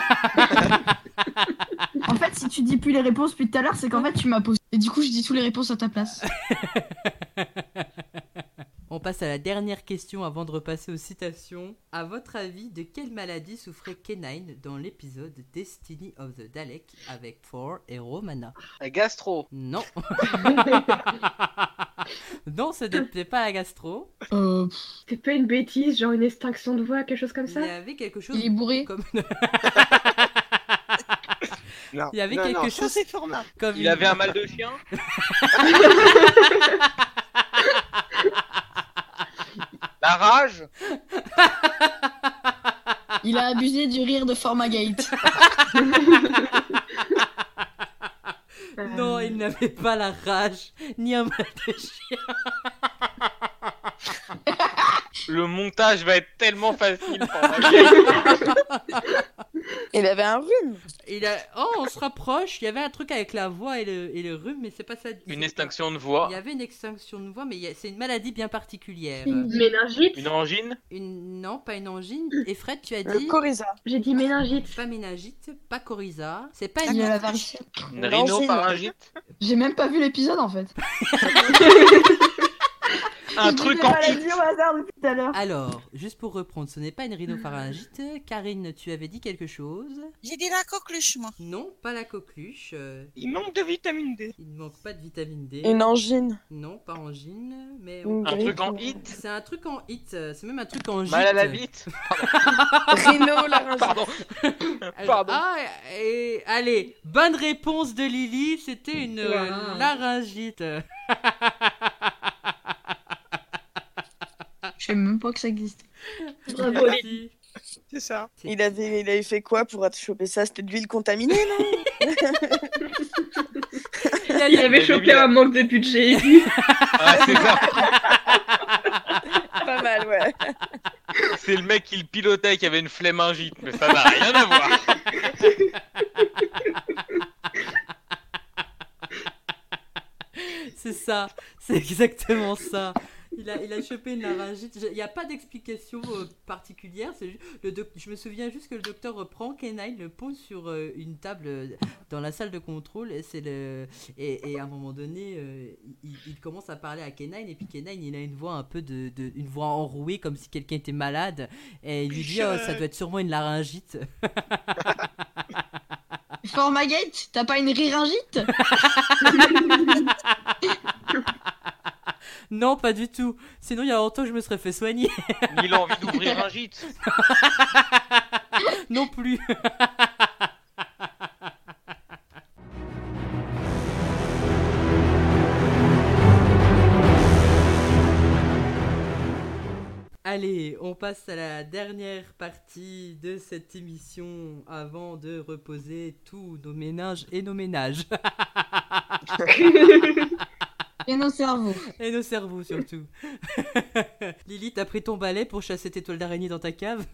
[SPEAKER 3] En fait, si tu dis plus les réponses depuis tout à l'heure, c'est qu'en fait tu m'as posé. Et du coup, je dis tous les réponses à ta place.
[SPEAKER 1] on passe à la dernière question avant de repasser aux citations. À votre avis, de quelle maladie souffrait Kenine dans l'épisode Destiny of the Dalek avec Thor et Romana
[SPEAKER 2] Gastro.
[SPEAKER 1] Non. non, ce n'était pas la gastro.
[SPEAKER 3] Euh, pff,
[SPEAKER 6] C'est pas une bêtise, genre une extinction de voix, quelque chose comme
[SPEAKER 1] Il
[SPEAKER 6] ça
[SPEAKER 1] y avait quelque chose
[SPEAKER 3] il est bourré.
[SPEAKER 1] comme
[SPEAKER 7] Non.
[SPEAKER 1] Il y avait
[SPEAKER 7] non,
[SPEAKER 1] quelque
[SPEAKER 7] non,
[SPEAKER 1] chose-
[SPEAKER 7] Ça, c'est format.
[SPEAKER 1] comme
[SPEAKER 2] Il
[SPEAKER 1] une-
[SPEAKER 2] avait un mal de chien La rage
[SPEAKER 3] Il a abusé du rire de Formagate.
[SPEAKER 6] Euh,
[SPEAKER 1] Non, il n'avait pas la rage, ni un mal de chien.
[SPEAKER 2] Le montage va être tellement facile Formagate.
[SPEAKER 4] Il avait un rhume.
[SPEAKER 1] Il a... Oh, on se rapproche. Il y avait un truc avec la voix et le, et le rhume, mais c'est pas ça.
[SPEAKER 2] Une extinction de voix.
[SPEAKER 1] Il y avait une extinction de voix, mais il y a- c'est une maladie bien particulière.
[SPEAKER 6] Méningite
[SPEAKER 2] Une angine
[SPEAKER 1] Une... Non, pas une angine. Et Fred, tu as dit
[SPEAKER 4] Le coryza.
[SPEAKER 6] J'ai dit méningite.
[SPEAKER 1] pas ménagite, pas coryza. C'est pas
[SPEAKER 3] Il
[SPEAKER 1] une...
[SPEAKER 3] a la vache.
[SPEAKER 2] Une rhinopharyngite
[SPEAKER 3] J'ai même pas vu l'épisode en fait.
[SPEAKER 2] Un truc en
[SPEAKER 9] maladie au hasard depuis tout à l'heure.
[SPEAKER 1] Alors, juste pour reprendre, ce n'est pas une rhinopharyngite. Karine, tu avais dit quelque chose
[SPEAKER 5] J'ai dit la coqueluche, moi.
[SPEAKER 1] Non, pas la coqueluche. euh,
[SPEAKER 7] Il manque de vitamine D.
[SPEAKER 1] Il ne manque pas de vitamine D.
[SPEAKER 4] Une angine.
[SPEAKER 1] Non, pas angine, mais...
[SPEAKER 4] Une
[SPEAKER 2] Un
[SPEAKER 4] grippe.
[SPEAKER 2] truc en hit
[SPEAKER 1] C'est un truc en hit, euh, c'est même un truc en gîte.
[SPEAKER 2] Mal à la bite
[SPEAKER 4] Rhino, laryngite.
[SPEAKER 2] Pardon
[SPEAKER 1] Alors-
[SPEAKER 2] Pardon.
[SPEAKER 1] Ah, et, allez, bonne réponse de Lily, c'était une euh,
[SPEAKER 6] Wow.
[SPEAKER 1] laryngite.
[SPEAKER 3] Je sais même pas que ça existe.
[SPEAKER 6] Bravo.
[SPEAKER 1] Merci.
[SPEAKER 7] C'est ça.
[SPEAKER 4] Il avait, il avait fait quoi pour choper ça C'était de l'huile contaminée, non
[SPEAKER 1] Il y a- il y
[SPEAKER 6] Il
[SPEAKER 1] a-
[SPEAKER 6] avait chopé un manque de budget aigu.
[SPEAKER 2] Ah, c'est ça
[SPEAKER 4] Pas mal, ouais.
[SPEAKER 2] C'est le mec qui le pilotait qui avait une flémingite, mais ça n'a rien à voir
[SPEAKER 1] ça, c'est exactement ça. Il a, il a chopé une laryngite. Je- Il n'y a pas d'explication euh, particulière. c'est ju- le doc- je me souviens juste que le docteur reprend Kenai, le pose sur euh, une table euh, dans la salle de contrôle. Et, c'est le, et, et à un moment donné, euh, il, il commence à parler à Kenai. Et puis Kenai, il a une voix un peu de, de- une voix enrouée, comme si quelqu'un était malade. Et il lui dit Oh, ça doit être sûrement une laryngite.
[SPEAKER 3] Formagate, t'as pas une riringite
[SPEAKER 1] Non, pas du tout. Sinon, il y a longtemps, je me serais fait soigner.
[SPEAKER 2] Ni l'envie d'ouvrir un gîte.
[SPEAKER 1] non plus. Allez, on passe à la dernière partie de cette émission avant de reposer tous nos méninges et nos ménages.
[SPEAKER 3] Et nos cerveaux.
[SPEAKER 1] Et nos cerveaux surtout. Lily, t'as pris ton balai pour chasser tes toiles d'araignée dans ta cave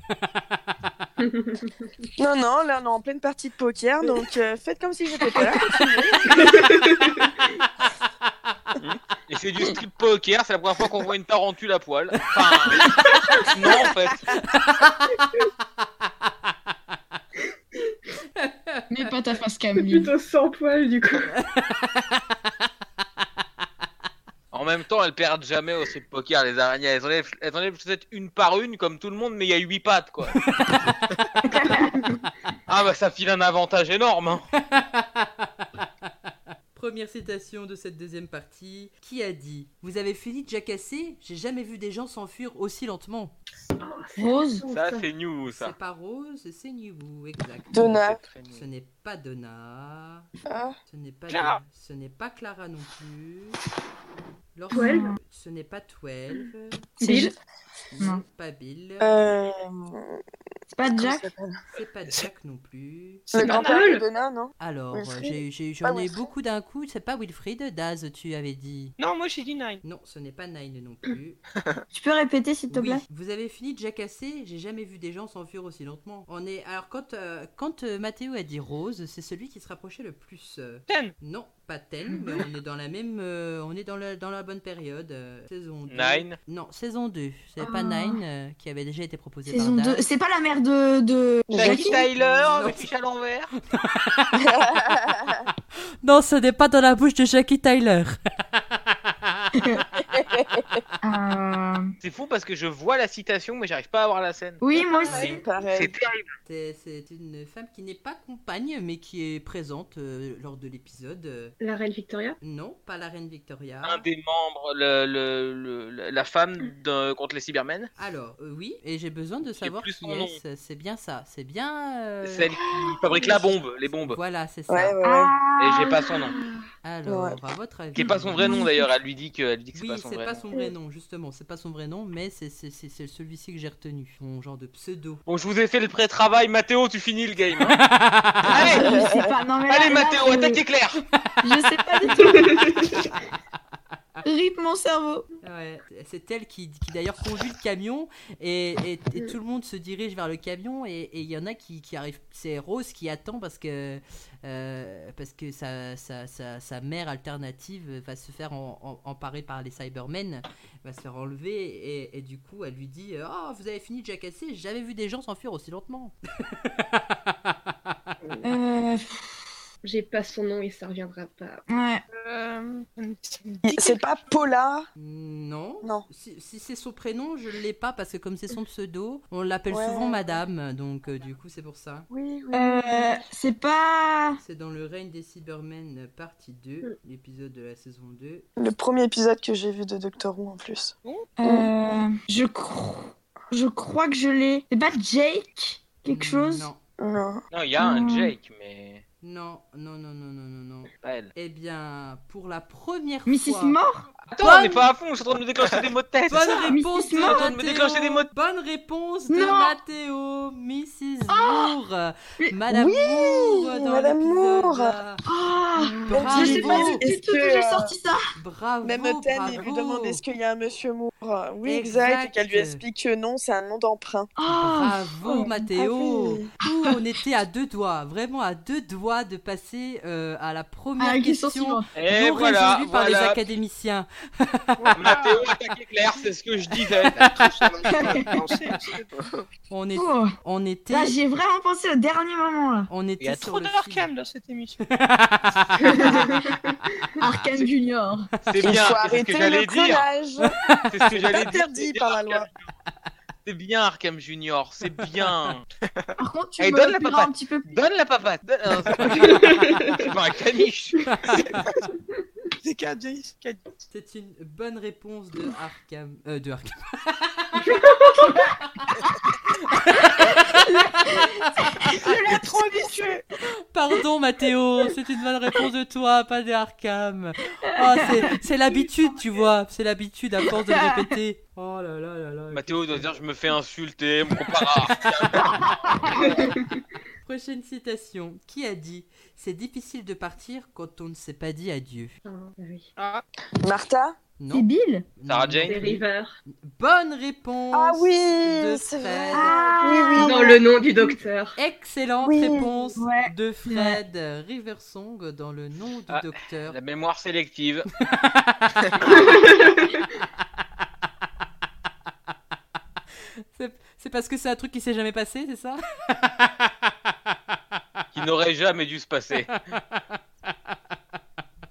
[SPEAKER 9] Non, non, là on est en pleine partie de poker, donc euh, faites comme si j'étais pas là.
[SPEAKER 2] Et c'est du strip poker, c'est la première fois qu'on voit une tarentule à poil. Enfin, non, en fait.
[SPEAKER 3] Mais pas ta face
[SPEAKER 6] C'est
[SPEAKER 3] Camille.
[SPEAKER 6] plutôt sans poil du coup.
[SPEAKER 2] En même temps, elles perdent jamais au strip poker, les araignées. Elles enlèvent, elles enlèvent peut-être une par une, comme tout le monde, mais il y a huit pattes, quoi. ah bah ça file un avantage énorme. hein.
[SPEAKER 1] Première citation de cette deuxième partie. Qui a dit Vous avez fini de jacasser J'ai jamais vu des gens s'enfuir aussi lentement.
[SPEAKER 3] Rose
[SPEAKER 2] Ça, c'est new, ça.
[SPEAKER 1] C'est pas Rose, c'est Nibu, exact.
[SPEAKER 4] Donna.
[SPEAKER 2] C'est très new.
[SPEAKER 1] Ce n'est pas Donna.
[SPEAKER 4] Ah.
[SPEAKER 1] Ce n'est pas
[SPEAKER 7] Clara.
[SPEAKER 1] Donna. Ce n'est pas Clara non plus. Lorsque-
[SPEAKER 6] Twelve.
[SPEAKER 1] Ce n'est pas Twelve.
[SPEAKER 3] Bill
[SPEAKER 1] Non.
[SPEAKER 3] Non.
[SPEAKER 1] Pas Bill.
[SPEAKER 4] Euh,
[SPEAKER 3] C'est pas
[SPEAKER 4] comment ça
[SPEAKER 3] Jack
[SPEAKER 4] s'appelle
[SPEAKER 1] C'est pas Jack non plus.
[SPEAKER 4] Le
[SPEAKER 7] C'est
[SPEAKER 4] grand-père de Donna,
[SPEAKER 7] Donald.
[SPEAKER 4] non
[SPEAKER 1] Alors,
[SPEAKER 4] Wilfried.
[SPEAKER 1] j'ai- j'ai- j'en
[SPEAKER 4] Pas
[SPEAKER 1] ai
[SPEAKER 4] Wilfried.
[SPEAKER 1] beaucoup d'un coup. C'est pas Wilfried, Daz, tu avais dit.
[SPEAKER 7] Non, moi j'ai dit Nine.
[SPEAKER 1] Non, ce n'est pas Nine non plus.
[SPEAKER 3] Tu peux répéter s'il te
[SPEAKER 1] Oui,
[SPEAKER 3] plaît
[SPEAKER 1] vous avez fini de jacasser, j'ai jamais vu des gens s'enfuir aussi lentement. On est alors quand euh, quand euh, Mathéo a dit Rose, c'est celui qui se rapprochait le plus. euh,
[SPEAKER 7] Ten.
[SPEAKER 1] Non, pas Ten, mais on est dans la même euh, on est dans la, dans la bonne période euh, saison 2.
[SPEAKER 2] Nine.
[SPEAKER 1] Non, saison 2, c'est
[SPEAKER 3] Ah.
[SPEAKER 1] pas Nine euh, qui avait déjà été proposé
[SPEAKER 3] Saison
[SPEAKER 1] par Dan.
[SPEAKER 3] 2. C'est pas la mère de. de...
[SPEAKER 2] Jackie Tyler,
[SPEAKER 1] Non.
[SPEAKER 2] le fiche à l'envers.
[SPEAKER 1] Non, ce n'est pas dans la bouche de Jackie Tyler.
[SPEAKER 3] Euh,
[SPEAKER 2] C'est fou parce que je vois la citation, mais j'arrive pas à voir la scène.
[SPEAKER 3] Oui, moi aussi.
[SPEAKER 2] C'est
[SPEAKER 4] Pareil.
[SPEAKER 2] terrible.
[SPEAKER 1] C'est c'est une femme qui n'est pas compagne mais qui est présente euh, lors de l'épisode. euh,
[SPEAKER 6] La reine Victoria.
[SPEAKER 1] Non, pas la reine Victoria.
[SPEAKER 2] Un des membres, le, le- le- la femme de- contre les Cybermen,
[SPEAKER 1] Alors, euh, oui, et j'ai besoin de savoir
[SPEAKER 2] plus
[SPEAKER 1] qui
[SPEAKER 2] son nom.
[SPEAKER 1] est-ce. C'est bien ça. C'est bien. euh,
[SPEAKER 2] celle qui fabrique la bombe, les bombes.
[SPEAKER 1] Voilà, c'est ça.
[SPEAKER 4] Ouais, ouais, ouais.
[SPEAKER 3] Ah,
[SPEAKER 2] Et j'ai pas son nom.
[SPEAKER 1] Alors,
[SPEAKER 4] Ouais.
[SPEAKER 1] à votre avis.
[SPEAKER 2] Qui est pas son vrai nom d'ailleurs, elle lui dit que, elle dit que c'est
[SPEAKER 1] Oui,
[SPEAKER 2] pas son
[SPEAKER 1] c'est
[SPEAKER 2] vrai
[SPEAKER 1] pas
[SPEAKER 2] nom.
[SPEAKER 1] son vrai nom, justement. C'est pas son vrai nom, mais c'est c'est- c'est- c'est celui-ci que j'ai retenu. Son genre de pseudo.
[SPEAKER 2] Bon, je vous ai fait le pré-travail, Mathéo, tu finis le game. hein.
[SPEAKER 3] je
[SPEAKER 2] Allez,
[SPEAKER 3] sais pas. Non, mais là-
[SPEAKER 2] allez
[SPEAKER 3] là,
[SPEAKER 2] Mathéo,
[SPEAKER 3] je-
[SPEAKER 2] attaque éclair.
[SPEAKER 3] Je sais pas du tout. Rip mon cerveau.
[SPEAKER 1] Ouais. C'est elle qui, qui d'ailleurs conduit le camion et, et- et tout le monde se dirige vers le camion et et il y en a qui, qui arrivent. C'est Rose qui attend parce que euh, parce que sa, sa, sa- sa mère alternative va se faire en- en- emparer par les Cybermen, va se faire enlever et, et du coup elle lui dit oh vous avez fini de jacasser, j'ai jamais vu des gens s'enfuir aussi lentement.
[SPEAKER 3] Euh,
[SPEAKER 6] J'ai pas son nom et ça reviendra pas.
[SPEAKER 3] ouais.
[SPEAKER 7] Euh, ça me dit
[SPEAKER 4] C'est pas Paula
[SPEAKER 1] Non.
[SPEAKER 4] Non.
[SPEAKER 1] Si, si c'est son prénom, je l'ai pas parce que comme c'est son pseudo, on l'appelle
[SPEAKER 4] Ouais.
[SPEAKER 1] souvent Madame, donc euh, du coup c'est pour ça.
[SPEAKER 4] Oui, oui.
[SPEAKER 3] Euh, c'est pas.
[SPEAKER 1] C'est dans le règne des Cybermen, partie 2, l'épisode de la saison 2.
[SPEAKER 4] Le premier épisode que j'ai vu de Doctor Who en plus.
[SPEAKER 3] Euh, je crois. Je crois que je l'ai. C'est pas Jake Quelque chose
[SPEAKER 1] Mm, Hmm, Non,
[SPEAKER 4] Non.
[SPEAKER 2] Non, il y a un
[SPEAKER 3] Hmm.
[SPEAKER 2] Jake, mais
[SPEAKER 1] non, non, non, non, non, non, non.
[SPEAKER 2] pas elle.
[SPEAKER 1] Eh bien, pour la première
[SPEAKER 3] Mrs.
[SPEAKER 1] fois.
[SPEAKER 3] Mort
[SPEAKER 2] Attends,
[SPEAKER 1] Bonne-
[SPEAKER 2] on est pas à fond, je suis en train de me déclencher des mots de tête.
[SPEAKER 1] Bonne
[SPEAKER 3] ça,
[SPEAKER 1] réponse
[SPEAKER 3] Mrs.
[SPEAKER 1] de
[SPEAKER 3] Moore.
[SPEAKER 2] Attends de me
[SPEAKER 1] Mathéo.
[SPEAKER 2] déclencher des mots de-
[SPEAKER 1] Bonne réponse de
[SPEAKER 3] Non.
[SPEAKER 1] Mathéo, Mrs. Moore,
[SPEAKER 3] Mais-
[SPEAKER 1] Madame
[SPEAKER 4] Oui,
[SPEAKER 1] Moore dans
[SPEAKER 4] Madame
[SPEAKER 1] l'épisode.
[SPEAKER 4] Moore.
[SPEAKER 3] Ah
[SPEAKER 1] Bravo.
[SPEAKER 3] Je sais pas
[SPEAKER 1] Bravo.
[SPEAKER 3] du
[SPEAKER 4] Est-ce
[SPEAKER 3] tout
[SPEAKER 4] que,
[SPEAKER 3] que j'ai
[SPEAKER 4] euh,
[SPEAKER 3] sorti ça
[SPEAKER 1] Bravo,
[SPEAKER 4] Même Ten, il lui demande
[SPEAKER 1] bravo.
[SPEAKER 4] est-ce qu'il y a un monsieur Moore Oui,
[SPEAKER 1] Exact.
[SPEAKER 4] exact. Et qu'elle lui explique que non, c'est un nom d'emprunt.
[SPEAKER 3] Oh
[SPEAKER 1] Bravo Mathéo
[SPEAKER 4] Ah oui.
[SPEAKER 1] Ouh, On était à deux doigts, vraiment à deux doigts droit de passer euh, à la première
[SPEAKER 6] Ah,
[SPEAKER 1] question,
[SPEAKER 6] question suivante.
[SPEAKER 2] Et
[SPEAKER 1] non
[SPEAKER 2] Eh, voilà,
[SPEAKER 1] résolue par les
[SPEAKER 2] voilà.
[SPEAKER 1] académiciens.
[SPEAKER 2] Mathéo attaque l'éclair, c'est ce que je disais.
[SPEAKER 1] On, est,
[SPEAKER 3] Oh,
[SPEAKER 1] on était,
[SPEAKER 3] là, j'y ai vraiment pensé au dernier moment, là.
[SPEAKER 1] on
[SPEAKER 7] Il y a
[SPEAKER 1] était
[SPEAKER 7] trop
[SPEAKER 1] sur le
[SPEAKER 7] d'arcane dans cette émission.
[SPEAKER 6] Arcane Junior.
[SPEAKER 2] C'est
[SPEAKER 4] Il
[SPEAKER 2] Eh bien, c'est
[SPEAKER 4] faut
[SPEAKER 2] ce que
[SPEAKER 4] arrêter
[SPEAKER 2] j'allais
[SPEAKER 4] le
[SPEAKER 2] dire.
[SPEAKER 4] clonage.
[SPEAKER 2] C'est ce que j'allais dire.
[SPEAKER 4] interdit
[SPEAKER 2] c'est
[SPEAKER 4] par la
[SPEAKER 2] bien
[SPEAKER 4] loi.
[SPEAKER 2] Arkham- C'est bien Arkham Junior, c'est bien.
[SPEAKER 6] Par contre, tu
[SPEAKER 2] Allez,
[SPEAKER 6] me
[SPEAKER 2] donne la
[SPEAKER 6] l'offriras
[SPEAKER 2] papate.
[SPEAKER 6] un petit peu
[SPEAKER 2] Donne la papate. Donne... Ah non, c'est pas ça. C'est pas un caniche.
[SPEAKER 7] C'est qu'à dire- c'est qu'à dire.
[SPEAKER 1] C'est une bonne réponse de Arkham. euh, de Arkham.
[SPEAKER 7] Il est trop habitué.
[SPEAKER 1] Pardon, Mathéo, c'est une bonne réponse de toi, pas de Arkham. Oh, c'est- c'est l'habitude, tu vois. C'est l'habitude à force de le répéter. Oh là là là là.
[SPEAKER 2] Mathéo doit dire je me fais insulter, mon compare.
[SPEAKER 1] Prochaine citation. Qui a dit C'est difficile de partir quand on ne s'est pas dit adieu
[SPEAKER 6] bah
[SPEAKER 7] Ah,
[SPEAKER 4] Martha
[SPEAKER 3] C'est
[SPEAKER 1] Non.
[SPEAKER 3] Bill
[SPEAKER 2] Sarah Jane
[SPEAKER 6] des River.
[SPEAKER 1] Bonne réponse.
[SPEAKER 4] Ah
[SPEAKER 1] de
[SPEAKER 4] oui, c'est vrai.
[SPEAKER 1] Fred.
[SPEAKER 4] oui,
[SPEAKER 6] Dans le nom du docteur.
[SPEAKER 1] Excellente
[SPEAKER 4] Oui.
[SPEAKER 1] réponse
[SPEAKER 3] Ouais.
[SPEAKER 1] de Fred Riversong dans le nom du
[SPEAKER 2] Ah,
[SPEAKER 1] docteur.
[SPEAKER 2] La mémoire sélective.
[SPEAKER 1] C'est- C'est parce que c'est un truc qui s'est jamais passé, c'est ça
[SPEAKER 2] qui n'aurait jamais dû se passer.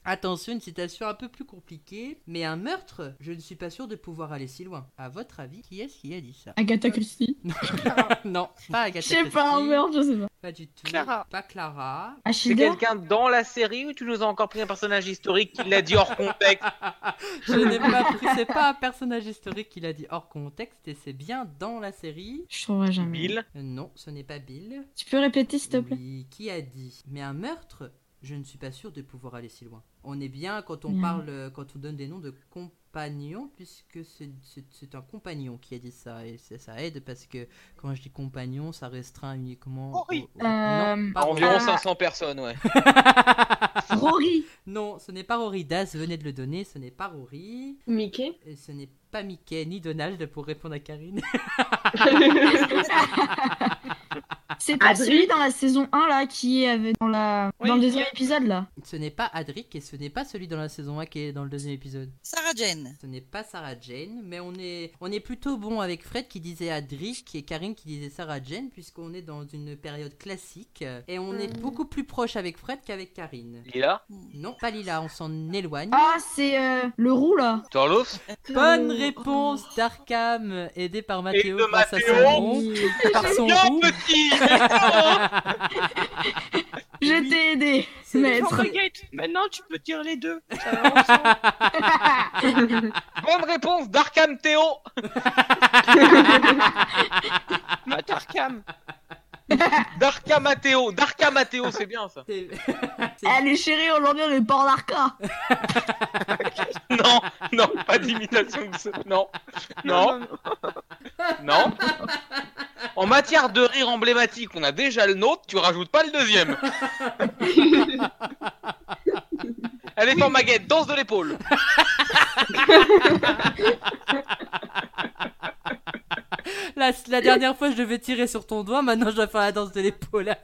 [SPEAKER 1] Attention, une citation un peu plus compliquée. Mais un meurtre, je ne suis pas sûr de pouvoir aller si loin. À votre avis, qui est-ce qui a dit ça
[SPEAKER 6] Agatha Christie.
[SPEAKER 1] Non, pas
[SPEAKER 6] Je
[SPEAKER 1] Agatha
[SPEAKER 6] sais pas, un
[SPEAKER 1] Christie,
[SPEAKER 6] meurtre, je sais pas.
[SPEAKER 1] Pas du tout.
[SPEAKER 7] Clara.
[SPEAKER 1] Pas Clara.
[SPEAKER 3] Ah,
[SPEAKER 2] C'est
[SPEAKER 3] Achille
[SPEAKER 2] quelqu'un dans la série ou tu nous as encore pris un personnage historique qui l'a dit hors contexte
[SPEAKER 1] Je n'ai pas pris- C'est pas un personnage historique qu'il a dit hors contexte et c'est bien dans la série.
[SPEAKER 3] Je trouverai jamais.
[SPEAKER 2] Bill.
[SPEAKER 1] Euh, Non, ce n'est pas Bill.
[SPEAKER 3] Tu peux répéter, s'il te plaît
[SPEAKER 1] Oui, qui a dit Mais un meurtre, je ne suis pas sûr de pouvoir aller si loin. On est bien quand on
[SPEAKER 3] Bien.
[SPEAKER 1] parle, euh, quand on donne des noms de compagnons, puisque c'est- c'est c'est un compagnon qui a dit ça et ça, ça aide parce que quand je dis compagnon, ça restreint uniquement.
[SPEAKER 7] Henri.
[SPEAKER 1] au- au- non,
[SPEAKER 3] Euh,
[SPEAKER 1] pas Henri.
[SPEAKER 2] Environ
[SPEAKER 3] Ah.
[SPEAKER 2] 500 personnes, ouais.
[SPEAKER 3] Rory
[SPEAKER 1] Non, ce n'est pas Rory Das, venez de le donner, ce n'est pas Rory,
[SPEAKER 6] Mickey.
[SPEAKER 1] et ce n'est pas Mickey ni Donald pour répondre à Karine.
[SPEAKER 2] Ah.
[SPEAKER 3] C'est pas
[SPEAKER 6] Adri-
[SPEAKER 3] celui dans la saison 1, là, qui est avec- dans, la...
[SPEAKER 7] Oui.
[SPEAKER 3] dans le deuxième épisode, là.
[SPEAKER 1] Ce n'est pas Adric et ce n'est pas celui dans la saison 1 qui est dans le deuxième épisode.
[SPEAKER 5] Sarah Jane.
[SPEAKER 1] Ce n'est pas Sarah Jane, mais on est, on est plutôt bon avec Fred qui disait Adric et Karine qui disait Sarah Jane, puisqu'on est dans une période classique. euh, Et on
[SPEAKER 3] Mm.
[SPEAKER 1] est beaucoup plus proche avec Fred qu'avec Karine.
[SPEAKER 2] Lila.
[SPEAKER 1] Non, pas Lila, on s'en éloigne.
[SPEAKER 3] Ah, Oh. c'est euh, le roux, là.
[SPEAKER 2] Torloff.
[SPEAKER 1] Bonne réponse d'Arkham, aidé par Mathéo
[SPEAKER 2] de
[SPEAKER 1] grâce à
[SPEAKER 2] Mathéo.
[SPEAKER 1] son roux. Par son
[SPEAKER 2] Bien
[SPEAKER 1] roux.
[SPEAKER 2] petit Ah,
[SPEAKER 3] Je t'ai aidé.
[SPEAKER 1] C'est-
[SPEAKER 3] Maître.
[SPEAKER 7] Forgate, maintenant tu peux dire les deux. Ça va ensemble.
[SPEAKER 2] Bonne réponse d'Arkham Théo
[SPEAKER 7] Notre Arkham.
[SPEAKER 2] D'Arkham Mathéo D'Arkham Mathéo, c'est bien ça
[SPEAKER 1] c'est-
[SPEAKER 3] Eh, les chéris, aujourd'hui, on est port d'arca.
[SPEAKER 2] Non, non, pas d'imitation de ce... Non, non, non. En matière de rire emblématique, on a déjà le nôtre, tu rajoutes pas le deuxième. Allez, en Maguette, danse de l'épaule.
[SPEAKER 1] La, la dernière fois, je devais tirer sur ton doigt, maintenant je dois faire la danse de l'épaule.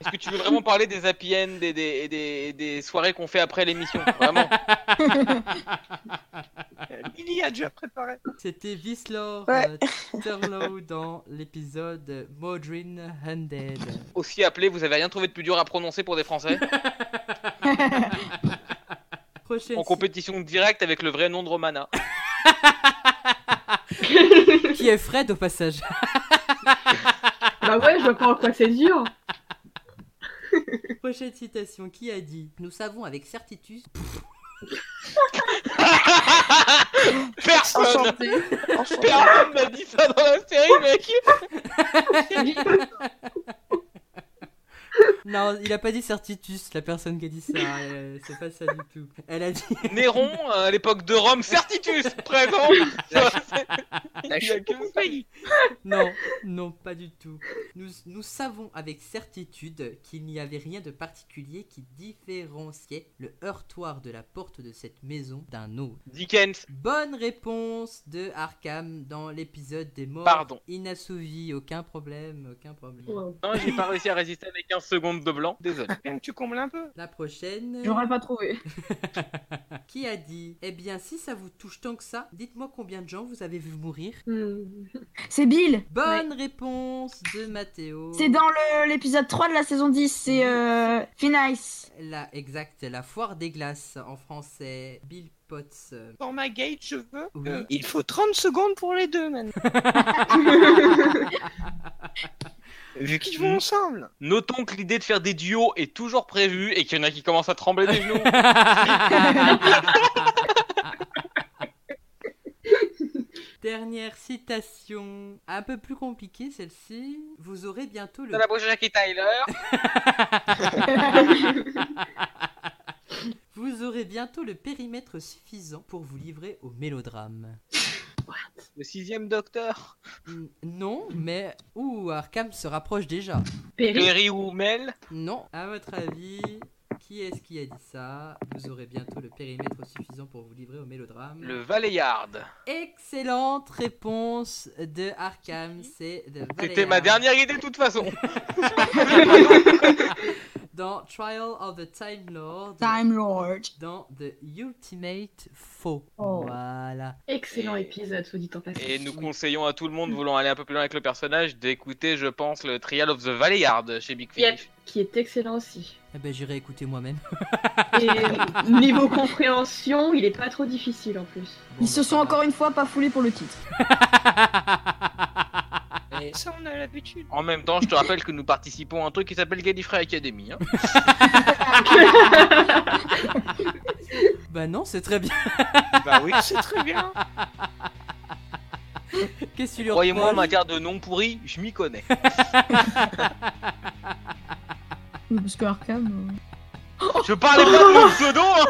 [SPEAKER 2] Est-ce que tu veux vraiment parler des happy end et des, et des, et des soirées qu'on fait après l'émission Vraiment
[SPEAKER 7] Lily a déjà préparé.
[SPEAKER 1] C'était Vislor
[SPEAKER 4] Ouais.
[SPEAKER 1] euh, Turlow dans l'épisode Modrin Undead.
[SPEAKER 2] Aussi appelé, vous avez rien trouvé de plus dur à prononcer pour des Français
[SPEAKER 1] Prochaine
[SPEAKER 2] En compétition directe avec le vrai nom de Romana.
[SPEAKER 1] ci- qui est Fred au passage.
[SPEAKER 6] Bah ouais, je vois pas en quoi c'est dur.
[SPEAKER 1] Prochaine citation qui a dit Nous savons avec certitude.
[SPEAKER 2] Personne
[SPEAKER 4] Enchantée. Enchantée.
[SPEAKER 2] Personne n'a dit ça dans la série, mec
[SPEAKER 1] Non, il a pas dit certitus, la personne qui a dit ça. euh, c'est pas ça du tout. Elle a dit
[SPEAKER 2] Néron, euh, à l'époque de Rome, Certitus, présent
[SPEAKER 7] Il y a que Faye.
[SPEAKER 1] Non, non, pas du tout. Nous, nous savons avec certitude qu'il n'y avait rien de particulier qui différenciait le heurtoir de la porte de cette maison d'un autre.
[SPEAKER 2] Dickens.
[SPEAKER 1] Bonne réponse de Arkham dans l'épisode des morts
[SPEAKER 2] Pardon.
[SPEAKER 1] inassouvis. Aucun problème, aucun problème.
[SPEAKER 6] Wow.
[SPEAKER 2] Non, j'ai pas réussi à résister avec 15 secondes de blanc. Désolé.
[SPEAKER 7] Même tu combles un peu.
[SPEAKER 1] La prochaine.
[SPEAKER 6] J'aurais pas trouvé.
[SPEAKER 1] Qui a dit Eh bien, si ça vous touche tant que ça, dites-moi combien de gens vous avez vu mourir.
[SPEAKER 6] Hmm.
[SPEAKER 3] C'est Bill.
[SPEAKER 1] Bonne réponse de Mathéo.
[SPEAKER 3] C'est dans le- l'épisode 3 de la saison 10. C'est euh, Finice.
[SPEAKER 1] La exacte, la foire des glaces en français. Bill Potts. euh,
[SPEAKER 7] Pour ma gate, je veux.
[SPEAKER 1] Oui.
[SPEAKER 7] euh, il faut 30 secondes pour les deux, man. Vu qu'ils vont ensemble.
[SPEAKER 2] Notons que l'idée de faire des duos est toujours prévue et qu'il y en a qui commencent à trembler des genoux.
[SPEAKER 1] Dernière citation, un peu plus compliquée celle-ci. Vous aurez bientôt le
[SPEAKER 2] De la bouche de Jackie Tyler.
[SPEAKER 1] vous aurez bientôt le périmètre suffisant pour vous livrer au mélodrame.
[SPEAKER 2] Le sixième docteur.
[SPEAKER 1] N- Non, mais ouh, Arkham se rapproche déjà.
[SPEAKER 6] Perry.
[SPEAKER 2] Perry ou Mel.
[SPEAKER 1] Non, à votre avis, qui est-ce qui a dit ça Vous aurez bientôt le périmètre suffisant pour vous livrer au mélodrame.
[SPEAKER 2] Le Valeyard.
[SPEAKER 1] Excellente réponse de Arkham, c'est The
[SPEAKER 2] C'était ma
[SPEAKER 1] Valeyard.
[SPEAKER 2] dernière idée de toute façon.
[SPEAKER 1] dans Trial of the Time Lord,
[SPEAKER 3] Time Lord.
[SPEAKER 1] dans The Ultimate Faux.
[SPEAKER 3] Oh.
[SPEAKER 1] Voilà.
[SPEAKER 6] Excellent
[SPEAKER 2] Et-
[SPEAKER 6] épisode, soit dit en passant.
[SPEAKER 2] Et nous conseillons à tout le monde voulant aller un peu plus loin avec le personnage d'écouter, je pense, le Trial of the Valeyard chez Big
[SPEAKER 6] Yep,
[SPEAKER 2] Finish.
[SPEAKER 6] qui est excellent aussi.
[SPEAKER 1] Eh ben j'irai écouter moi-même.
[SPEAKER 6] Et niveau compréhension, il est pas trop difficile en plus.
[SPEAKER 1] Bon,
[SPEAKER 3] Ils se
[SPEAKER 1] bah,
[SPEAKER 3] sont
[SPEAKER 1] ça
[SPEAKER 3] encore une fois pas foulés pour le titre.
[SPEAKER 1] va.
[SPEAKER 7] Et ça, on a l'habitude.
[SPEAKER 2] En même temps, je te rappelle que nous participons à un truc qui s'appelle Gallifrey Academy. hein.
[SPEAKER 1] bah non, c'est très bien.
[SPEAKER 2] bah oui.
[SPEAKER 7] C'est très bien.
[SPEAKER 1] Qu'est-ce que tu lui
[SPEAKER 2] Croyez-moi, en
[SPEAKER 1] reproches
[SPEAKER 2] matière de non pourri, je m'y connais.
[SPEAKER 3] Parce que
[SPEAKER 8] euh,
[SPEAKER 3] Arkham.
[SPEAKER 2] Je parlais pas de mon pseudo hein.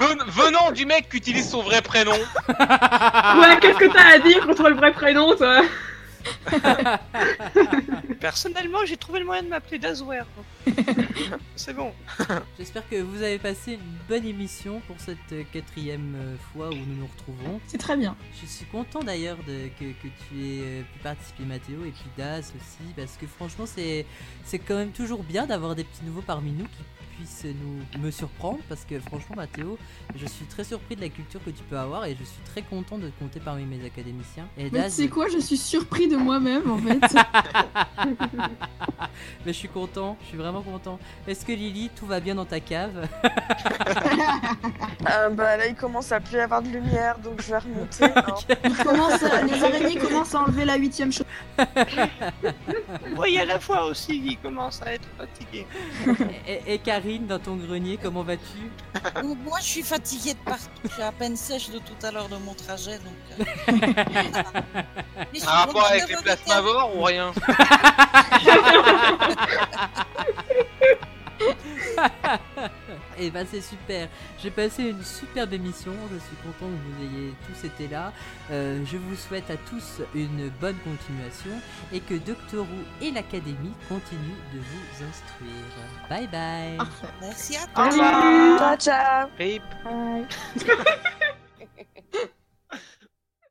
[SPEAKER 2] Ven- Venant du mec qui utilise son vrai prénom, Ah.
[SPEAKER 6] Ouais, qu'est-ce que t'as à dire contre le vrai prénom, toi
[SPEAKER 7] Personnellement, j'ai trouvé le moyen de m'appeler Dazware. C'est bon.
[SPEAKER 1] J'espère que vous avez passé une bonne émission pour cette euh, quatrième euh, fois où nous nous retrouvons.
[SPEAKER 3] C'est très bien.
[SPEAKER 1] Je suis content d'ailleurs de- que, que tu aies euh, pu participer Mathéo et puis Daz aussi parce que franchement c'est c'est quand même toujours bien d'avoir des petits nouveaux parmi nous qui puissent nous me surprendre parce que franchement Mathéo je suis très surpris de la culture que tu peux avoir et je suis très content de te compter parmi mes académiciens et
[SPEAKER 8] Mais tu
[SPEAKER 1] Daz
[SPEAKER 8] sais quoi, je suis surpris de moi-même en fait.
[SPEAKER 1] mais je suis content je suis vraiment content est-ce que Lily tout va bien dans ta cave
[SPEAKER 4] Euh,
[SPEAKER 9] Ah, bah là, il commence à plus avoir de lumière, donc je vais remonter. hein.
[SPEAKER 3] Ils commencent à- les araignées commencent à enlever la huitième chose.
[SPEAKER 7] Vous voyez à la fois aussi qui commence à être fatigué.
[SPEAKER 1] et, et Karine dans ton grenier comment vas-tu
[SPEAKER 5] Ou Moi, je suis fatiguée de partout. Je suis à peine sèche de tout à l'heure de mon trajet, donc. euh, Ah. ça va. Mais je suis
[SPEAKER 2] un rapport
[SPEAKER 5] vraiment
[SPEAKER 2] avec les
[SPEAKER 5] nerveuse
[SPEAKER 2] plasmavores ou rien
[SPEAKER 1] Et bah c'est super. J'ai passé une superbe émission. Je suis content que vous ayez tous été là. Euh, je vous souhaite à tous une bonne continuation et que Doctor Who et l'Académie continuent de vous instruire. Bye bye.
[SPEAKER 5] hein. Merci à
[SPEAKER 9] Ciao, ciao.
[SPEAKER 2] Rip.
[SPEAKER 9] Bye.